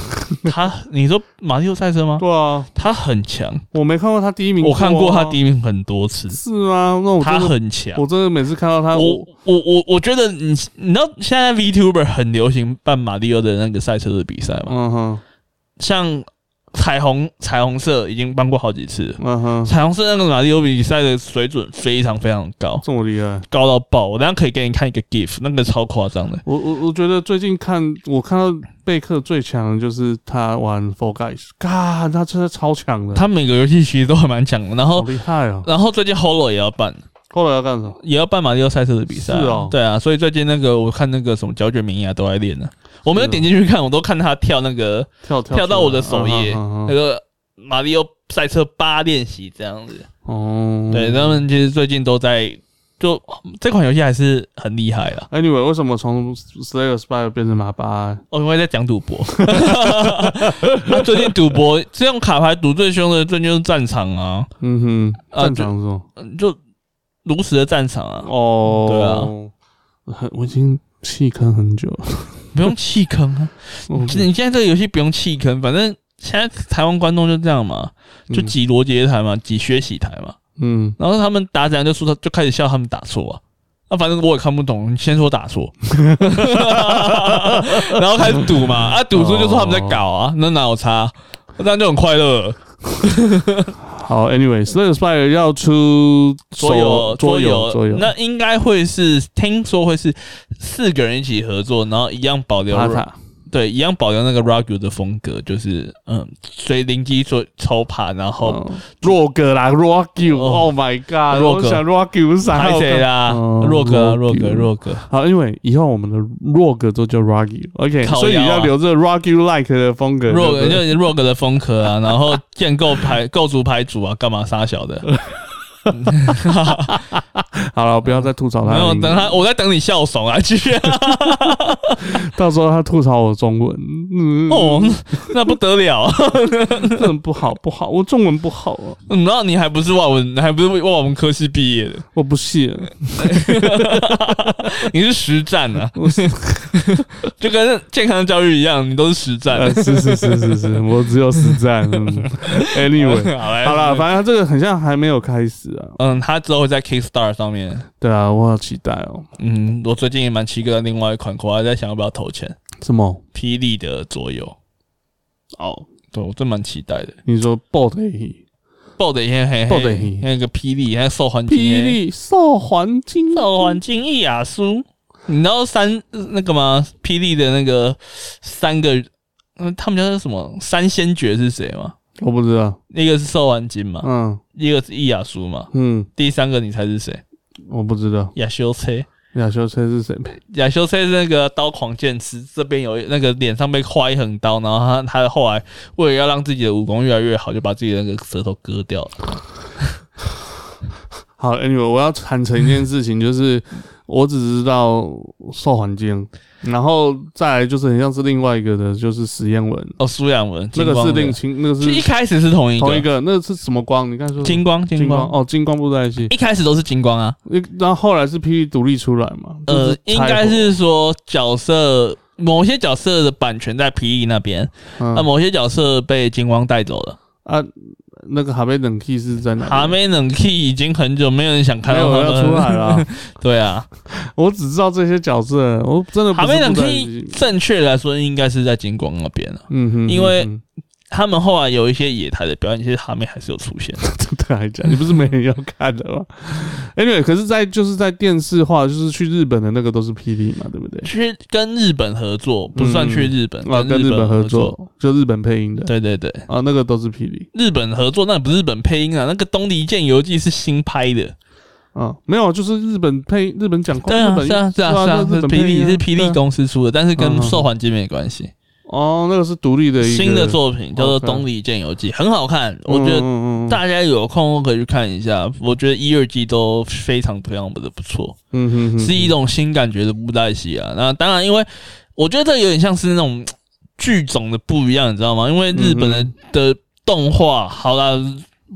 [SPEAKER 1] 他，你说马里奥赛车吗？
[SPEAKER 2] 对啊，
[SPEAKER 1] 他很强，
[SPEAKER 2] 我没看过他第一名、
[SPEAKER 1] 我看过他第
[SPEAKER 2] 一
[SPEAKER 1] 一名很多次，
[SPEAKER 2] 是吗？啊那我
[SPEAKER 1] 他
[SPEAKER 2] 真的，
[SPEAKER 1] 很强。
[SPEAKER 2] 我真的每次看到他，
[SPEAKER 1] 我
[SPEAKER 2] 我
[SPEAKER 1] 我我我觉得你你知道现在 VTuber 很流行办马里奥的那个赛车的比赛吗？
[SPEAKER 2] 嗯哼
[SPEAKER 1] 像彩虹彩虹社已经办过好几次了，
[SPEAKER 2] 嗯哼，
[SPEAKER 1] 彩虹社那个马里奥比赛的水准非常非常高，
[SPEAKER 2] 这么厉害。
[SPEAKER 1] 高到爆。我等一下可以给你看一个 GIF，那个超夸张的。
[SPEAKER 2] 我我我觉得最近看我看到贝克最强的就是他玩 Four Guys，嘎，他真的超强的，
[SPEAKER 1] 他每个游戏其实都还蛮强的，然后。
[SPEAKER 2] 好厉害哦。
[SPEAKER 1] 然后最近 Holo 也要办，
[SPEAKER 2] 后来要干什么？
[SPEAKER 1] 也要办马里奥赛车的比赛、啊。
[SPEAKER 2] 是哦
[SPEAKER 1] 对啊，所以最近那个我看那个什么胶卷名牙啊都在练呢、我没有
[SPEAKER 2] 是哦
[SPEAKER 1] 点进去看，我都看他跳那个
[SPEAKER 2] 跳跳
[SPEAKER 1] 跳到
[SPEAKER 2] 出来
[SPEAKER 1] 我的首页
[SPEAKER 2] 嗯哼嗯
[SPEAKER 1] 那
[SPEAKER 2] 哼
[SPEAKER 1] 个马里奥赛车八练习这样子。
[SPEAKER 2] 哦，
[SPEAKER 1] 对，他们其实最近都在，就这款游戏还是很厉害啦。
[SPEAKER 2] Anyway，为什么从 Slayer Spy 变成马八？
[SPEAKER 1] 哦，因为在讲赌
[SPEAKER 2] [LAUGHS]
[SPEAKER 1] 博， [LAUGHS] 那最近赌博这种卡牌赌最凶的，最近就是战场啊，
[SPEAKER 2] 嗯哼，
[SPEAKER 1] 啊
[SPEAKER 2] 战场是吗？
[SPEAKER 1] 嗯就炉石的战场
[SPEAKER 2] 嗯
[SPEAKER 1] 啊，
[SPEAKER 2] 哦，对啊，我已经弃坑很久
[SPEAKER 1] [LAUGHS]
[SPEAKER 2] 了。
[SPEAKER 1] 不用弃坑啊。
[SPEAKER 2] 嗯
[SPEAKER 1] 你现在这个游戏不用弃坑，反正现在台湾观众就这样嘛，就挤罗杰台嘛，挤薛喜台嘛，
[SPEAKER 2] 嗯，
[SPEAKER 1] 然后他们打怎样就说他就开始笑他们打错啊。啊，反正我也看不懂，你先说打错， [LAUGHS] 然后开始赌嘛，啊，赌输就说他们在搞啊，那哪有差？那这样就很快乐了。
[SPEAKER 2] 好，Anyway，Slayer Spy 要出
[SPEAKER 1] 桌游，
[SPEAKER 2] 手桌
[SPEAKER 1] 游，
[SPEAKER 2] 桌游，
[SPEAKER 1] 那应该会是听说会是四个人一起合作，然后一样保留
[SPEAKER 2] 塔塔，
[SPEAKER 1] 对，一样保留那个 Ragu 的风格，就是嗯，随灵机做抽牌，然后
[SPEAKER 2] 嗯若格啦
[SPEAKER 1] 哦
[SPEAKER 2] ，Rogu，Oh my God，
[SPEAKER 1] 若
[SPEAKER 2] 我
[SPEAKER 1] 格
[SPEAKER 2] 想 Rogu 是啥？
[SPEAKER 1] 拍谁啦？
[SPEAKER 2] 哦
[SPEAKER 1] 若格啊，若格，
[SPEAKER 2] Rogu
[SPEAKER 1] 若格，
[SPEAKER 2] 好，Anyway，以后我们的 Rogu 都叫 Rogu，OK，
[SPEAKER 1] 靠腰啊
[SPEAKER 2] 所以要留着 Rogu like 的风格。
[SPEAKER 1] 若
[SPEAKER 2] 对
[SPEAKER 1] 格
[SPEAKER 2] 不
[SPEAKER 1] 就
[SPEAKER 2] 对
[SPEAKER 1] 是若格的风格啊， [LAUGHS] 然后建构
[SPEAKER 2] [LAUGHS]
[SPEAKER 1] 牌、构筑牌组啊，干嘛杀小的？
[SPEAKER 2] 好了，不要再吐槽他
[SPEAKER 1] 没
[SPEAKER 2] 了。
[SPEAKER 1] 有，等他，我在等你笑怂啊， [LAUGHS] 继续啊
[SPEAKER 2] 到时候他吐槽我中文，嗯，
[SPEAKER 1] 哦， [LAUGHS] 那不得了， [LAUGHS]
[SPEAKER 2] 真的不好不好，我中文不好啊，
[SPEAKER 1] 嗯然后你还不是外文，还不是外文科系毕业的， [LAUGHS]
[SPEAKER 2] 我不信。
[SPEAKER 1] 你是实战啊， [LAUGHS] 就跟健康教育一样，你都是实战
[SPEAKER 2] 呃，。是是是是 [LAUGHS] 是，我只有实战。嗯
[SPEAKER 1] [LAUGHS]
[SPEAKER 2] Anyway，
[SPEAKER 1] 好嘞
[SPEAKER 2] 好了，反正这个很像还没有开始啊。
[SPEAKER 1] 嗯，他之后会在 Kickstarter 上面。
[SPEAKER 2] 对啊，我好期待哦。
[SPEAKER 1] 嗯，我最近也蛮期待另外一款，我还在想要不要投钱。
[SPEAKER 2] 什么？
[SPEAKER 1] 霹雳的左右，
[SPEAKER 2] 哦，
[SPEAKER 1] 对我真蛮期待的。
[SPEAKER 2] 你说 bot A？E
[SPEAKER 1] 爆的也很
[SPEAKER 2] 爆得很
[SPEAKER 1] 那个霹雳，还有受环境
[SPEAKER 2] 霹雳受环境，
[SPEAKER 1] 受环境一雅苏。你知道三那个吗？霹雳的那个三个，嗯，他们叫什么三仙爵是谁吗？
[SPEAKER 2] 我不知道。
[SPEAKER 1] 一个是受环境嘛，
[SPEAKER 2] 嗯
[SPEAKER 1] 一个是易雅苏嘛，
[SPEAKER 2] 嗯，
[SPEAKER 1] 第三个你猜是谁？
[SPEAKER 2] 我不知道
[SPEAKER 1] 亚修车，
[SPEAKER 2] 亚修车是谁
[SPEAKER 1] 亚修车是那个刀狂剑师，这边有那个脸上被划一横刀，然后他他后来为了要让自己的武功越来越好，就把自己的那个舌头割掉了。
[SPEAKER 2] 好，Anyway，我要坦诚一件事情， [LAUGHS] 就是我只知道受环境，然后再来就是很像是另外一个的，就是实验文，
[SPEAKER 1] 哦，苏养文，
[SPEAKER 2] 那
[SPEAKER 1] 金
[SPEAKER 2] 个是
[SPEAKER 1] 光的
[SPEAKER 2] 令青，那个
[SPEAKER 1] 就一
[SPEAKER 2] 是
[SPEAKER 1] 开始是同一个，
[SPEAKER 2] 同一个，那个是什么光？你刚才说什么
[SPEAKER 1] 金光，金
[SPEAKER 2] 金
[SPEAKER 1] 光，哎
[SPEAKER 2] 哦，金光布袋戏，
[SPEAKER 1] 一开始都是金光啊。
[SPEAKER 2] 然后后来是霹雳独立出来嘛？就是
[SPEAKER 1] 呃，应该是说角色某些角色的版权在霹雳那边，
[SPEAKER 2] 拆伙
[SPEAKER 1] 那、
[SPEAKER 2] 嗯
[SPEAKER 1] 某些角色被金光带走了。
[SPEAKER 2] 啊，那个哈贝冷 key 是在哪里？
[SPEAKER 1] 哈梅冷 key 已经很久没有人想看
[SPEAKER 2] 嗯没
[SPEAKER 1] 到
[SPEAKER 2] 有
[SPEAKER 1] 他
[SPEAKER 2] 要
[SPEAKER 1] 们
[SPEAKER 2] 出来
[SPEAKER 1] 了。
[SPEAKER 2] 了，
[SPEAKER 1] [LAUGHS] 对啊，
[SPEAKER 2] 我只知道这些角色，我真的不
[SPEAKER 1] 哈
[SPEAKER 2] 是
[SPEAKER 1] 梅冷
[SPEAKER 2] 布袋
[SPEAKER 1] key
[SPEAKER 2] 戏。
[SPEAKER 1] 正确来说应该是在金光那边了。
[SPEAKER 2] 嗯哼，
[SPEAKER 1] 因为
[SPEAKER 2] [LAUGHS] 嗯
[SPEAKER 1] 他们后来有一些野台的表演，其实哈妹还是有出现的。
[SPEAKER 2] [LAUGHS] 哼对啊，讲你不是没人要看的吗？Anyway，可是在，就是在电视化，就是去日本的那个都是霹雳嘛，对不对？
[SPEAKER 1] 去跟日本合作，不算去日本，
[SPEAKER 2] 啊，跟
[SPEAKER 1] 日
[SPEAKER 2] 日本合
[SPEAKER 1] 合。
[SPEAKER 2] 作，就日本配音的
[SPEAKER 1] 对对对，
[SPEAKER 2] 啊，那个都是霹雳
[SPEAKER 1] 日本合作那不是日本配音啊，那个《东离剑游记》是新拍的。
[SPEAKER 2] 啊，没有，就是日本配日本讲，
[SPEAKER 1] 对
[SPEAKER 2] 哦日
[SPEAKER 1] 啊，
[SPEAKER 2] 本
[SPEAKER 1] 是啊，是啊，
[SPEAKER 2] 对啊
[SPEAKER 1] 是啊，
[SPEAKER 2] 那日
[SPEAKER 1] 是
[SPEAKER 2] 本
[SPEAKER 1] 霹
[SPEAKER 2] 配音
[SPEAKER 1] 雳
[SPEAKER 2] 啊
[SPEAKER 1] 是霹
[SPEAKER 2] 对
[SPEAKER 1] 雳
[SPEAKER 2] 啊
[SPEAKER 1] 公司出的，但是
[SPEAKER 2] 嗯
[SPEAKER 1] 跟
[SPEAKER 2] 嗯
[SPEAKER 1] 受环境没关系。
[SPEAKER 2] 哦，那个是独立的一个
[SPEAKER 1] 新的作品叫做《
[SPEAKER 2] OK
[SPEAKER 1] 东离剑游记》，很好看，我觉
[SPEAKER 2] 嗯
[SPEAKER 1] 得
[SPEAKER 2] 嗯嗯
[SPEAKER 1] 大家有空可以去看一下。我觉得一、二季都非常非常的不错，
[SPEAKER 2] 嗯哼哼，
[SPEAKER 1] 是一种新感觉的布袋戏啊。那当然，因为我觉得这有点像是那种嘖剧种的不一样，你知道吗？因为日本的
[SPEAKER 2] 嗯
[SPEAKER 1] 的动画，好啦，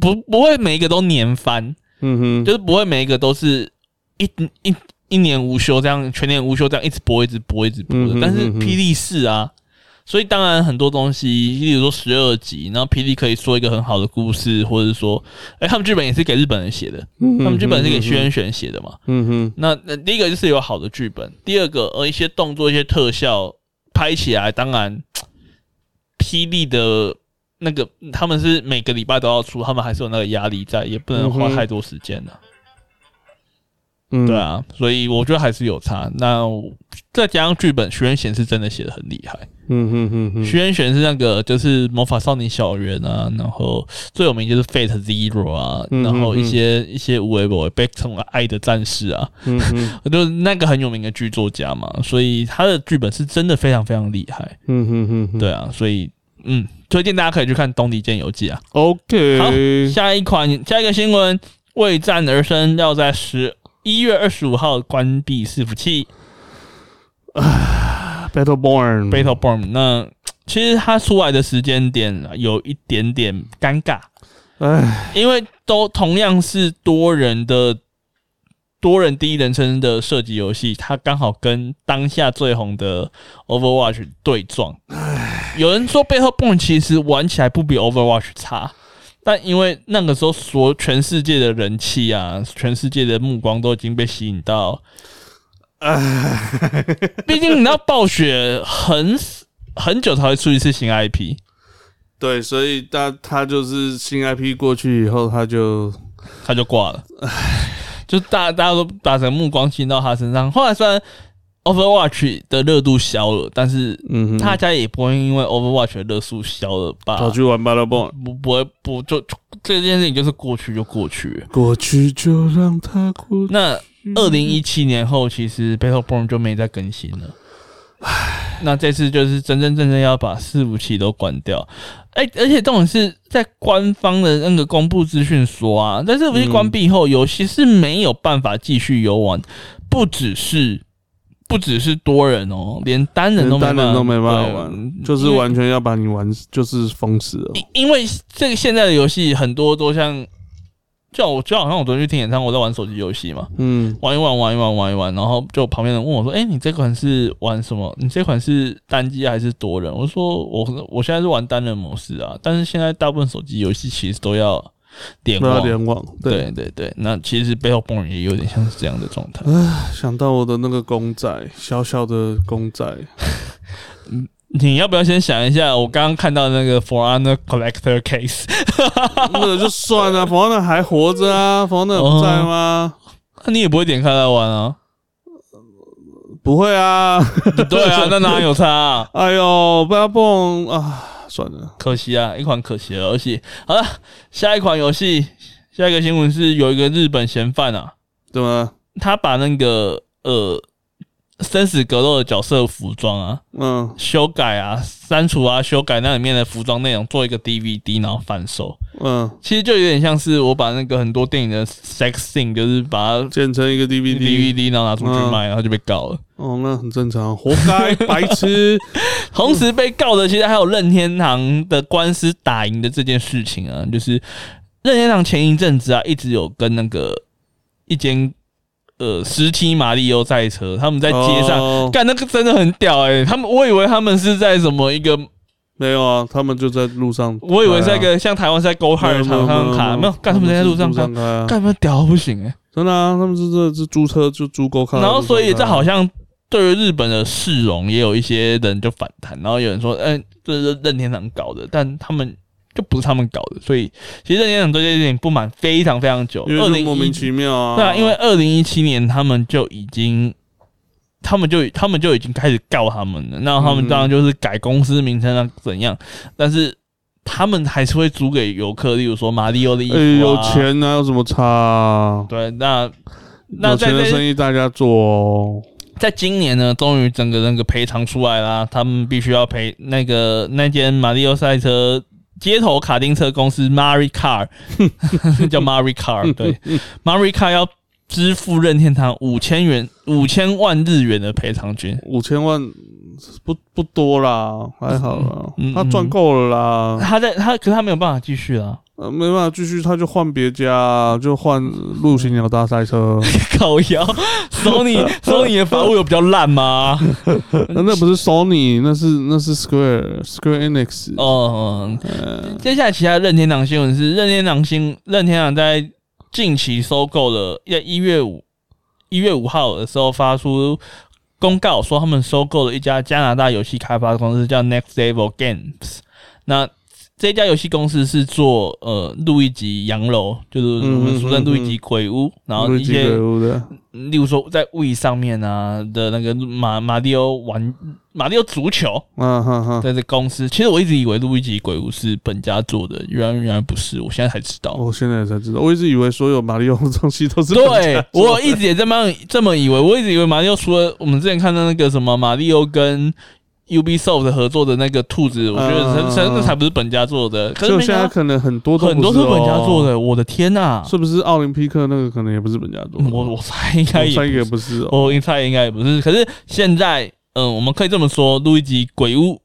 [SPEAKER 1] 不不会每一个都年番，
[SPEAKER 2] 嗯哼，
[SPEAKER 1] 就是不会每一个都是一一一年无休这样，全年无休这样一直播一直播一直播
[SPEAKER 2] 嗯
[SPEAKER 1] 的。
[SPEAKER 2] 哼
[SPEAKER 1] 但是
[SPEAKER 2] 嗯哼
[SPEAKER 1] 霹雳是啊，所以当然很多东西，例如说十二集，然后霹雳可以说一个很好的故事，或者是说，哎、他们剧本也是给日本人写的，他
[SPEAKER 2] 他
[SPEAKER 1] 们剧本是给薛仁玄写的嘛。
[SPEAKER 2] 嗯哼，
[SPEAKER 1] 那那第一个就是有好的剧本，第二个呃一些动作、一些特效拍起来，当然霹雳的。那个他们是每个礼拜都要出，他们还是有那个压力在，也不能花
[SPEAKER 2] 嗯哼
[SPEAKER 1] 太多时间的、
[SPEAKER 2] 嗯
[SPEAKER 1] 对，啊，所以我觉得还是有差。那我再加上剧本，徐元贤是真的写的很厉害。
[SPEAKER 2] 嗯哼哼哼，
[SPEAKER 1] 徐元贤是那个就是《魔法少女小圆》啊，然后最有名就是《Fate Zero》啊，
[SPEAKER 2] 嗯
[SPEAKER 1] 然后
[SPEAKER 2] 嗯嗯
[SPEAKER 1] 一些一些无为博被称为“爱的战士”啊，
[SPEAKER 2] 嗯哼
[SPEAKER 1] 就是那个很有名的剧作家嘛，所以他的剧本是真的非常非常厉害。
[SPEAKER 2] 嗯哼哼哼，
[SPEAKER 1] 对啊，所以嗯，推荐大家可以去看《东敌剑游记》啊。
[SPEAKER 2] ，OK，
[SPEAKER 1] 下一款，下一个新闻，为战而生要在十一月二十五号关闭伺服器。
[SPEAKER 2] Battleborn
[SPEAKER 1] Battleborn，那其实它出来的时间点有一点点尴尬，
[SPEAKER 2] 哎，
[SPEAKER 1] 因为都同样是多人的多人第一人称的射击游戏，它刚好跟当下最红的 Overwatch 对撞。有人说 Battleborn 其实玩起来不比 Overwatch 差。但因为那个时候，所全世界的人气啊，全世界的目光都已经被吸引到。毕竟你知道，暴雪很很久才会出一次新 IP，
[SPEAKER 2] 对，所以他他就是新 IP 过去以后，他就
[SPEAKER 1] 他就挂了。就大大家都把整个目光吸引到他身上。后来虽然 Overwatch 的热度消了，但是
[SPEAKER 2] 嗯哼，
[SPEAKER 1] 大家也不会因为 Overwatch 的热度消了吧？
[SPEAKER 2] 跑去玩 Battleborn，
[SPEAKER 1] 不不会不就就这件事情就是过去就过去了。
[SPEAKER 2] 过去就让它过去。
[SPEAKER 1] 那二零一七年后，其实 Battleborn 就没再更新了。那这次就是真真正正要把伺服器都关掉，哎、而且这种是在官方的那个公布资讯说啊，在
[SPEAKER 2] 嗯
[SPEAKER 1] 伺服器关闭后，游戏是没有办法继续游玩，不只是不只是多人哦，连单人都没
[SPEAKER 2] 单
[SPEAKER 1] 办法
[SPEAKER 2] 人都没办法
[SPEAKER 1] 对
[SPEAKER 2] 玩，就是完全要把你玩，就是封死了。
[SPEAKER 1] 因因为这个现在的游戏很多都像，就我就好像我昨天去听演唱会，我在玩手机游戏嘛，
[SPEAKER 2] 嗯
[SPEAKER 1] 玩一玩，玩一玩，玩一玩，然后就旁边人问我说：“哎、你这款是玩什么？你这款是单机还是多人？”我说：“我我现在是玩单人模式啊，但是现在大部分手机游戏其实都要联
[SPEAKER 2] 不要
[SPEAKER 1] 网。
[SPEAKER 2] 联网。
[SPEAKER 1] 对，对对，那其实 Battleborn 也有点像是这样的状态。
[SPEAKER 2] 想到我的那个公仔，小小的公仔，
[SPEAKER 1] 你要不要先想一下？我刚刚看到那个 For Honor Collector Case， [LAUGHS]
[SPEAKER 2] 那个就算了，冯安娜还活着啊，冯安娜不在吗？
[SPEAKER 1] 那你也不会点开来玩啊？
[SPEAKER 2] 不会啊，
[SPEAKER 1] 对啊，那哪有差、啊？
[SPEAKER 2] 哎呦，不要蹦啊，算了，
[SPEAKER 1] 可惜啊，一款可惜的游戏。好了，下一款游戏，下一个新闻是有一个日本嫌犯啊，
[SPEAKER 2] 对吗？
[SPEAKER 1] 他把那个呃生死格斗的角色服装啊
[SPEAKER 2] 嗯
[SPEAKER 1] 修改啊、删除啊、修改那里面的服装内容，做一个 DVD，然后贩售。
[SPEAKER 2] 嗯，
[SPEAKER 1] 其实就有点像是我把那个很多电影的 sex scene，就是把它
[SPEAKER 2] 建成一个 DVD，
[SPEAKER 1] DVD 然后拿出去卖，然后就被告了。
[SPEAKER 2] 哦，那很正常，活该，白痴。
[SPEAKER 1] 同时被告的其实还有任天堂的官司打赢的这件事情啊，就是任天堂前一阵子啊，一直有跟那个一间呃实体马里奥赛车，他们 [LAUGHS] 在街上
[SPEAKER 2] 哦
[SPEAKER 1] 干、那个真的很屌哎、他们我以为他们是在什么一个，
[SPEAKER 2] 没有啊，他们就在路上，
[SPEAKER 1] 我以为在一
[SPEAKER 2] 对啊
[SPEAKER 1] 个像台湾是在 Go Kart 场上卡，没有干他
[SPEAKER 2] 们
[SPEAKER 1] 们在
[SPEAKER 2] 是
[SPEAKER 1] 路上
[SPEAKER 2] 开
[SPEAKER 1] 卡，
[SPEAKER 2] 啊，
[SPEAKER 1] 干他们屌到不行哎、
[SPEAKER 2] 真的啊，他们是这是租车就租狗卡，
[SPEAKER 1] 然后，所以这好
[SPEAKER 2] 像
[SPEAKER 1] 像对于日本的市容，也有一些人就反弹，然后有人说，嗯、这是任天堂搞的，但他们就不是他们搞的，所以其实任天堂对这件事情不满非常非常久。
[SPEAKER 2] 因
[SPEAKER 1] 二
[SPEAKER 2] 为就
[SPEAKER 1] 零
[SPEAKER 2] 莫名其妙啊，
[SPEAKER 1] 对啊，因为二零一七年他们就已经。他们就他们就已经开始告他们了，那他们
[SPEAKER 2] 嗯
[SPEAKER 1] 当然就是改公司名称啊怎样，但是他们还是会租给游客，例如说马里奥的衣服、
[SPEAKER 2] 哎
[SPEAKER 1] 啊
[SPEAKER 2] 有钱哪有什么差啊？
[SPEAKER 1] 对，那那
[SPEAKER 2] 有
[SPEAKER 1] 在
[SPEAKER 2] 钱的
[SPEAKER 1] 这
[SPEAKER 2] 生意大家做哦，
[SPEAKER 1] 在今年呢，终于整个那个赔偿出来啦，他们必须要赔那个那间马里奥赛车街头卡丁车公司 Mari Car，叫 Mari Car，对，Mari Car 要支付任天堂五千元五千万日元的赔偿金。
[SPEAKER 2] 五千万不不多啦，还好啦
[SPEAKER 1] 嗯嗯，
[SPEAKER 2] 他赚够了啦，
[SPEAKER 1] 他在他，可是他没有办法继续啊啦，
[SPEAKER 2] 呃没办法继续，他就换别家，就换陆行鸟大赛
[SPEAKER 1] [LAUGHS]
[SPEAKER 2] 车，
[SPEAKER 1] [LAUGHS] 靠腰。Sony Sony 的法务有比较烂吗？
[SPEAKER 2] 那那不是 Sony，那是那是 Square Square Enix，
[SPEAKER 1] 哦、嗯
[SPEAKER 2] 呃
[SPEAKER 1] 接下来其他任天堂新闻是任天堂新任天堂在近期收购了，在一月五一月五号的时候发出公告说，他们收购了一家加拿大游戏开发公司，叫 Next Level Games。那这家游戏公司是做呃路易吉洋楼，就是我们俗称路易吉鬼
[SPEAKER 2] 嗯
[SPEAKER 1] 屋，然后一些
[SPEAKER 2] 瑞吉鬼屋的，
[SPEAKER 1] 例如说在 w 上面啊的那个马马里奥玩马里奥足球，
[SPEAKER 2] 啊哈哈，
[SPEAKER 1] [LAUGHS] 在这公司，其实我一直以为路易吉鬼屋是本家做的，原来原来不是，我现在才知道。
[SPEAKER 2] 我现在才知道，我一直以为所有马里奥的东西都哦是
[SPEAKER 1] 对，我一直也这么这么以为，我一直以为马里奥除了我们之前看到那个什么马里奥跟 Ubisoft 合作的那个兔子，我觉得
[SPEAKER 2] 嗯
[SPEAKER 1] 才才那才不是本家做的，可是
[SPEAKER 2] 就
[SPEAKER 1] 没
[SPEAKER 2] 现在
[SPEAKER 1] 想到
[SPEAKER 2] 可能很多都
[SPEAKER 1] 很多是
[SPEAKER 2] 不哦
[SPEAKER 1] 本家做，的，我的天呐！
[SPEAKER 2] 是不是奥林匹克那个可能也不是本家做的？
[SPEAKER 1] 我我猜应该
[SPEAKER 2] 我
[SPEAKER 1] 也
[SPEAKER 2] 猜也不是哦，
[SPEAKER 1] 我猜应该也不是，可是现在，嗯，我们可以这么说，路易吉鬼屋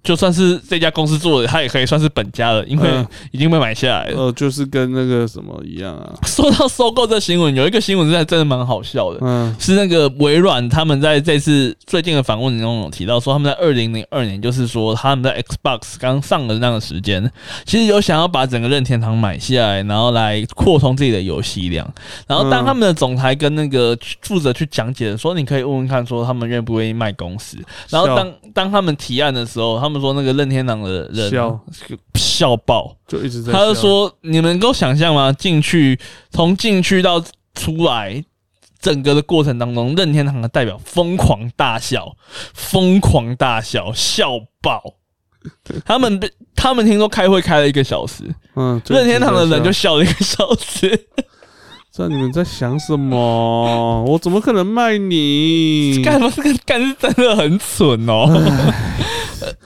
[SPEAKER 1] 就算是这家公司做的，它也可以算是本家了，因为
[SPEAKER 2] 嗯
[SPEAKER 1] 已经被买下来了。
[SPEAKER 2] 呃，就是跟那个什么一样啊，
[SPEAKER 1] [LAUGHS] 说到收购这新闻，有一个新闻真的真的蛮好笑的，
[SPEAKER 2] 嗯
[SPEAKER 1] 是那个微软他们在这次最近的访问中有提到说，他们在二零零二年，就是说他们在 Xbox 刚上的那个时间，其实有想要把整个任天堂买下来，然后来扩充自己的游戏量。然后当他们的总裁跟那个负责去讲解的说，你可以问问看，说他们愿不愿意卖公司。然后当当他们提案的时候，他们说那个任天堂的人
[SPEAKER 2] 笑
[SPEAKER 1] 笑爆。
[SPEAKER 2] 就一直在笑，
[SPEAKER 1] 他就说：“你们能够想象吗？进去从进去到出来，整个的过程当中，任天堂的代表疯狂大笑，疯狂大笑，笑爆。他们 [LAUGHS] 被他们听说开会开了一个小时，
[SPEAKER 2] 嗯，就一
[SPEAKER 1] 任
[SPEAKER 2] 直在
[SPEAKER 1] 天堂的人就
[SPEAKER 2] 笑
[SPEAKER 1] 笑了一个小时。
[SPEAKER 2] 这你们在想什么？我怎么可能卖你？
[SPEAKER 1] 干嘛？这个干是真的很蠢哦。 [LAUGHS]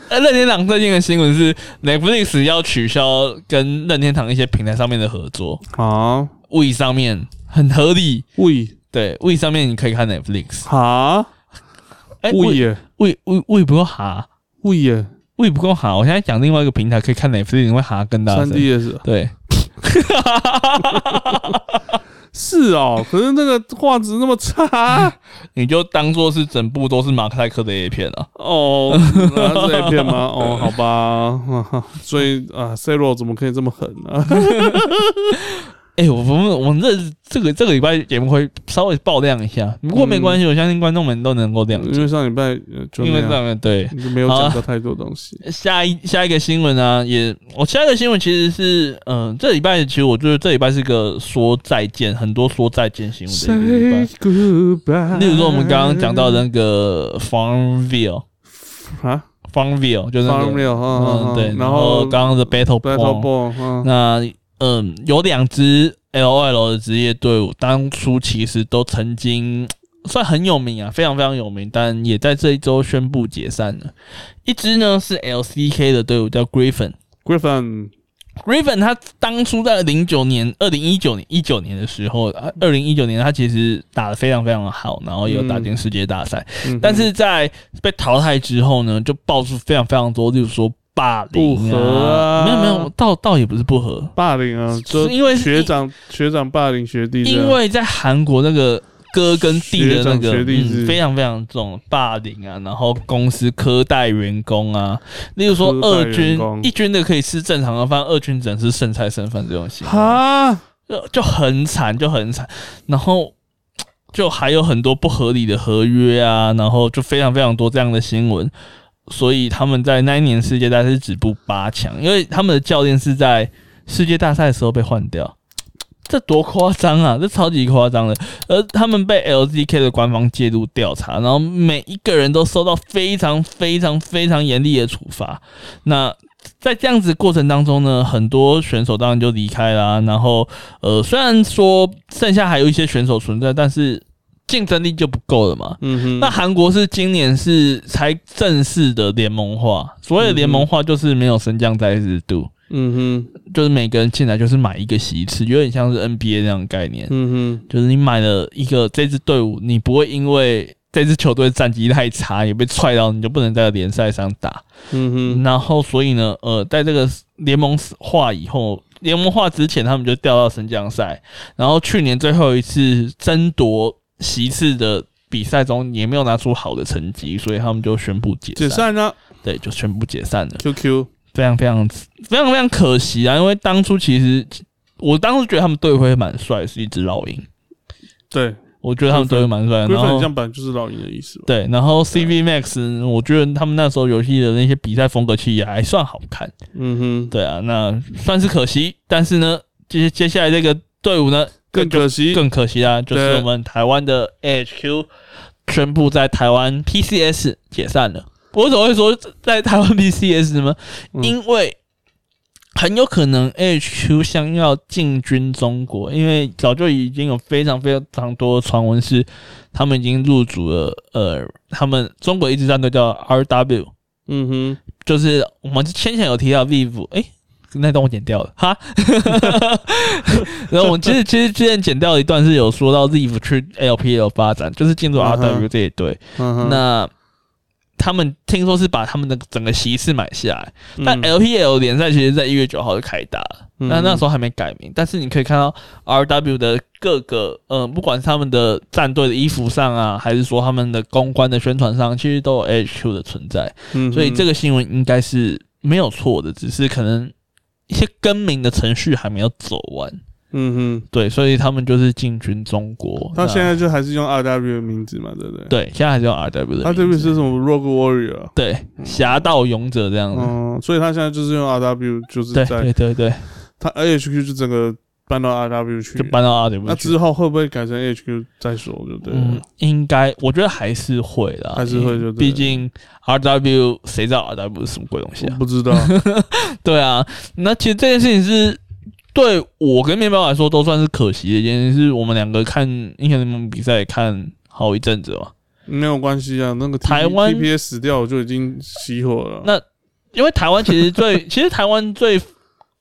[SPEAKER 1] 呃，任天堂最近的新闻是 Netflix 要取消跟任天堂一些平台上面的合作，
[SPEAKER 2] 啊？
[SPEAKER 1] 物理上面很合理。”
[SPEAKER 2] 喂
[SPEAKER 1] 对，We 上面你可以看 Netflix。
[SPEAKER 2] 啊？
[SPEAKER 1] 哎
[SPEAKER 2] 喂耶
[SPEAKER 1] ，We We We 不够哈
[SPEAKER 2] 喂耶
[SPEAKER 1] ，We 不够哈。我现在讲另外一个平台可以看 Netflix，你会哈更大
[SPEAKER 2] 三
[SPEAKER 1] 声。
[SPEAKER 2] D 也是
[SPEAKER 1] 对，
[SPEAKER 2] 是哦，可是那个画质那么差
[SPEAKER 1] 你就当做是整部都是马克赛克的 A 片啊。 [LAUGHS]
[SPEAKER 2] 哦，那是 A 片吗？哦，好吧，所以啊，C 罗怎么可以这么狠呢？
[SPEAKER 1] 哎、我们我们这这个这个礼拜节目会稍微爆量一下，不过没关系，我相信观众们都能够谅解，
[SPEAKER 2] 因为上礼拜呃就
[SPEAKER 1] 嗯因为这
[SPEAKER 2] 那样，
[SPEAKER 1] 样对。
[SPEAKER 2] 就没有
[SPEAKER 1] 好啊
[SPEAKER 2] 讲到太多东西。
[SPEAKER 1] 下一下一个新闻啊，也我下一个新闻其实是，嗯、这礼拜其实我觉得这礼拜是个说再见，很多说再见新闻的一个礼拜
[SPEAKER 2] Say。goodbye。 [LAUGHS]
[SPEAKER 1] 例如说我们刚刚讲到的那个 Farmville。
[SPEAKER 2] 啊
[SPEAKER 1] Farmville 就是那个，
[SPEAKER 2] ，Farmville，
[SPEAKER 1] 嗯，
[SPEAKER 2] 嗯
[SPEAKER 1] 对，
[SPEAKER 2] 然
[SPEAKER 1] 后
[SPEAKER 2] 后
[SPEAKER 1] 刚刚的 Battle
[SPEAKER 2] Battle
[SPEAKER 1] Ball，
[SPEAKER 2] Ball，嗯，
[SPEAKER 1] 那嗯，有两支 LOL 的职业队伍，当初其实都曾经算很有名啊，非常非常有名，但也在这一周宣布解散了。一支呢是 LCK 的队伍叫 Griffin。
[SPEAKER 2] Griffin，
[SPEAKER 1] Raven 他当初在零九年、二零一九年、一九年的时候，啊二零一九年他其实打得非常非常的好，然后也有打进世界大赛，
[SPEAKER 2] 嗯
[SPEAKER 1] 但是在被淘汰之后呢，就爆出非常非常多，例如说霸凌、
[SPEAKER 2] 不和啊
[SPEAKER 1] 没有没有，倒倒也不是不和，
[SPEAKER 2] 霸凌啊，就是
[SPEAKER 1] 因为
[SPEAKER 2] 学长学长霸凌学弟这样，
[SPEAKER 1] 因为在韩国那个哥跟弟的那
[SPEAKER 2] 啊学长
[SPEAKER 1] 个
[SPEAKER 2] 学弟制
[SPEAKER 1] 嗯、非常非常重霸凌啊，然后公司苛待员工啊，例如说
[SPEAKER 2] 苛待
[SPEAKER 1] 二
[SPEAKER 2] 员
[SPEAKER 1] 军
[SPEAKER 2] 工
[SPEAKER 1] 一军的可以吃正常的饭，二军只能吃剩菜剩饭这种行为。
[SPEAKER 2] 哈，
[SPEAKER 1] 就呃就很惨，就很惨。然后就还有很多不合理的合约啊，然后就非常非常多这样的新闻。所以他们在那一年世界大赛是止步八强，因为他们的教练是在世界大赛的时候被换掉。这多夸张啊！这超级夸张的，而他们被 LZK 的官方介入调查，然后每一个人都受到非常非常非常严厉的处罚。那在这样子过程当中呢，很多选手当然就离开啦、然后呃，虽然说剩下还有一些选手存在，但是竞争力就不够了嘛。
[SPEAKER 2] 嗯哼，
[SPEAKER 1] 那韩国是今年是才正式的联盟化，所谓的联盟化就是没有升降在制度，
[SPEAKER 2] 嗯哼，
[SPEAKER 1] 就是每个人进来就是买一个席次，有点像是 NBA 那样的概念，
[SPEAKER 2] 嗯哼，
[SPEAKER 1] 就是你买了一个这支队伍，你不会因为这支球队战绩太差也被踹到，你就不能在联赛上打。
[SPEAKER 2] 嗯哼，
[SPEAKER 1] 然后所以呢，呃，在这个联盟化以后，联盟化之前他们就调到升降赛，然后去年最后一次争夺席次的比赛中也没有拿出好的成绩，所以他们就宣布解散，
[SPEAKER 2] 解散啊了
[SPEAKER 1] 对，就宣布解散了，
[SPEAKER 2] ，QQ，
[SPEAKER 1] 非常非常非常非常可惜啊，因为当初其实我当时觉得他们队徽蛮帅，是一只老鹰，
[SPEAKER 2] 对
[SPEAKER 1] 我觉得他们队徽蛮帅，然
[SPEAKER 2] ，Griffin
[SPEAKER 1] 后
[SPEAKER 2] 很像本来就是老鹰的意思吧，
[SPEAKER 1] 对，然后 CV Max，我觉得他们那时候游戏的那些比赛风格其实也还算好看。
[SPEAKER 2] 嗯哼，
[SPEAKER 1] 对啊，那算是可惜，但是呢，接接下来这个队伍呢，
[SPEAKER 2] 更可惜，
[SPEAKER 1] 更可惜啊，就是
[SPEAKER 2] 对
[SPEAKER 1] 我们台湾的 AHQ 宣布在台湾 PCS 解散了。我怎么会说在台湾 PCS 呢？
[SPEAKER 2] 嗯
[SPEAKER 1] 因为很有可能 AHQ 想要进军中国，因为早就已经有非常非常多的传闻是他们已经入主了，呃，他们中国一支战队叫 RW，
[SPEAKER 2] 嗯哼，
[SPEAKER 1] 就是我们先前有提到 Vivo，哎、那段我剪掉了哈。然后我们其实其实之前剪掉一段是有说到 Vivo 去 LPL 发展，就是进入
[SPEAKER 2] 嗯哼
[SPEAKER 1] RW 这一队。
[SPEAKER 2] 嗯哼，
[SPEAKER 1] 那他们听说是把他们的整个席次买下来，但
[SPEAKER 2] 嗯
[SPEAKER 1] LPL 联赛其实在一月九号就开打了，
[SPEAKER 2] 嗯
[SPEAKER 1] 那那时候还没改名，但是你可以看到 RW 的各个，嗯、不管是他们的战队的衣服上啊，还是说他们的公关的宣传上，其实都有 HQ 的存在。
[SPEAKER 2] 嗯
[SPEAKER 1] 所以这
[SPEAKER 2] 个
[SPEAKER 1] 个新闻应该是没有错的，只是可能一些更名的程序还没有走完。
[SPEAKER 2] 嗯哼，
[SPEAKER 1] 对，所以他们就是进军中国。
[SPEAKER 2] 他
[SPEAKER 1] 那
[SPEAKER 2] 现在就还是用 RW 的名字嘛，对不对？
[SPEAKER 1] 对，现在还是用 RW 的名字。
[SPEAKER 2] ，RW 啊是什么 Rogue Warrior，啊
[SPEAKER 1] 对侠盗勇者这样子。
[SPEAKER 2] 嗯，所以他现在就是用 RW，就是
[SPEAKER 1] 对
[SPEAKER 2] 在
[SPEAKER 1] 对对对，
[SPEAKER 2] 他 AHQ 就整个搬到 RW 去
[SPEAKER 1] 就，搬到 RW 去。
[SPEAKER 2] 那之后会不会改成 AHQ 再说，就对
[SPEAKER 1] 嗯
[SPEAKER 2] 了，，
[SPEAKER 1] 应该我觉得还是会啦，
[SPEAKER 2] 还是会就对了
[SPEAKER 1] 毕竟 R W 谁知道 R W 是什么鬼东西
[SPEAKER 2] 我
[SPEAKER 1] 啊？
[SPEAKER 2] 不
[SPEAKER 1] [LAUGHS]
[SPEAKER 2] 知道，
[SPEAKER 1] 对啊，那其实这件事情是对我跟面包来说都算是可惜的一件事，是我们两个看英雄联盟比赛也看好一阵子嘛。
[SPEAKER 2] 没有关系啊，那个 T,
[SPEAKER 1] 台湾
[SPEAKER 2] TPS 死掉，我就已经熄火了。
[SPEAKER 1] 那因为台湾其实最， [LAUGHS] 其实台湾最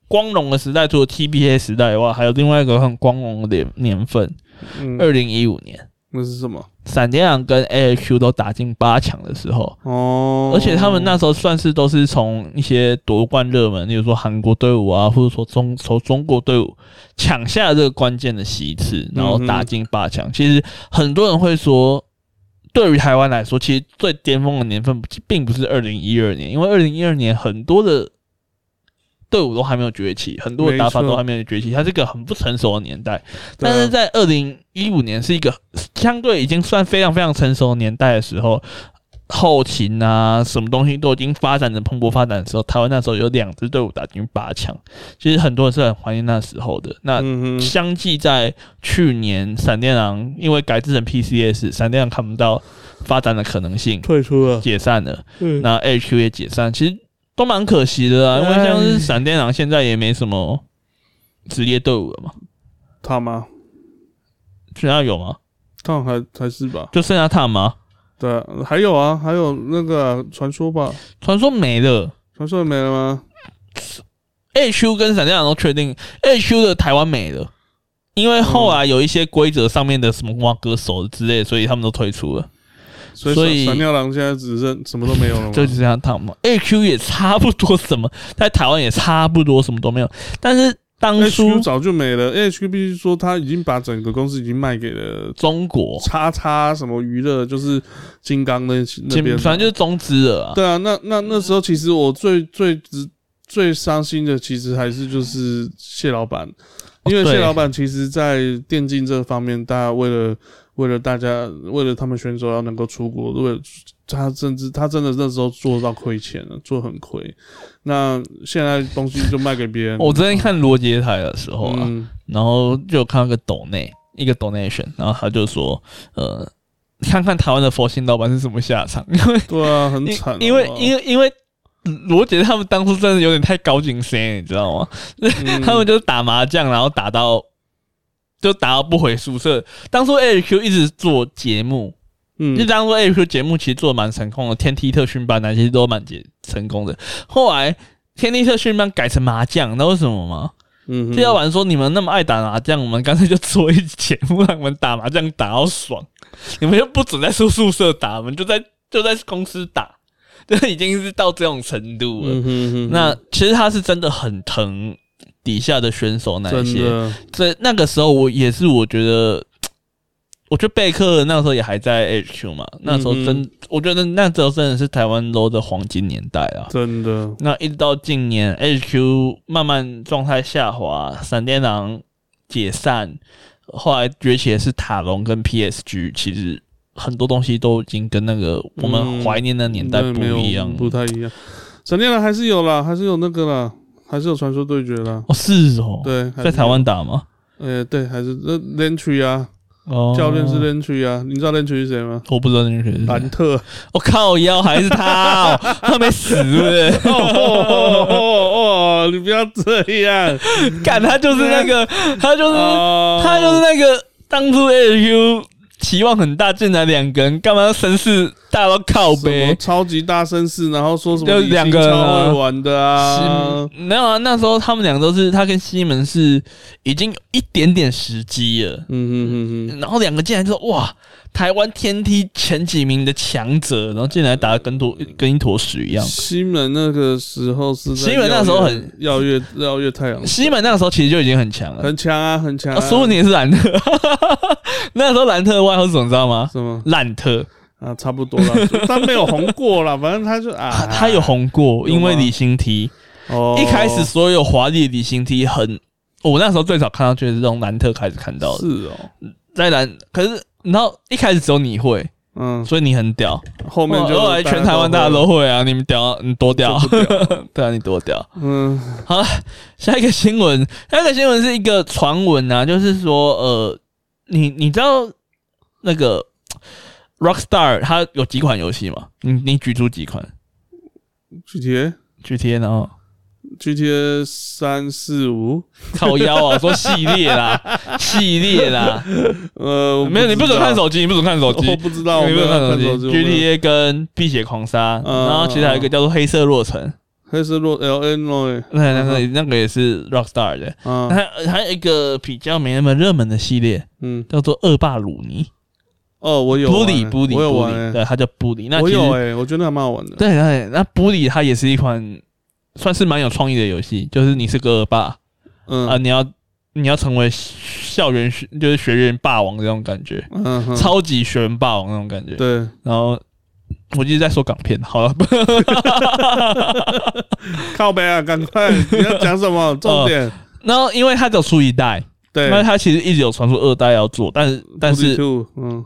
[SPEAKER 1] 光荣的时代，除了 TBA 时代以外，还有另外一个很光荣的年年份，
[SPEAKER 2] 嗯，
[SPEAKER 1] 二零一五年，
[SPEAKER 2] 那是什么？
[SPEAKER 1] 闪电狼跟 AHQ 都打进八强的时候，
[SPEAKER 2] 哦，
[SPEAKER 1] 而且他们那时候算是都是从一些夺冠热门，例如说韩国队伍啊，或者说中从中国队伍抢下这个关键的席次，
[SPEAKER 2] 嗯
[SPEAKER 1] 然后打进八强。其实很多人会说，对于台湾来说，其实最巅峰的年份并不是二零一二年，因为二零一二年很多的队伍都还没有崛起，很多的
[SPEAKER 2] 没
[SPEAKER 1] 打法
[SPEAKER 2] 错
[SPEAKER 1] 都还没有崛起，它是一个很不成熟的年代。
[SPEAKER 2] 对
[SPEAKER 1] 但
[SPEAKER 2] 啊
[SPEAKER 1] 是在二零一五年是一个相对已经算非常非常成熟的年代的时候，后勤啊什么东西都已经发展的蓬勃发展的时候，台湾那时候有两支队伍打进八强，其实很多人是很怀念那时候的。那
[SPEAKER 2] 嗯哼，
[SPEAKER 1] 相继在去年，闪电狼因为改制成 PCS，闪电狼看不到发展的可能性，
[SPEAKER 2] 退出了，
[SPEAKER 1] 解散了。
[SPEAKER 2] 嗯，
[SPEAKER 1] 那 HQ 也解散，其实都蛮可惜的啊，因为像
[SPEAKER 2] 嗯
[SPEAKER 1] 是闪电狼现在也没什么职业队伍了嘛，
[SPEAKER 2] 他吗？
[SPEAKER 1] 现在有吗？
[SPEAKER 2] 他还还是吧？
[SPEAKER 1] 就剩下他吗？
[SPEAKER 2] 对啊，还有啊，还有那个啊传说吧，
[SPEAKER 1] 传说没了
[SPEAKER 2] 传说没了吗？
[SPEAKER 1] ，HQ 跟闪电狼都确定，HQ 的台湾没了。因为后
[SPEAKER 2] 嗯
[SPEAKER 1] 来有一些规则上面的什么挖歌手之类，所以他们都退出了，
[SPEAKER 2] 所
[SPEAKER 1] 所
[SPEAKER 2] 以
[SPEAKER 1] 以
[SPEAKER 2] 闪尿狼现在只剩什么都没有了吗？
[SPEAKER 1] 就只剩下他们。AQ 也差不多什么，在台湾也差不多什么都没有。但是当
[SPEAKER 2] H
[SPEAKER 1] 初
[SPEAKER 2] Q 早就没了，H Q 必须说他已经把整个公司已经卖给了
[SPEAKER 1] 中国，
[SPEAKER 2] 叉叉什么娱乐，就是金刚那那
[SPEAKER 1] 基
[SPEAKER 2] 边
[SPEAKER 1] 本
[SPEAKER 2] 嘛，
[SPEAKER 1] 上就是中资了啊。
[SPEAKER 2] 对啊，那那那时候其实我最最最最伤心的，其实还是就是谢老板，因为
[SPEAKER 1] 哦对
[SPEAKER 2] 谢老板其实在电竞这方面，大家为了为了大家为了他们选手要能够出国，为了他甚至他真的那时候做到亏钱了，做很亏。那现在东西就卖给别人，
[SPEAKER 1] 我昨天看罗杰台的时候啊，
[SPEAKER 2] 嗯，
[SPEAKER 1] 然后就有看到一个抖内，一个 donation，然后他就说，呃，看看台湾的佛心老板是什么下场，因为
[SPEAKER 2] 对啊，很惨好不好，
[SPEAKER 1] 因为因为因为罗杰他们当初真的有点太高精尖，你知道吗？
[SPEAKER 2] 嗯
[SPEAKER 1] 他们就是打麻将，然后打到就打到不回宿舍。当初 HQ 一直做节目，就
[SPEAKER 2] 嗯
[SPEAKER 1] 当初 HQ 节目其实做的蛮成功的，天梯特训班啊那些都蛮结成功的。后来天梯特训班改成麻将，你知道为什么吗？
[SPEAKER 2] 嗯哼
[SPEAKER 1] 谢老板啊说：“你们那么爱打麻将，我们干脆就做一节目，让你们打麻将打到爽。 [LAUGHS] 你们就不准在宿宿舍打，我们就在就在公司打， [LAUGHS] 这已经是到这种程度了。
[SPEAKER 2] 嗯哼嗯哼
[SPEAKER 1] 那其实他是真的很疼底下的选手那一
[SPEAKER 2] 真
[SPEAKER 1] 些。
[SPEAKER 2] 的
[SPEAKER 1] 这那个时候我也是，我觉得，我觉得贝克那时候也还在 HQ 嘛，那时候
[SPEAKER 2] 嗯
[SPEAKER 1] 真，我觉得那时候真的是台湾 LO 的黄金年代啊。
[SPEAKER 2] 真的
[SPEAKER 1] 那一直到近年，HQ 慢慢状态下滑，闪电狼解散，后来崛起的是塔隆跟 PSG，其实很多东西都已经跟那个我们怀念的年代
[SPEAKER 2] 真
[SPEAKER 1] 不
[SPEAKER 2] 的嗯没有
[SPEAKER 1] 一样了。
[SPEAKER 2] 不太一样。闪电狼还是有啦，还是有那个啦，还是有传说对决啦。
[SPEAKER 1] 哦，是哦，
[SPEAKER 2] 对，还是
[SPEAKER 1] 在台湾打吗？
[SPEAKER 2] 有，呃，对，还是那 l e n t r y 啊，
[SPEAKER 1] 哦，
[SPEAKER 2] 教练是 l e n t r y 啊，你知道 l e n t r y 是谁吗？
[SPEAKER 1] 我不知道那个谁是
[SPEAKER 2] 兰
[SPEAKER 1] 谁。
[SPEAKER 2] 特，
[SPEAKER 1] 我、靠腰还是他、哦，他没死是不是？
[SPEAKER 2] [LAUGHS] 哦哦哦哦，你不要这样，
[SPEAKER 1] 干他就是那
[SPEAKER 2] [LAUGHS]
[SPEAKER 1] 个，
[SPEAKER 2] 啊
[SPEAKER 1] 他就是、
[SPEAKER 2] 哦
[SPEAKER 1] 他就是那个当初 HQ 期望很大进来两个人，干嘛绅士大到靠
[SPEAKER 2] 什么
[SPEAKER 1] 背？
[SPEAKER 2] 超级大绅士，然后说什么
[SPEAKER 1] 就
[SPEAKER 2] 李
[SPEAKER 1] 两
[SPEAKER 2] 信
[SPEAKER 1] 个人啊
[SPEAKER 2] 超会玩的啊，
[SPEAKER 1] 是没有啊，那时候他们两个都是他跟西门是已经有一点点时机了，
[SPEAKER 2] 嗯哼哼哼，
[SPEAKER 1] 然后两个进来之后，哇，台湾天梯前几名的强者，然后进来打得跟坨跟一坨屎一样。
[SPEAKER 2] 西门那个时候是在
[SPEAKER 1] 西门那时候很
[SPEAKER 2] 耀月耀月太阳，
[SPEAKER 1] 西门那个时候其实就已经很强了，
[SPEAKER 2] 很强啊，很强、啊。
[SPEAKER 1] 啊，说你也是兰特， [LAUGHS] 那时候兰特的外号是什么你知道吗？
[SPEAKER 2] 什么
[SPEAKER 1] 烂特，
[SPEAKER 2] 啊？差不多 [LAUGHS] 了，他没有红过啦，反正他就啊，
[SPEAKER 1] 他 [LAUGHS] 他有红过，
[SPEAKER 2] 有吗
[SPEAKER 1] 因为李星踢。
[SPEAKER 2] 哦，
[SPEAKER 1] 一开始所有华丽的李星踢很，我那时候最早看到就是这种兰特开始看到的，
[SPEAKER 2] 是哦，
[SPEAKER 1] 在兰，可是然后一开始只有你会，
[SPEAKER 2] 嗯，
[SPEAKER 1] 所以你很屌，
[SPEAKER 2] 后
[SPEAKER 1] 哦后
[SPEAKER 2] 面就
[SPEAKER 1] 来全台湾大家都会啊，你们屌，你多屌
[SPEAKER 2] 就，不屌
[SPEAKER 1] [LAUGHS] 对啊，你多屌。
[SPEAKER 2] 嗯
[SPEAKER 1] 下一个新闻，下一个新闻是一个传闻啊，就是说，呃，你你知道那个 Rockstar 它有几款游戏吗？你你举出几款
[SPEAKER 2] ，GTA
[SPEAKER 1] GTA 然后
[SPEAKER 2] GTA 三四五，
[SPEAKER 1] 靠腰啊，说系列啦， [LAUGHS] 系列啦，
[SPEAKER 2] 呃，
[SPEAKER 1] 没有，你不准看
[SPEAKER 2] 手
[SPEAKER 1] 手机，你不准看手机，
[SPEAKER 2] 我不知道，我
[SPEAKER 1] 你
[SPEAKER 2] 没
[SPEAKER 1] 不
[SPEAKER 2] 有
[SPEAKER 1] 准
[SPEAKER 2] 看
[SPEAKER 1] 看
[SPEAKER 2] 手
[SPEAKER 1] 手机。
[SPEAKER 2] 机我没有
[SPEAKER 1] GTA 跟碧血狂杀，
[SPEAKER 2] 嗯
[SPEAKER 1] 然后其实还有一个叫做黑色洛城，
[SPEAKER 2] 黑色洛 L N 洛，
[SPEAKER 1] 那那个那个也是 Rockstar 的， [LAUGHS]
[SPEAKER 2] 啊，
[SPEAKER 1] 还还有一个比较没那么热门的系列
[SPEAKER 2] 嗯，
[SPEAKER 1] 叫做恶霸鲁尼。
[SPEAKER 2] 哦，我有
[SPEAKER 1] 布
[SPEAKER 2] 玩
[SPEAKER 1] 里布里
[SPEAKER 2] 我有
[SPEAKER 1] 布
[SPEAKER 2] 玩
[SPEAKER 1] 里，
[SPEAKER 2] 欸，
[SPEAKER 1] 对，它叫布里。那
[SPEAKER 2] 我
[SPEAKER 1] 其实
[SPEAKER 2] 有哎，我觉得还蛮好玩的，
[SPEAKER 1] 对对，那布里它也是一款算是蛮有创意的游戏，就是你是个恶霸
[SPEAKER 2] 嗯
[SPEAKER 1] 啊，你要你要成为校园学就是学院霸王这种感觉，
[SPEAKER 2] 嗯哼，
[SPEAKER 1] 超级学院霸王那种感觉。
[SPEAKER 2] 对，
[SPEAKER 1] 然后我一直在说港片，好了，
[SPEAKER 2] 靠北啊，赶快，你要讲什么重点？
[SPEAKER 1] 然后因为他只有出一代，
[SPEAKER 2] 对
[SPEAKER 1] 哦
[SPEAKER 2] 呃
[SPEAKER 1] 那他其实一直有传出二代要做，但是但是
[SPEAKER 2] 42, 嗯，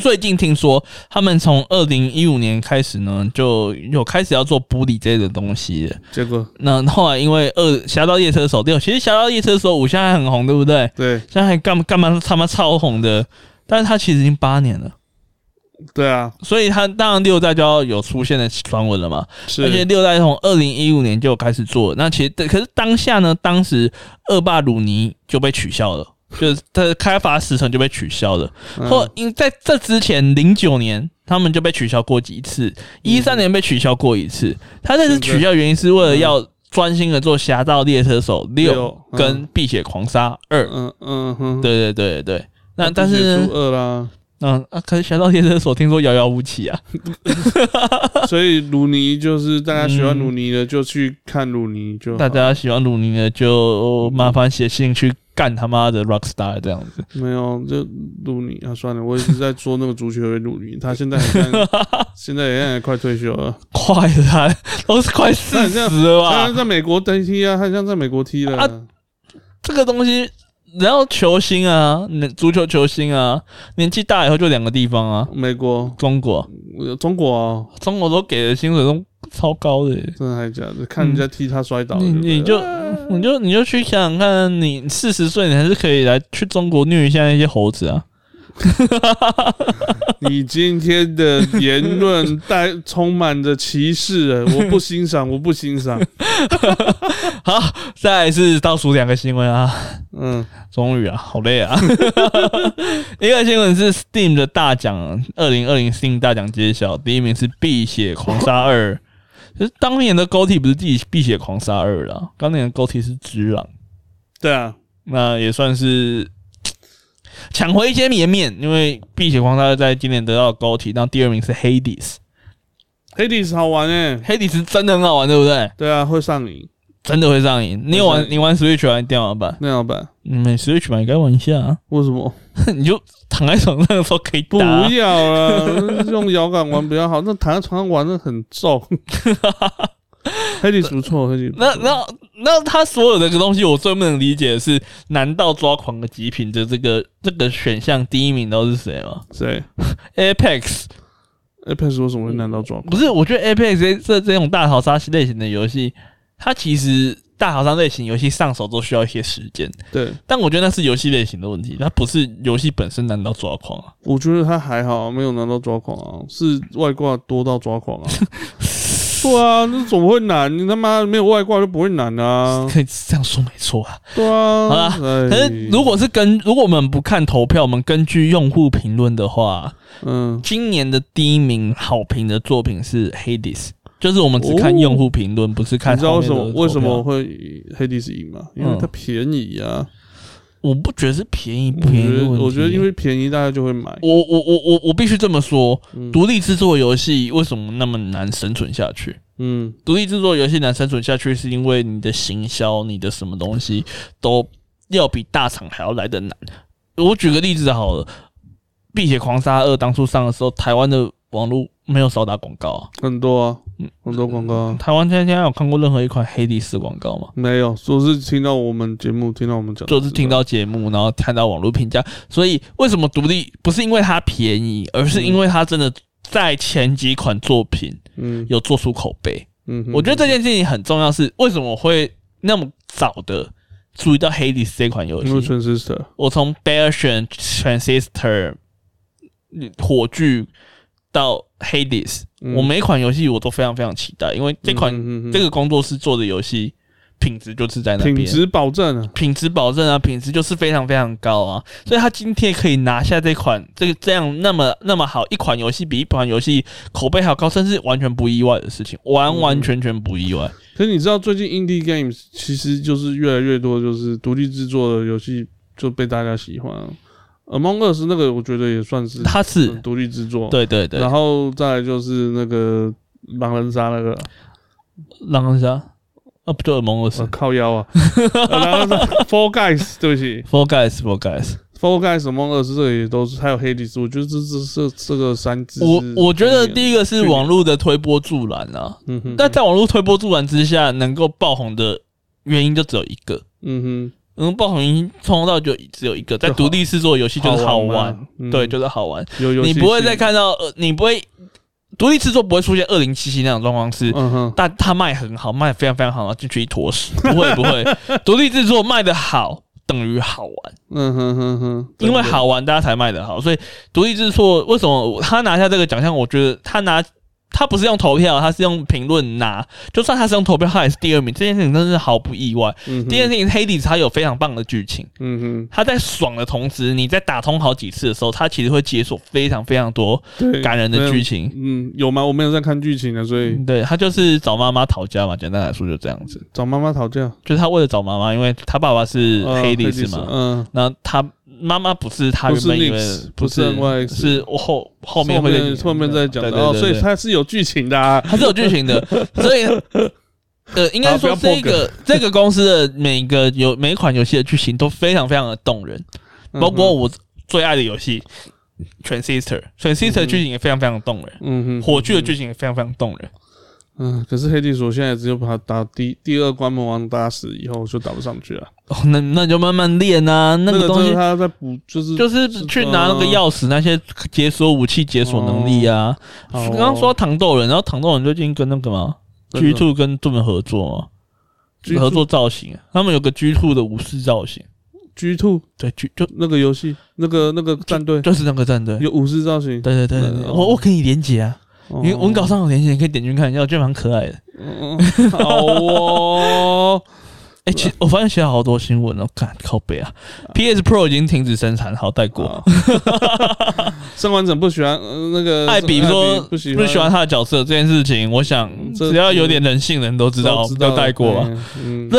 [SPEAKER 1] 最近听说他们从二零一五年开始呢，就有开始要做玻璃这类的东西了。
[SPEAKER 2] 结果
[SPEAKER 1] 那后来因为二《侠盗夜车手》六，其实《侠盗夜车手五》现在很红，对不对？
[SPEAKER 2] 对
[SPEAKER 1] 现在还干嘛干嘛他妈超红的，但是他其实已经八年了，
[SPEAKER 2] 对啊，
[SPEAKER 1] 所以他当然六代就要有出现的传闻了嘛。而且
[SPEAKER 2] 是
[SPEAKER 1] 六代从二零一五年就开始做了，那其实可是当下呢，当时恶霸鲁尼就被取消了，就是它的开发时程就被取消了。
[SPEAKER 2] 嗯
[SPEAKER 1] 或因在这之前，零九年他们就被取消过几次，一三年被取消过一次。他这次取消原因是为了要专心的做《侠盗猎车手六》
[SPEAKER 2] 六嗯
[SPEAKER 1] 跟《碧血狂杀二》。
[SPEAKER 2] 嗯嗯哼，
[SPEAKER 1] 对对对对，那
[SPEAKER 2] 必须
[SPEAKER 1] 但是
[SPEAKER 2] 出二
[SPEAKER 1] [LAUGHS]
[SPEAKER 2] 啦，
[SPEAKER 1] 嗯啊，可是《侠盗猎车手》听说遥遥无期啊。
[SPEAKER 2] 所以鲁尼就是大家喜欢
[SPEAKER 1] 嗯
[SPEAKER 2] 鲁尼的就去看鲁尼就好
[SPEAKER 1] 大家喜欢鲁尼的就麻烦写信去干他妈的 Rockstar 这样子。
[SPEAKER 2] 没有就鲁尼啊，算了，我一直在说那个足球员鲁尼，他现在好像
[SPEAKER 1] [LAUGHS]
[SPEAKER 2] 现在也快退休了。
[SPEAKER 1] 快了啊，都是快四十了啊
[SPEAKER 2] 他
[SPEAKER 1] 吧？
[SPEAKER 2] 在美国登踢啊，他好像在美国踢了。
[SPEAKER 1] 啊这个东西，然后球星啊，那足球球星啊，年纪大以后就两个地方啊，
[SPEAKER 2] 美国、
[SPEAKER 1] 中国，
[SPEAKER 2] 呃中国、哦，
[SPEAKER 1] 中国都给的薪水都超高的耶、
[SPEAKER 2] 真的还假的？看人家踢他摔倒了
[SPEAKER 1] 嗯你你
[SPEAKER 2] 对
[SPEAKER 1] 就
[SPEAKER 2] 不对
[SPEAKER 1] 你就你就去想想看，你四十岁你还是可以来去中国虐一下那些猴子啊。
[SPEAKER 2] 你今天的言论带充满着歧视了，我不欣赏，我不欣赏。
[SPEAKER 1] 再来是倒数两个新闻啊，
[SPEAKER 2] 嗯，
[SPEAKER 1] 终于啊，好累啊！ [LAUGHS] 一个新闻是 Steam 的大奖，二零二零 Steam 大奖揭晓，第一名是《碧血狂杀二》，就是当年的 GOTY 不是《碧碧血狂杀二》啦，当年的 GOTY 是《只狼》，
[SPEAKER 2] 对啊，
[SPEAKER 1] 那也算是抢回一些颜面，因为《碧血狂杀二》在今年得到 GOTY，那第二名是 Hades。
[SPEAKER 2] 黑帝斯好玩哎、
[SPEAKER 1] Hades 真的很好玩，对不对？
[SPEAKER 2] 对啊，会上瘾。
[SPEAKER 1] 真的会上瘾。你有
[SPEAKER 2] 会
[SPEAKER 1] 玩
[SPEAKER 2] 上瘾
[SPEAKER 1] 你玩 Switch 玩电脑版？
[SPEAKER 2] 那老板，
[SPEAKER 1] 嗯，Switch 版也该玩一下、啊， [LAUGHS]
[SPEAKER 2] 为什么
[SPEAKER 1] 你就躺在床上的时候可以打
[SPEAKER 2] 不
[SPEAKER 1] 啊、
[SPEAKER 2] 要了？用摇杆玩比较好，那躺在床上玩那很重。黑帝斯不错，黑帝斯不
[SPEAKER 1] 那
[SPEAKER 2] 错
[SPEAKER 1] 那那他所有的这个东西，我最不能理解的是，难道抓狂的极品的这个这个选项第一名都是谁吗
[SPEAKER 2] 谁
[SPEAKER 1] ？Apex
[SPEAKER 2] ？Apex 为什么会难到撞？
[SPEAKER 1] 不是，我觉得 Apex 这这这种大逃杀类型的游戏，它其实大逃杀类型游戏上手都需要一些时间，
[SPEAKER 2] 对，
[SPEAKER 1] 但我觉得那是游戏类型的问题，它不是游戏本身难道抓狂啊？
[SPEAKER 2] 我觉得他还好，没有难到抓狂啊，是外挂多到抓狂啊。对啊，那怎么会难？你他妈没有外挂就不会难啊。
[SPEAKER 1] 可以这样说没错啊。
[SPEAKER 2] 对啊，
[SPEAKER 1] 好啦
[SPEAKER 2] 哎
[SPEAKER 1] 可是如果是跟如果我们不看投票，我们根据用户评论的话，
[SPEAKER 2] 嗯，
[SPEAKER 1] 今年的第一名好评的作品是《Hades》，就是我们只看用户评论，不是看
[SPEAKER 2] 你知道为什么
[SPEAKER 1] 后面的投票嗯
[SPEAKER 2] 为什么？会黑帝斯赢吗？因为它便宜啊。
[SPEAKER 1] 我不觉得是便宜
[SPEAKER 2] 我
[SPEAKER 1] 不便宜
[SPEAKER 2] 觉
[SPEAKER 1] 的
[SPEAKER 2] 得
[SPEAKER 1] 问题哦
[SPEAKER 2] 我觉得因为便宜，大家就会买。
[SPEAKER 1] 我我我我我必须这么说，
[SPEAKER 2] 嗯
[SPEAKER 1] 独立制作游戏为什么那么难生存下去？
[SPEAKER 2] 嗯，
[SPEAKER 1] 独立制作游戏难生存下去，是因为你的行销、你的什么东西都要比大厂还要来得难。我举个例子好了，《碧血狂杀二》当初上的时候，台湾的网络没有少打广告啊。
[SPEAKER 2] 很多啊
[SPEAKER 1] 嗯，
[SPEAKER 2] 很多广告啊。
[SPEAKER 1] 台湾现在有看过任何一款黑历史广告吗？
[SPEAKER 2] 没有，都是听到我们节目，听到我们讲，
[SPEAKER 1] 就是听到节目，然后看到网络评价，所以为什么独立不是因为它便宜，而是因为它真的在前几款作品
[SPEAKER 2] 嗯
[SPEAKER 1] 有做出口碑。
[SPEAKER 2] 嗯哼，
[SPEAKER 1] 我觉得这件事情很重要，是为什么我会那么早的注意到《Hades》这款游
[SPEAKER 2] 因为
[SPEAKER 1] 戏？
[SPEAKER 2] 全 sister
[SPEAKER 1] 我从《Bear s h a n Transistor》嗯火炬到《Hades》，
[SPEAKER 2] 嗯
[SPEAKER 1] 我每一款游戏我都非常非常期待，因为这款
[SPEAKER 2] 嗯嗯嗯
[SPEAKER 1] 这个工作室做的游戏品质就是在那边，
[SPEAKER 2] 品质保证啊，
[SPEAKER 1] 品质保证啊，品质就是非常非常高啊，所以他今天可以拿下这款这个这样那么那么好一款游戏比一款游戏口碑还要高，甚至完全不意外的事情，完完全全不意外。
[SPEAKER 2] 可是你知道，最近 indie games 其实就是越来越多，就是独立制作的游戏就被大家喜欢啊。Among Us 那个，我觉得也算是
[SPEAKER 1] 他是
[SPEAKER 2] 嗯独立制作。。
[SPEAKER 1] 对对对
[SPEAKER 2] 然，后再来就是那个狼人杀那个，
[SPEAKER 1] 狼人杀啊，不对，蒙尔斯 [LAUGHS]
[SPEAKER 2] 嗯呃、靠腰啊，呃狼人杀 Four Guys，对不起
[SPEAKER 1] ，Four Guys，Four Guys，
[SPEAKER 2] Fall Guys 什么二是这个也都是，还有黑迪斯，我觉得这这这这个三只是
[SPEAKER 1] 我我觉得
[SPEAKER 2] 去年
[SPEAKER 1] 第一个是网络的推波助澜啊，
[SPEAKER 2] 嗯哼，
[SPEAKER 1] 但在网络推波助澜之下，能够爆红的原因就只有一个，
[SPEAKER 2] 嗯
[SPEAKER 1] 能够爆红原因从头到尾就只有一个，在
[SPEAKER 2] 就好
[SPEAKER 1] 独立制作游戏
[SPEAKER 2] 哼，
[SPEAKER 1] 就是好
[SPEAKER 2] 玩
[SPEAKER 1] 玩，
[SPEAKER 2] 嘛，嗯
[SPEAKER 1] 对，就是好玩。
[SPEAKER 2] 有有
[SPEAKER 1] 你不会再，看到，呃，你不会独立制作不会出现二零七七那种状况是。
[SPEAKER 2] 嗯哼，
[SPEAKER 1] 但它卖很好，卖得非常非常好，然后进去一坨屎。不会不
[SPEAKER 2] [LAUGHS]
[SPEAKER 1] 会，独立制作卖的好等于好玩，
[SPEAKER 2] 嗯哼哼哼，
[SPEAKER 1] 因为好玩大家才卖的好，所以独立制作为什么他拿下这个奖项？我觉得他拿他不是用投票，他是用评论拿。就算他是用投票，他也是第二名。这件事情真的是毫不意外。
[SPEAKER 2] 真的，
[SPEAKER 1] 第一件事情，黑底他有非常棒的剧情。
[SPEAKER 2] 嗯嗯哼，
[SPEAKER 1] 他在爽的同时，你在打通好几次的时候，他其实会解锁非常非常多
[SPEAKER 2] 嗯哼，对，
[SPEAKER 1] 感人的剧情。
[SPEAKER 2] 嗯，有吗？我没有在看剧情的，所以
[SPEAKER 1] 对他就是找妈妈讨价嘛，简单来说就这样子。
[SPEAKER 2] 找妈妈讨教。
[SPEAKER 1] 就是他为了找妈妈，因为他爸爸是
[SPEAKER 2] 呃
[SPEAKER 1] 嗯黑历史
[SPEAKER 2] 斯
[SPEAKER 1] 嘛，
[SPEAKER 2] 嗯，
[SPEAKER 1] 那他妈妈不是他
[SPEAKER 2] 不
[SPEAKER 1] 原
[SPEAKER 2] 是
[SPEAKER 1] 本以为
[SPEAKER 2] Nix，
[SPEAKER 1] 不
[SPEAKER 2] 不是 NYX
[SPEAKER 1] 是后后面
[SPEAKER 2] 后
[SPEAKER 1] 会
[SPEAKER 2] 面后面再
[SPEAKER 1] 啊
[SPEAKER 2] 讲的哦，所以
[SPEAKER 1] 他
[SPEAKER 2] 它是有剧情的啊。
[SPEAKER 1] 他是有剧情
[SPEAKER 2] [LAUGHS]
[SPEAKER 1] 的，所以呃，应该
[SPEAKER 2] 好不
[SPEAKER 1] 说
[SPEAKER 2] 要
[SPEAKER 1] 这
[SPEAKER 2] 破梗
[SPEAKER 1] 个这个公司的每个有每一款游戏的剧情都非常非常的动人，包
[SPEAKER 2] 嗯
[SPEAKER 1] 括我最爱的游戏《Transistor》，《Transistor》的剧情也非常非常动人，
[SPEAKER 2] 嗯哼，
[SPEAKER 1] 《
[SPEAKER 2] 嗯哼
[SPEAKER 1] 火炬》的剧情也非常非常动人。
[SPEAKER 2] 嗯，可是黑地鼠现在只有把它打第第二关魔王打死以后就打不上去了。
[SPEAKER 1] 哦，那那你就慢慢练啊，那个东
[SPEAKER 2] 真
[SPEAKER 1] 西
[SPEAKER 2] 的他在补，就是
[SPEAKER 1] 就是嗯去拿那个钥匙，那些解锁武器、解锁能力啊。
[SPEAKER 2] 哦
[SPEAKER 1] 刚刚说到糖豆人，然后糖豆人最近跟那个嘛 G Two 跟盾们合作嘛，
[SPEAKER 2] G2
[SPEAKER 1] 合作造型，啊他们有个 G Two 的武士造型，
[SPEAKER 2] G Two
[SPEAKER 1] 对 G 就
[SPEAKER 2] 那个游戏，那个那个战队
[SPEAKER 1] 就是那个战队。
[SPEAKER 2] 有武士造型，
[SPEAKER 1] 对对对对，对
[SPEAKER 2] 哦
[SPEAKER 1] 我我给你连结啊，
[SPEAKER 2] 哦
[SPEAKER 1] 你文稿上有连结，你可以点进去看一下，我觉得蛮可爱的。
[SPEAKER 2] 嗯嗯好
[SPEAKER 1] [LAUGHS]
[SPEAKER 2] 哦，
[SPEAKER 1] 哎，其实我发现写了好多新闻哦，看靠背啊，PS Pro 已经停止生产，好带过。
[SPEAKER 2] 好啊生完整不喜欢呃那个
[SPEAKER 1] 艾比说
[SPEAKER 2] 不喜
[SPEAKER 1] 不喜欢他的角色这件事情，我想
[SPEAKER 2] 这
[SPEAKER 1] 只要有点人性的人都知道
[SPEAKER 2] 都，
[SPEAKER 1] 要带过吧。
[SPEAKER 2] 嗯嗯
[SPEAKER 1] 那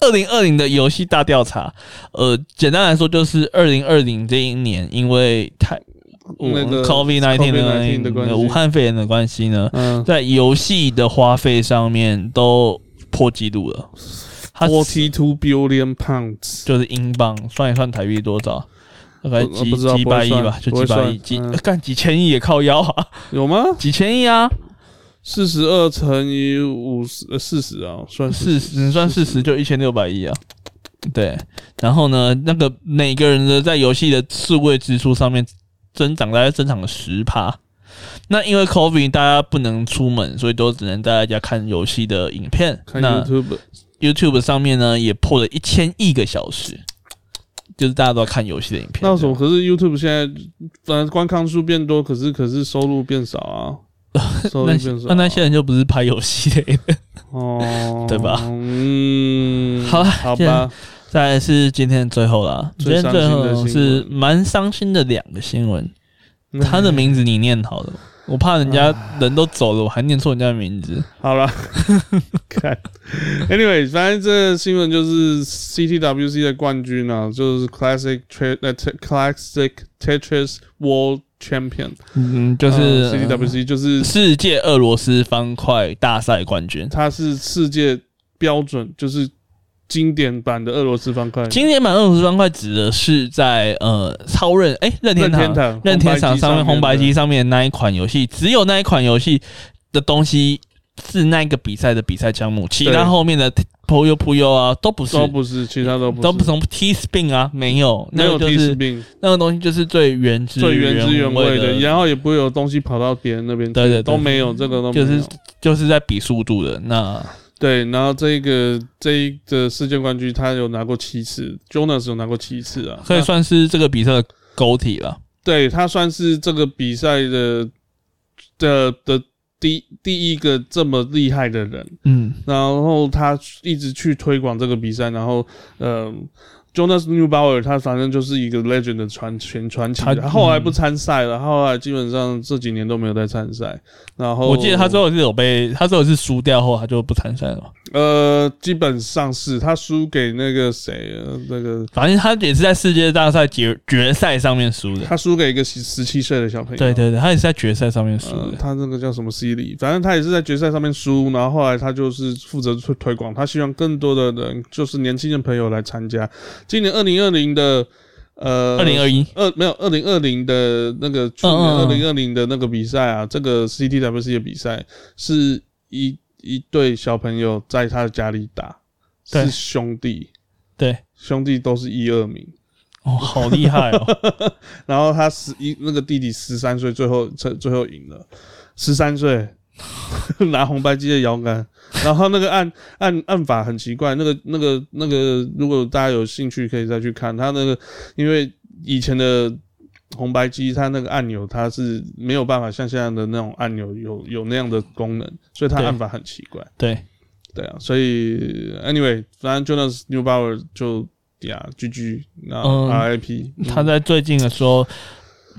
[SPEAKER 1] 二零二零的游戏大调查，呃，简单来说就是二零二零这一年，因为太
[SPEAKER 2] 那个
[SPEAKER 1] COVID
[SPEAKER 2] COVID-19
[SPEAKER 1] nineteen
[SPEAKER 2] 的关系
[SPEAKER 1] 武汉肺炎的关系呢，
[SPEAKER 2] 嗯
[SPEAKER 1] 在游戏的花费上面都破纪录了。它
[SPEAKER 2] ，forty two billion pounds，
[SPEAKER 1] 就是英镑，算一算台币多少？大概
[SPEAKER 2] 我
[SPEAKER 1] 几
[SPEAKER 2] 不知道
[SPEAKER 1] 几
[SPEAKER 2] 不会
[SPEAKER 1] 百亿
[SPEAKER 2] 算
[SPEAKER 1] 吧，就
[SPEAKER 2] 不会
[SPEAKER 1] 几百亿，
[SPEAKER 2] 算
[SPEAKER 1] 几
[SPEAKER 2] 嗯
[SPEAKER 1] 干、几千亿也靠腰啊，
[SPEAKER 2] 有吗？
[SPEAKER 1] 几千亿啊，
[SPEAKER 2] 四十二乘以五十，四十啊，算
[SPEAKER 1] 四
[SPEAKER 2] 是
[SPEAKER 1] 十，你算四十就一千六百亿啊。对，然后呢，那个每个人的在游戏的数位支出上面增长大概增长了十趴。那因为 COVID 大家不能出门，所以都只能待在家看游戏的影片。
[SPEAKER 2] 看
[SPEAKER 1] 那
[SPEAKER 2] YouTube，
[SPEAKER 1] YouTube 上面呢也破了一千亿个小时，就是大家都在看游戏的影片。
[SPEAKER 2] 那为什么？可是 YouTube 现在反正观看数变多，可是可是收入变少啊，收入
[SPEAKER 1] [LAUGHS] 那
[SPEAKER 2] 变
[SPEAKER 1] 些
[SPEAKER 2] 少
[SPEAKER 1] 那
[SPEAKER 2] 啊、
[SPEAKER 1] 那些人就不是拍游戏的。 [LAUGHS]
[SPEAKER 2] 哦，
[SPEAKER 1] 对吧
[SPEAKER 2] 嗯，
[SPEAKER 1] [LAUGHS] 好啦
[SPEAKER 2] 好
[SPEAKER 1] 既然
[SPEAKER 2] 吧，
[SPEAKER 1] 再来是今天的最后啦，今天
[SPEAKER 2] 最伤
[SPEAKER 1] 最
[SPEAKER 2] 心的
[SPEAKER 1] 后
[SPEAKER 2] 新
[SPEAKER 1] 是
[SPEAKER 2] 闻
[SPEAKER 1] 蛮伤心的两个新闻。
[SPEAKER 2] 嗯
[SPEAKER 1] 他的名字你念好了，我怕人家人都走了，我还念错人家的名字。
[SPEAKER 2] 好
[SPEAKER 1] [LAUGHS]
[SPEAKER 2] 了，看，anyway，反正这个新闻就是 CTWC 的冠军啊，就是 Classic Tre 呃 Te- Classic Tetris World Champion，
[SPEAKER 1] 嗯，就是、
[SPEAKER 2] 呃 CTWC 就是
[SPEAKER 1] 世界俄罗斯方块大赛冠军，
[SPEAKER 2] 它是世界标准，就是经典版的俄罗斯方块。
[SPEAKER 1] 经典版俄罗斯方块指的是在呃超任哎、任天
[SPEAKER 2] 任
[SPEAKER 1] 堂
[SPEAKER 2] 天堂，
[SPEAKER 1] 任天堂上面红白机
[SPEAKER 2] 的，
[SPEAKER 1] 上面的那一款游戏，只有那一款游戏的东西是那个比赛的比赛项目，其
[SPEAKER 2] 对
[SPEAKER 1] 他后面的 p 悠 y 悠啊都不是。
[SPEAKER 2] 都不是，其他都不是，
[SPEAKER 1] 都不从 T spin 啊，没有，那
[SPEAKER 2] 没有
[SPEAKER 1] 个就
[SPEAKER 2] T
[SPEAKER 1] 是
[SPEAKER 2] 病，
[SPEAKER 1] 那个东西就是最原汁
[SPEAKER 2] 最原汁原味
[SPEAKER 1] 的
[SPEAKER 2] 的，然后也不会有东西跑到别人那边去，
[SPEAKER 1] 对对对
[SPEAKER 2] 都没有，这个都没
[SPEAKER 1] 就
[SPEAKER 2] 有。
[SPEAKER 1] 是就是在比速度的。那
[SPEAKER 2] 对，然后这个这一个世界冠军他有拿过七次，Jonas 有拿过七次啊，
[SPEAKER 1] 可以
[SPEAKER 2] 那
[SPEAKER 1] 算是这个比赛的狗体了。
[SPEAKER 2] 对他算是这个比赛的的的第第一个这么厉害的人。
[SPEAKER 1] 嗯，
[SPEAKER 2] 然后他一直去推广这个比赛，然后呃，Jonas Newbauer 他反正就是一个 legend 的传全传奇的，
[SPEAKER 1] 他
[SPEAKER 2] 他后来不参赛了，他后来基本上这几年都没有在参赛。然后
[SPEAKER 1] 我记得他最后是有被，他最后是输掉后他就不参赛了嘛。
[SPEAKER 2] 呃，基本上是他输给那个谁，呃那个
[SPEAKER 1] 反正他也是在世界大赛决决赛上面输的。
[SPEAKER 2] 他输给一个十十七岁的小朋友。
[SPEAKER 1] 对对对，他也是在决赛上面输
[SPEAKER 2] 呃，
[SPEAKER 1] 的。
[SPEAKER 2] 他那个叫什么 C 里，反正他也是在决赛上面输，然后后来他就是负责推推广，他希望更多的人，就是年轻的朋友来参加。今年二零二零的呃，
[SPEAKER 1] 二零二一，
[SPEAKER 2] 二没有二零二零的那个去年
[SPEAKER 1] 嗯
[SPEAKER 2] 二
[SPEAKER 1] 嗯嗯
[SPEAKER 2] 零二零的那个比赛啊，这个 CTWC 的比赛是一一对小朋友在他的家里打，
[SPEAKER 1] 对
[SPEAKER 2] 是兄弟，
[SPEAKER 1] 对，
[SPEAKER 2] 兄弟都是一二名， [LAUGHS]
[SPEAKER 1] 哦，好厉害哦，
[SPEAKER 2] 然后他十一那个弟弟十三岁，最后最最后赢了，十三岁 [LAUGHS] 拿红白机的摇杆，然后那个按按按法很奇怪，那个那个那个，如果大家有兴趣可以再去看他那个，因为以前的。红白机它那个按钮，它是没有办法像现在的那种按钮有有那样的功能，所以它
[SPEAKER 1] 对
[SPEAKER 2] 按法很奇怪。
[SPEAKER 1] 对，
[SPEAKER 2] 对啊，所以 anyway，反正就那 New Power 就呀 GG，那
[SPEAKER 1] 嗯
[SPEAKER 2] RIP，、
[SPEAKER 1] 他在最近的时候，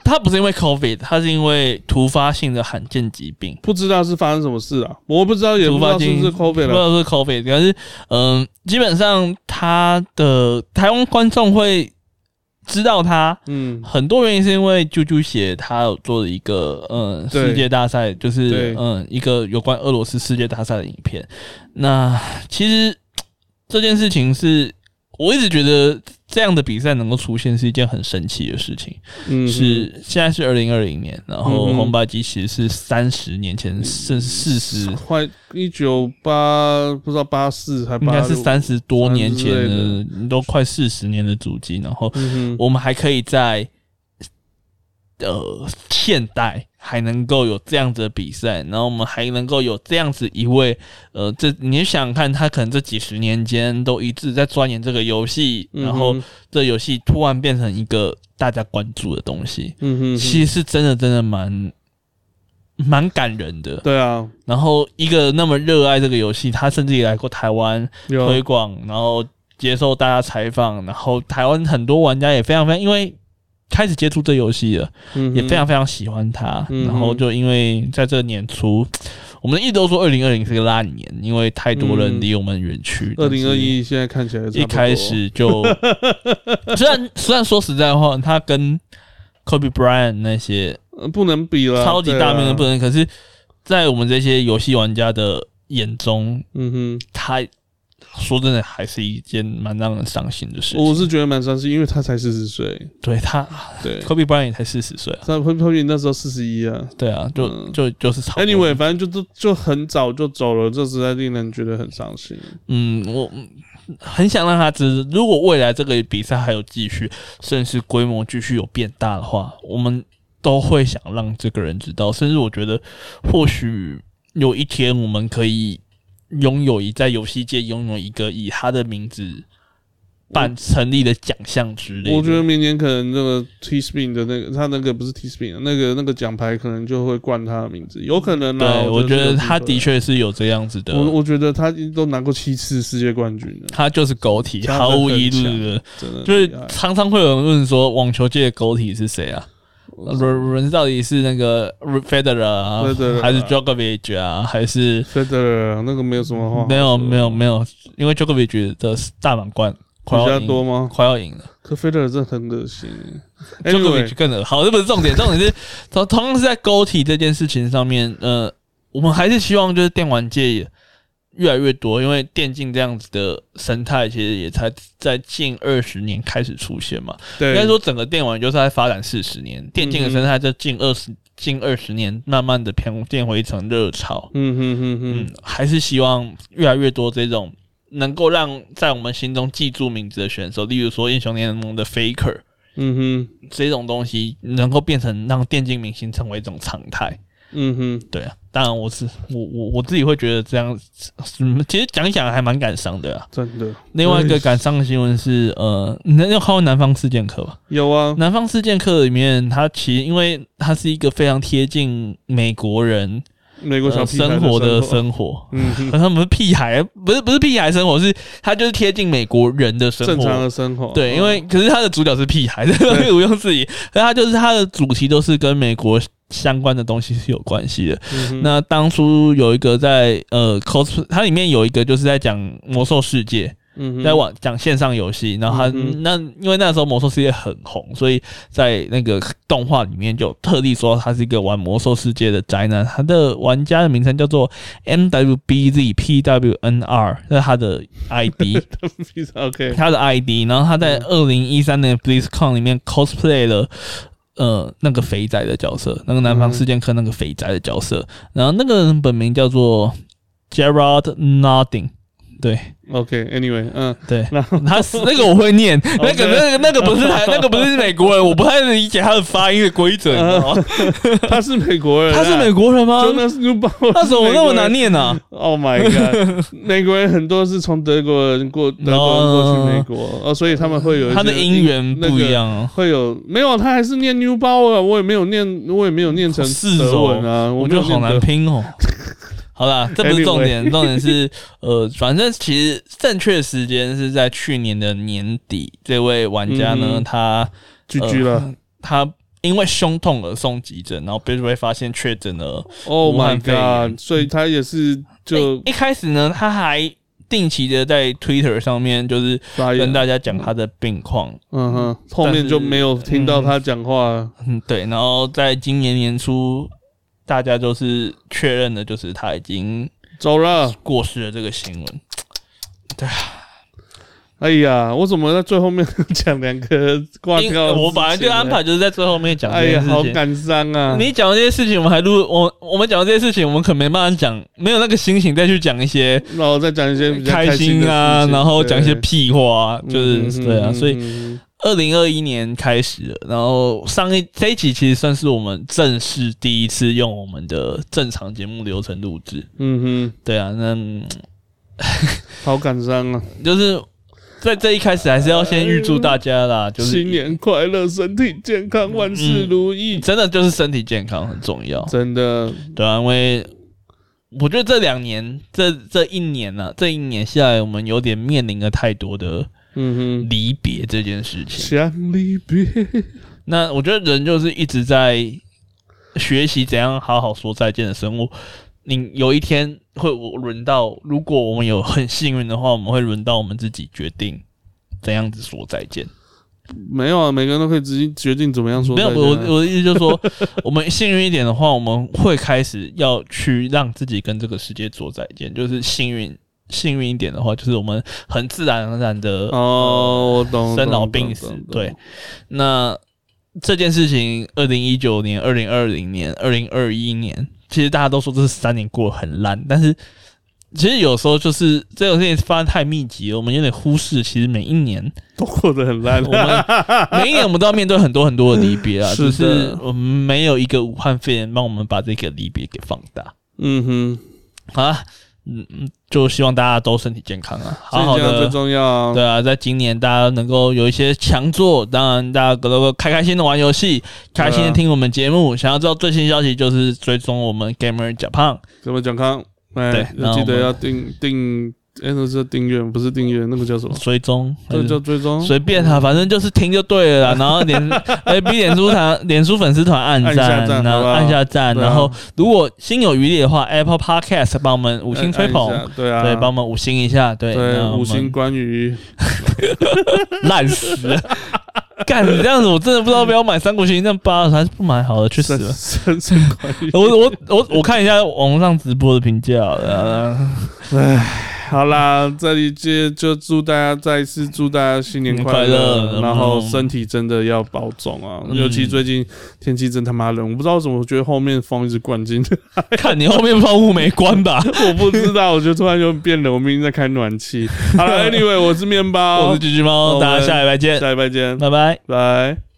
[SPEAKER 1] 他不是因为 COVID，他是因为突发性的罕见疾病，
[SPEAKER 2] 不知道是发生什么事了，我不知道也
[SPEAKER 1] 突
[SPEAKER 2] 不知
[SPEAKER 1] 发
[SPEAKER 2] 道是
[SPEAKER 1] 性
[SPEAKER 2] 不是 COVID
[SPEAKER 1] 不
[SPEAKER 2] 啊
[SPEAKER 1] 知
[SPEAKER 2] 了。
[SPEAKER 1] 道是 COVID，但是嗯，基本上他的台湾观众会知道他， [LAUGHS]
[SPEAKER 2] 嗯，
[SPEAKER 1] 很多原因是因为啾啾鞋他有做了一个嗯
[SPEAKER 2] 对
[SPEAKER 1] 世界大赛，就是
[SPEAKER 2] 对
[SPEAKER 1] 嗯一个有关俄罗斯世界大赛的影片。那其实这件事情是我一直觉得这样的比赛能够出现是一件很神奇的事情。
[SPEAKER 2] 嗯
[SPEAKER 1] 是现在是二零二零年，然后
[SPEAKER 2] 嗯哼
[SPEAKER 1] 红白机其实是三十年前，甚至四十
[SPEAKER 2] 嗯。快一九八不知道八四还
[SPEAKER 1] 应
[SPEAKER 2] 八
[SPEAKER 1] 该是
[SPEAKER 2] 六，
[SPEAKER 1] 三十多年前
[SPEAKER 2] 之类
[SPEAKER 1] 的
[SPEAKER 2] 的，
[SPEAKER 1] 都快四十年的主机，然后
[SPEAKER 2] 嗯哼，
[SPEAKER 1] 我们还可以在呃现代还能够有这样子的比赛，然后我们还能够有这样子一位呃，这你想想看，他可能这几十年间都一直在钻研这个游戏，
[SPEAKER 2] 嗯哼
[SPEAKER 1] 然后这游戏突然变成一个大家关注的东西，
[SPEAKER 2] 嗯哼，
[SPEAKER 1] 其实是真的真的蛮蛮感人的。
[SPEAKER 2] 对啊，
[SPEAKER 1] 然后一个那么热爱这个游戏，他甚至也来过台湾，
[SPEAKER 2] 有
[SPEAKER 1] 推广，然后接受大家采访，然后台湾很多玩家也非常非常，因为开始接触这游戏了，
[SPEAKER 2] 嗯哼
[SPEAKER 1] 也非常非常喜欢它。
[SPEAKER 2] 嗯哼
[SPEAKER 1] 然后就因为在这年初，我们一直都说二零二零是个烂年，因为太多人
[SPEAKER 2] 嗯
[SPEAKER 1] 离我们远去。
[SPEAKER 2] 二零二
[SPEAKER 1] 但是
[SPEAKER 2] 一现在看起来差不多
[SPEAKER 1] 一开始
[SPEAKER 2] [LAUGHS]
[SPEAKER 1] 就，虽然虽然说实在话，他跟 Kobe Bryant 那些
[SPEAKER 2] 呃不能比了，
[SPEAKER 1] 超级大名的不
[SPEAKER 2] 对啊，
[SPEAKER 1] 能，可是，在我们这些游戏玩家的眼中，
[SPEAKER 2] 嗯
[SPEAKER 1] 他说真的还是一件蛮让人伤心的事
[SPEAKER 2] 哼，我
[SPEAKER 1] 情。
[SPEAKER 2] 是觉得蛮伤心，因为他才四十岁，
[SPEAKER 1] 对他 [LAUGHS]
[SPEAKER 2] 对，
[SPEAKER 1] ，Kobe Bryant 也才四十岁啊，
[SPEAKER 2] 他会会那时候四十一啊。
[SPEAKER 1] 对啊，就、
[SPEAKER 2] 嗯
[SPEAKER 1] 就就是差不多
[SPEAKER 2] Anyway，反正就都就很早就走了，这实在令人觉得很伤心。
[SPEAKER 1] 嗯，我嗯很想让他知，如果未来这个比赛还有继续，甚至规模继续有变大的话，我们都会想让这个人知道，甚至我觉得或许有一天我们可以拥有一在游戏界拥有一个以他的名字办成立的奖项之类的。
[SPEAKER 2] 我觉得明年可能那个 T Spin 的那个，他那个不是 T Spin，那啊个那个奖牌可能就会冠他的名字，有可能啊。
[SPEAKER 1] 对，我觉
[SPEAKER 2] 这
[SPEAKER 1] 得
[SPEAKER 2] 个
[SPEAKER 1] 他
[SPEAKER 2] 机会
[SPEAKER 1] 的，确是有这样子的，
[SPEAKER 2] 我我觉得他都拿过七次世界冠军了，
[SPEAKER 1] 他就是狗体，
[SPEAKER 2] 他
[SPEAKER 1] 毫无
[SPEAKER 2] 很
[SPEAKER 1] 疑
[SPEAKER 2] 强
[SPEAKER 1] 虑的。
[SPEAKER 2] 真的
[SPEAKER 1] 就
[SPEAKER 2] 很
[SPEAKER 1] 是
[SPEAKER 2] 厉害。
[SPEAKER 1] 常常会有人问说，网球界的狗体是谁啊？伦伦到底是那个 Federer 啊，
[SPEAKER 2] Federer
[SPEAKER 1] 还是 Djokovic 啊，还是
[SPEAKER 2] 费德勒啊那个没有什么话，
[SPEAKER 1] 没有没有没有？因为 Djokovic 的大满贯快
[SPEAKER 2] 比
[SPEAKER 1] 要
[SPEAKER 2] 较
[SPEAKER 1] 赢
[SPEAKER 2] 多吗？
[SPEAKER 1] 快要赢了。
[SPEAKER 2] 可费德勒真的很恶心。Anyway，
[SPEAKER 1] Djokovic 更恶好，这不是重点， [LAUGHS] 重点是同同样是在勾体这件事情上面，呃，我们还是希望就是电玩界也越来越多，因为电竞这样子的生态其实也才在近二十年开始出现嘛。
[SPEAKER 2] 对，嗯
[SPEAKER 1] 应该说整个电玩就是在发展四十年，电竞的生态在近二十近二十年慢慢的偏变回一层热潮。
[SPEAKER 2] 嗯哼哼
[SPEAKER 1] 嗯
[SPEAKER 2] 哼，，
[SPEAKER 1] 还是希望越来越多这种能够让在我们心中记住名字的选手，例如说英雄联盟的 Faker。
[SPEAKER 2] 嗯哼，
[SPEAKER 1] 这种东西能够变成让电竞明星成为一种常态。
[SPEAKER 2] 嗯哼，
[SPEAKER 1] 对啊，当然我是我我我自己会觉得这样，嗯，其实讲一讲还蛮感伤的啊。
[SPEAKER 2] 真的哎
[SPEAKER 1] 另外一个感伤的新闻是，呃，那要看过南方四剑客》吧？
[SPEAKER 2] 有啊，
[SPEAKER 1] 《南方四剑客》里面，他其实因为他是一个非常贴近美国人
[SPEAKER 2] 美国小
[SPEAKER 1] 呃
[SPEAKER 2] 屁孩
[SPEAKER 1] 生活的
[SPEAKER 2] 的，
[SPEAKER 1] 生活，
[SPEAKER 2] 嗯
[SPEAKER 1] [LAUGHS]
[SPEAKER 2] 哼，
[SPEAKER 1] 他们屁孩不是不是屁孩生活，是他就是贴近美国人的生活，
[SPEAKER 2] 正常的生活，
[SPEAKER 1] 对，因为可是他的主角是屁孩，这 [LAUGHS] 个东西毋庸置疑。可是他就是他的主题都是跟美国相关的东西是有关系的。
[SPEAKER 2] 嗯哼
[SPEAKER 1] 那当初有一个在呃 cos，它里面有一个就是在讲魔兽世界，
[SPEAKER 2] 嗯 [LAUGHS]
[SPEAKER 1] 在网讲线上游戏，然后他、
[SPEAKER 2] 嗯哼
[SPEAKER 1] 那因为那时候魔兽世界很红，所以在那个动画里面就特地说他是一个玩魔兽世界的宅男，他的玩家的名称叫做 MWBZPWNR，这是他的 ID，
[SPEAKER 2] OK，
[SPEAKER 1] 他的 ID，然后他在二零一三年的 BlizzCon 里面 cosplay 了。呃，那个肥仔的角色，那个南方事件课那个肥仔的角色，然后那个人本名叫做 Gerard Nodding，对，
[SPEAKER 2] OK，Anyway，、嗯，
[SPEAKER 1] 对，他是 [LAUGHS] 那个我会 [LAUGHS] 念，那个那个那个不是 [LAUGHS] 台，那个不是美国人，我不太能理解他的发音的规则，你知道吗？
[SPEAKER 2] 他是美国人
[SPEAKER 1] [LAUGHS]
[SPEAKER 2] 啊，
[SPEAKER 1] 他是美国人吗？
[SPEAKER 2] 国，Jonas n e b a
[SPEAKER 1] 那时候我那么难念啊？
[SPEAKER 2] ？Oh my
[SPEAKER 1] [LAUGHS]
[SPEAKER 2] god，美国人很多是从德国人过德国人过去美国，哦，所以他们会有一些
[SPEAKER 1] 他的音源不一。
[SPEAKER 2] 那个
[SPEAKER 1] 样啊。
[SPEAKER 2] 会有没有？他还是念 New Bauer，我也没有念，我也没有念成
[SPEAKER 1] 是哦
[SPEAKER 2] 德文啊，
[SPEAKER 1] 我
[SPEAKER 2] 没
[SPEAKER 1] 觉
[SPEAKER 2] 有
[SPEAKER 1] 得好
[SPEAKER 2] 念德
[SPEAKER 1] 难拼哦。 [LAUGHS] 好啦，这不是重点，重点是呃，反正其实正确时间是在去年的年底。这位玩家呢，
[SPEAKER 2] 嗯
[SPEAKER 1] 他
[SPEAKER 2] 居居了。
[SPEAKER 1] 他因为胸痛而送急诊，然后被被发现确诊了
[SPEAKER 2] Oh
[SPEAKER 1] 武
[SPEAKER 2] my
[SPEAKER 1] 汉肺炎
[SPEAKER 2] god！所以他也是就
[SPEAKER 1] 一一开始呢，他还定期的在 Twitter 上面就是
[SPEAKER 2] 发
[SPEAKER 1] 跟
[SPEAKER 2] 言，
[SPEAKER 1] 大家讲他的病况，
[SPEAKER 2] 嗯哼，后面就没有听到他讲话。
[SPEAKER 1] 嗯，对，然后在今年年初，大家就是确认的，就是他已经
[SPEAKER 2] 走了。
[SPEAKER 1] 过世了这个新闻。
[SPEAKER 2] 哎呀，我怎么在最后面讲两个挂
[SPEAKER 1] 因
[SPEAKER 2] 掉？
[SPEAKER 1] 我本来就安排。就是在最后面讲
[SPEAKER 2] 哎
[SPEAKER 1] 这件
[SPEAKER 2] 呀，
[SPEAKER 1] 事
[SPEAKER 2] 好
[SPEAKER 1] 情。
[SPEAKER 2] 感伤啊！
[SPEAKER 1] 你讲的这些事情，我们还录我我们讲的这些事情，我们可没办法讲，没有那个心情再去讲一些
[SPEAKER 2] 然后再讲一些比较开
[SPEAKER 1] 心啊，
[SPEAKER 2] 的事情
[SPEAKER 1] 然后讲一些
[SPEAKER 2] 对
[SPEAKER 1] 屁话啊，就
[SPEAKER 2] 嗯
[SPEAKER 1] 是
[SPEAKER 2] 哼
[SPEAKER 1] 对啊，
[SPEAKER 2] 嗯
[SPEAKER 1] 所以
[SPEAKER 2] 哼
[SPEAKER 1] 二零二一年开始了，然后上一这一集其实算是我们正式第一次用我们的正常节目流程录制。
[SPEAKER 2] 嗯
[SPEAKER 1] 对啊，那嗯
[SPEAKER 2] 哼，好感伤啊！
[SPEAKER 1] 就是在这一开始还是要先预祝大家啦，就是
[SPEAKER 2] 新年快乐，身体健康，万事如意。
[SPEAKER 1] 真的就是身体健康很重要，
[SPEAKER 2] 真的，
[SPEAKER 1] 对啊，因为我觉得这两年这这一年呢、啊，这一年下来，我们有点面临了太多的
[SPEAKER 2] 嗯哼，
[SPEAKER 1] 离别这件事情。
[SPEAKER 2] 想离别，
[SPEAKER 1] 那我觉得人就是一直在学习怎样好好说再见的生物。你有一天会轮到，如果我们有很幸运的话，我们会轮到我们自己决定怎样子说再见。
[SPEAKER 2] 没有啊，每个人都可以自己决定怎么样说
[SPEAKER 1] 没
[SPEAKER 2] 再
[SPEAKER 1] 有，
[SPEAKER 2] 见啊。
[SPEAKER 1] 我我的意思就是说，我们幸运一点的话，我们会开始要去让自己跟这个世界说再见。就是幸运，幸运一点的话，就是我们很自然而然的
[SPEAKER 2] 哦，我懂，
[SPEAKER 1] 生老
[SPEAKER 2] 懂
[SPEAKER 1] 病死。
[SPEAKER 2] 懂懂 [LAUGHS]
[SPEAKER 1] 对，那这件事情，二零一九年、二零二零年、二零二一年，其实大家都说这三年过得很烂，但是其实有时候就是这种事情发生太密集了，我们有点忽视。其实每一年，
[SPEAKER 2] 都过得很烂啊
[SPEAKER 1] 我。们 [LAUGHS] 每一年我们都要面对很多很多的离别啊，
[SPEAKER 2] 是
[SPEAKER 1] 只
[SPEAKER 2] 的
[SPEAKER 1] [LAUGHS] 是我们没有一个武汉肺炎帮我们把这个离别给放大。
[SPEAKER 2] 嗯哼，
[SPEAKER 1] 好啊，嗯嗯，就希望大家都身体健康啊，好好
[SPEAKER 2] 这样
[SPEAKER 1] 的
[SPEAKER 2] 最重要啊。
[SPEAKER 1] 对啊，在今年大家能够有一些强作，当然大家能够开开心的玩游戏，开心的听我们节目。想要知道最新消息，就是追踪我们 Gamer 假胖。
[SPEAKER 2] 怎么讲康？
[SPEAKER 1] 对
[SPEAKER 2] 哎，
[SPEAKER 1] 那
[SPEAKER 2] 要记
[SPEAKER 1] 我
[SPEAKER 2] 得
[SPEAKER 1] 们
[SPEAKER 2] 要订订，哎，那是订阅，不是订阅，那个叫什么？
[SPEAKER 1] 追踪，
[SPEAKER 2] 这叫追踪。
[SPEAKER 1] 随便他、反正就是听就对
[SPEAKER 2] [LAUGHS]
[SPEAKER 1] 了啦。然后脸 A B 脸书团、脸书粉丝团按
[SPEAKER 2] 按
[SPEAKER 1] 赞
[SPEAKER 2] 下，
[SPEAKER 1] 然
[SPEAKER 2] 赞好
[SPEAKER 1] 后
[SPEAKER 2] 不好
[SPEAKER 1] 按下赞，
[SPEAKER 2] 对啊
[SPEAKER 1] 然后如果心有余力的话，Apple Podcast 帮我们五星吹
[SPEAKER 2] 按按一
[SPEAKER 1] 捧，
[SPEAKER 2] 下，对啊，
[SPEAKER 1] 对，帮我们五星一下，对，那我
[SPEAKER 2] 对
[SPEAKER 1] 们
[SPEAKER 2] 五星关于
[SPEAKER 1] 烂死了。 [LAUGHS] 干你这样子，我真的不知道要不要买三国群英战八，还是不买好了， [LAUGHS] 去死
[SPEAKER 2] 神
[SPEAKER 1] 了。
[SPEAKER 2] 神 [LAUGHS] 神关于。
[SPEAKER 1] 我我我我看一下网络上直播的评价好了，
[SPEAKER 2] [LAUGHS] 好啦，这里就就祝大家再一次祝大家新年快
[SPEAKER 1] 新年快乐
[SPEAKER 2] 乐，然后
[SPEAKER 1] 嗯
[SPEAKER 2] 身体真的要保重啊！
[SPEAKER 1] 嗯
[SPEAKER 2] 尤其最近天气真他妈冷，我不知道为什么，我觉得后面风一直灌进，
[SPEAKER 1] [LAUGHS] 看你后面窗户没关吧？
[SPEAKER 2] 我不知道，我就突然就变冷，我明明在开暖气。好了，Anyway，我是面包，
[SPEAKER 1] 我是橘橘猫，
[SPEAKER 2] 我们
[SPEAKER 1] 大家下礼拜见，
[SPEAKER 2] 下礼拜见，
[SPEAKER 1] 拜拜。
[SPEAKER 2] 拜。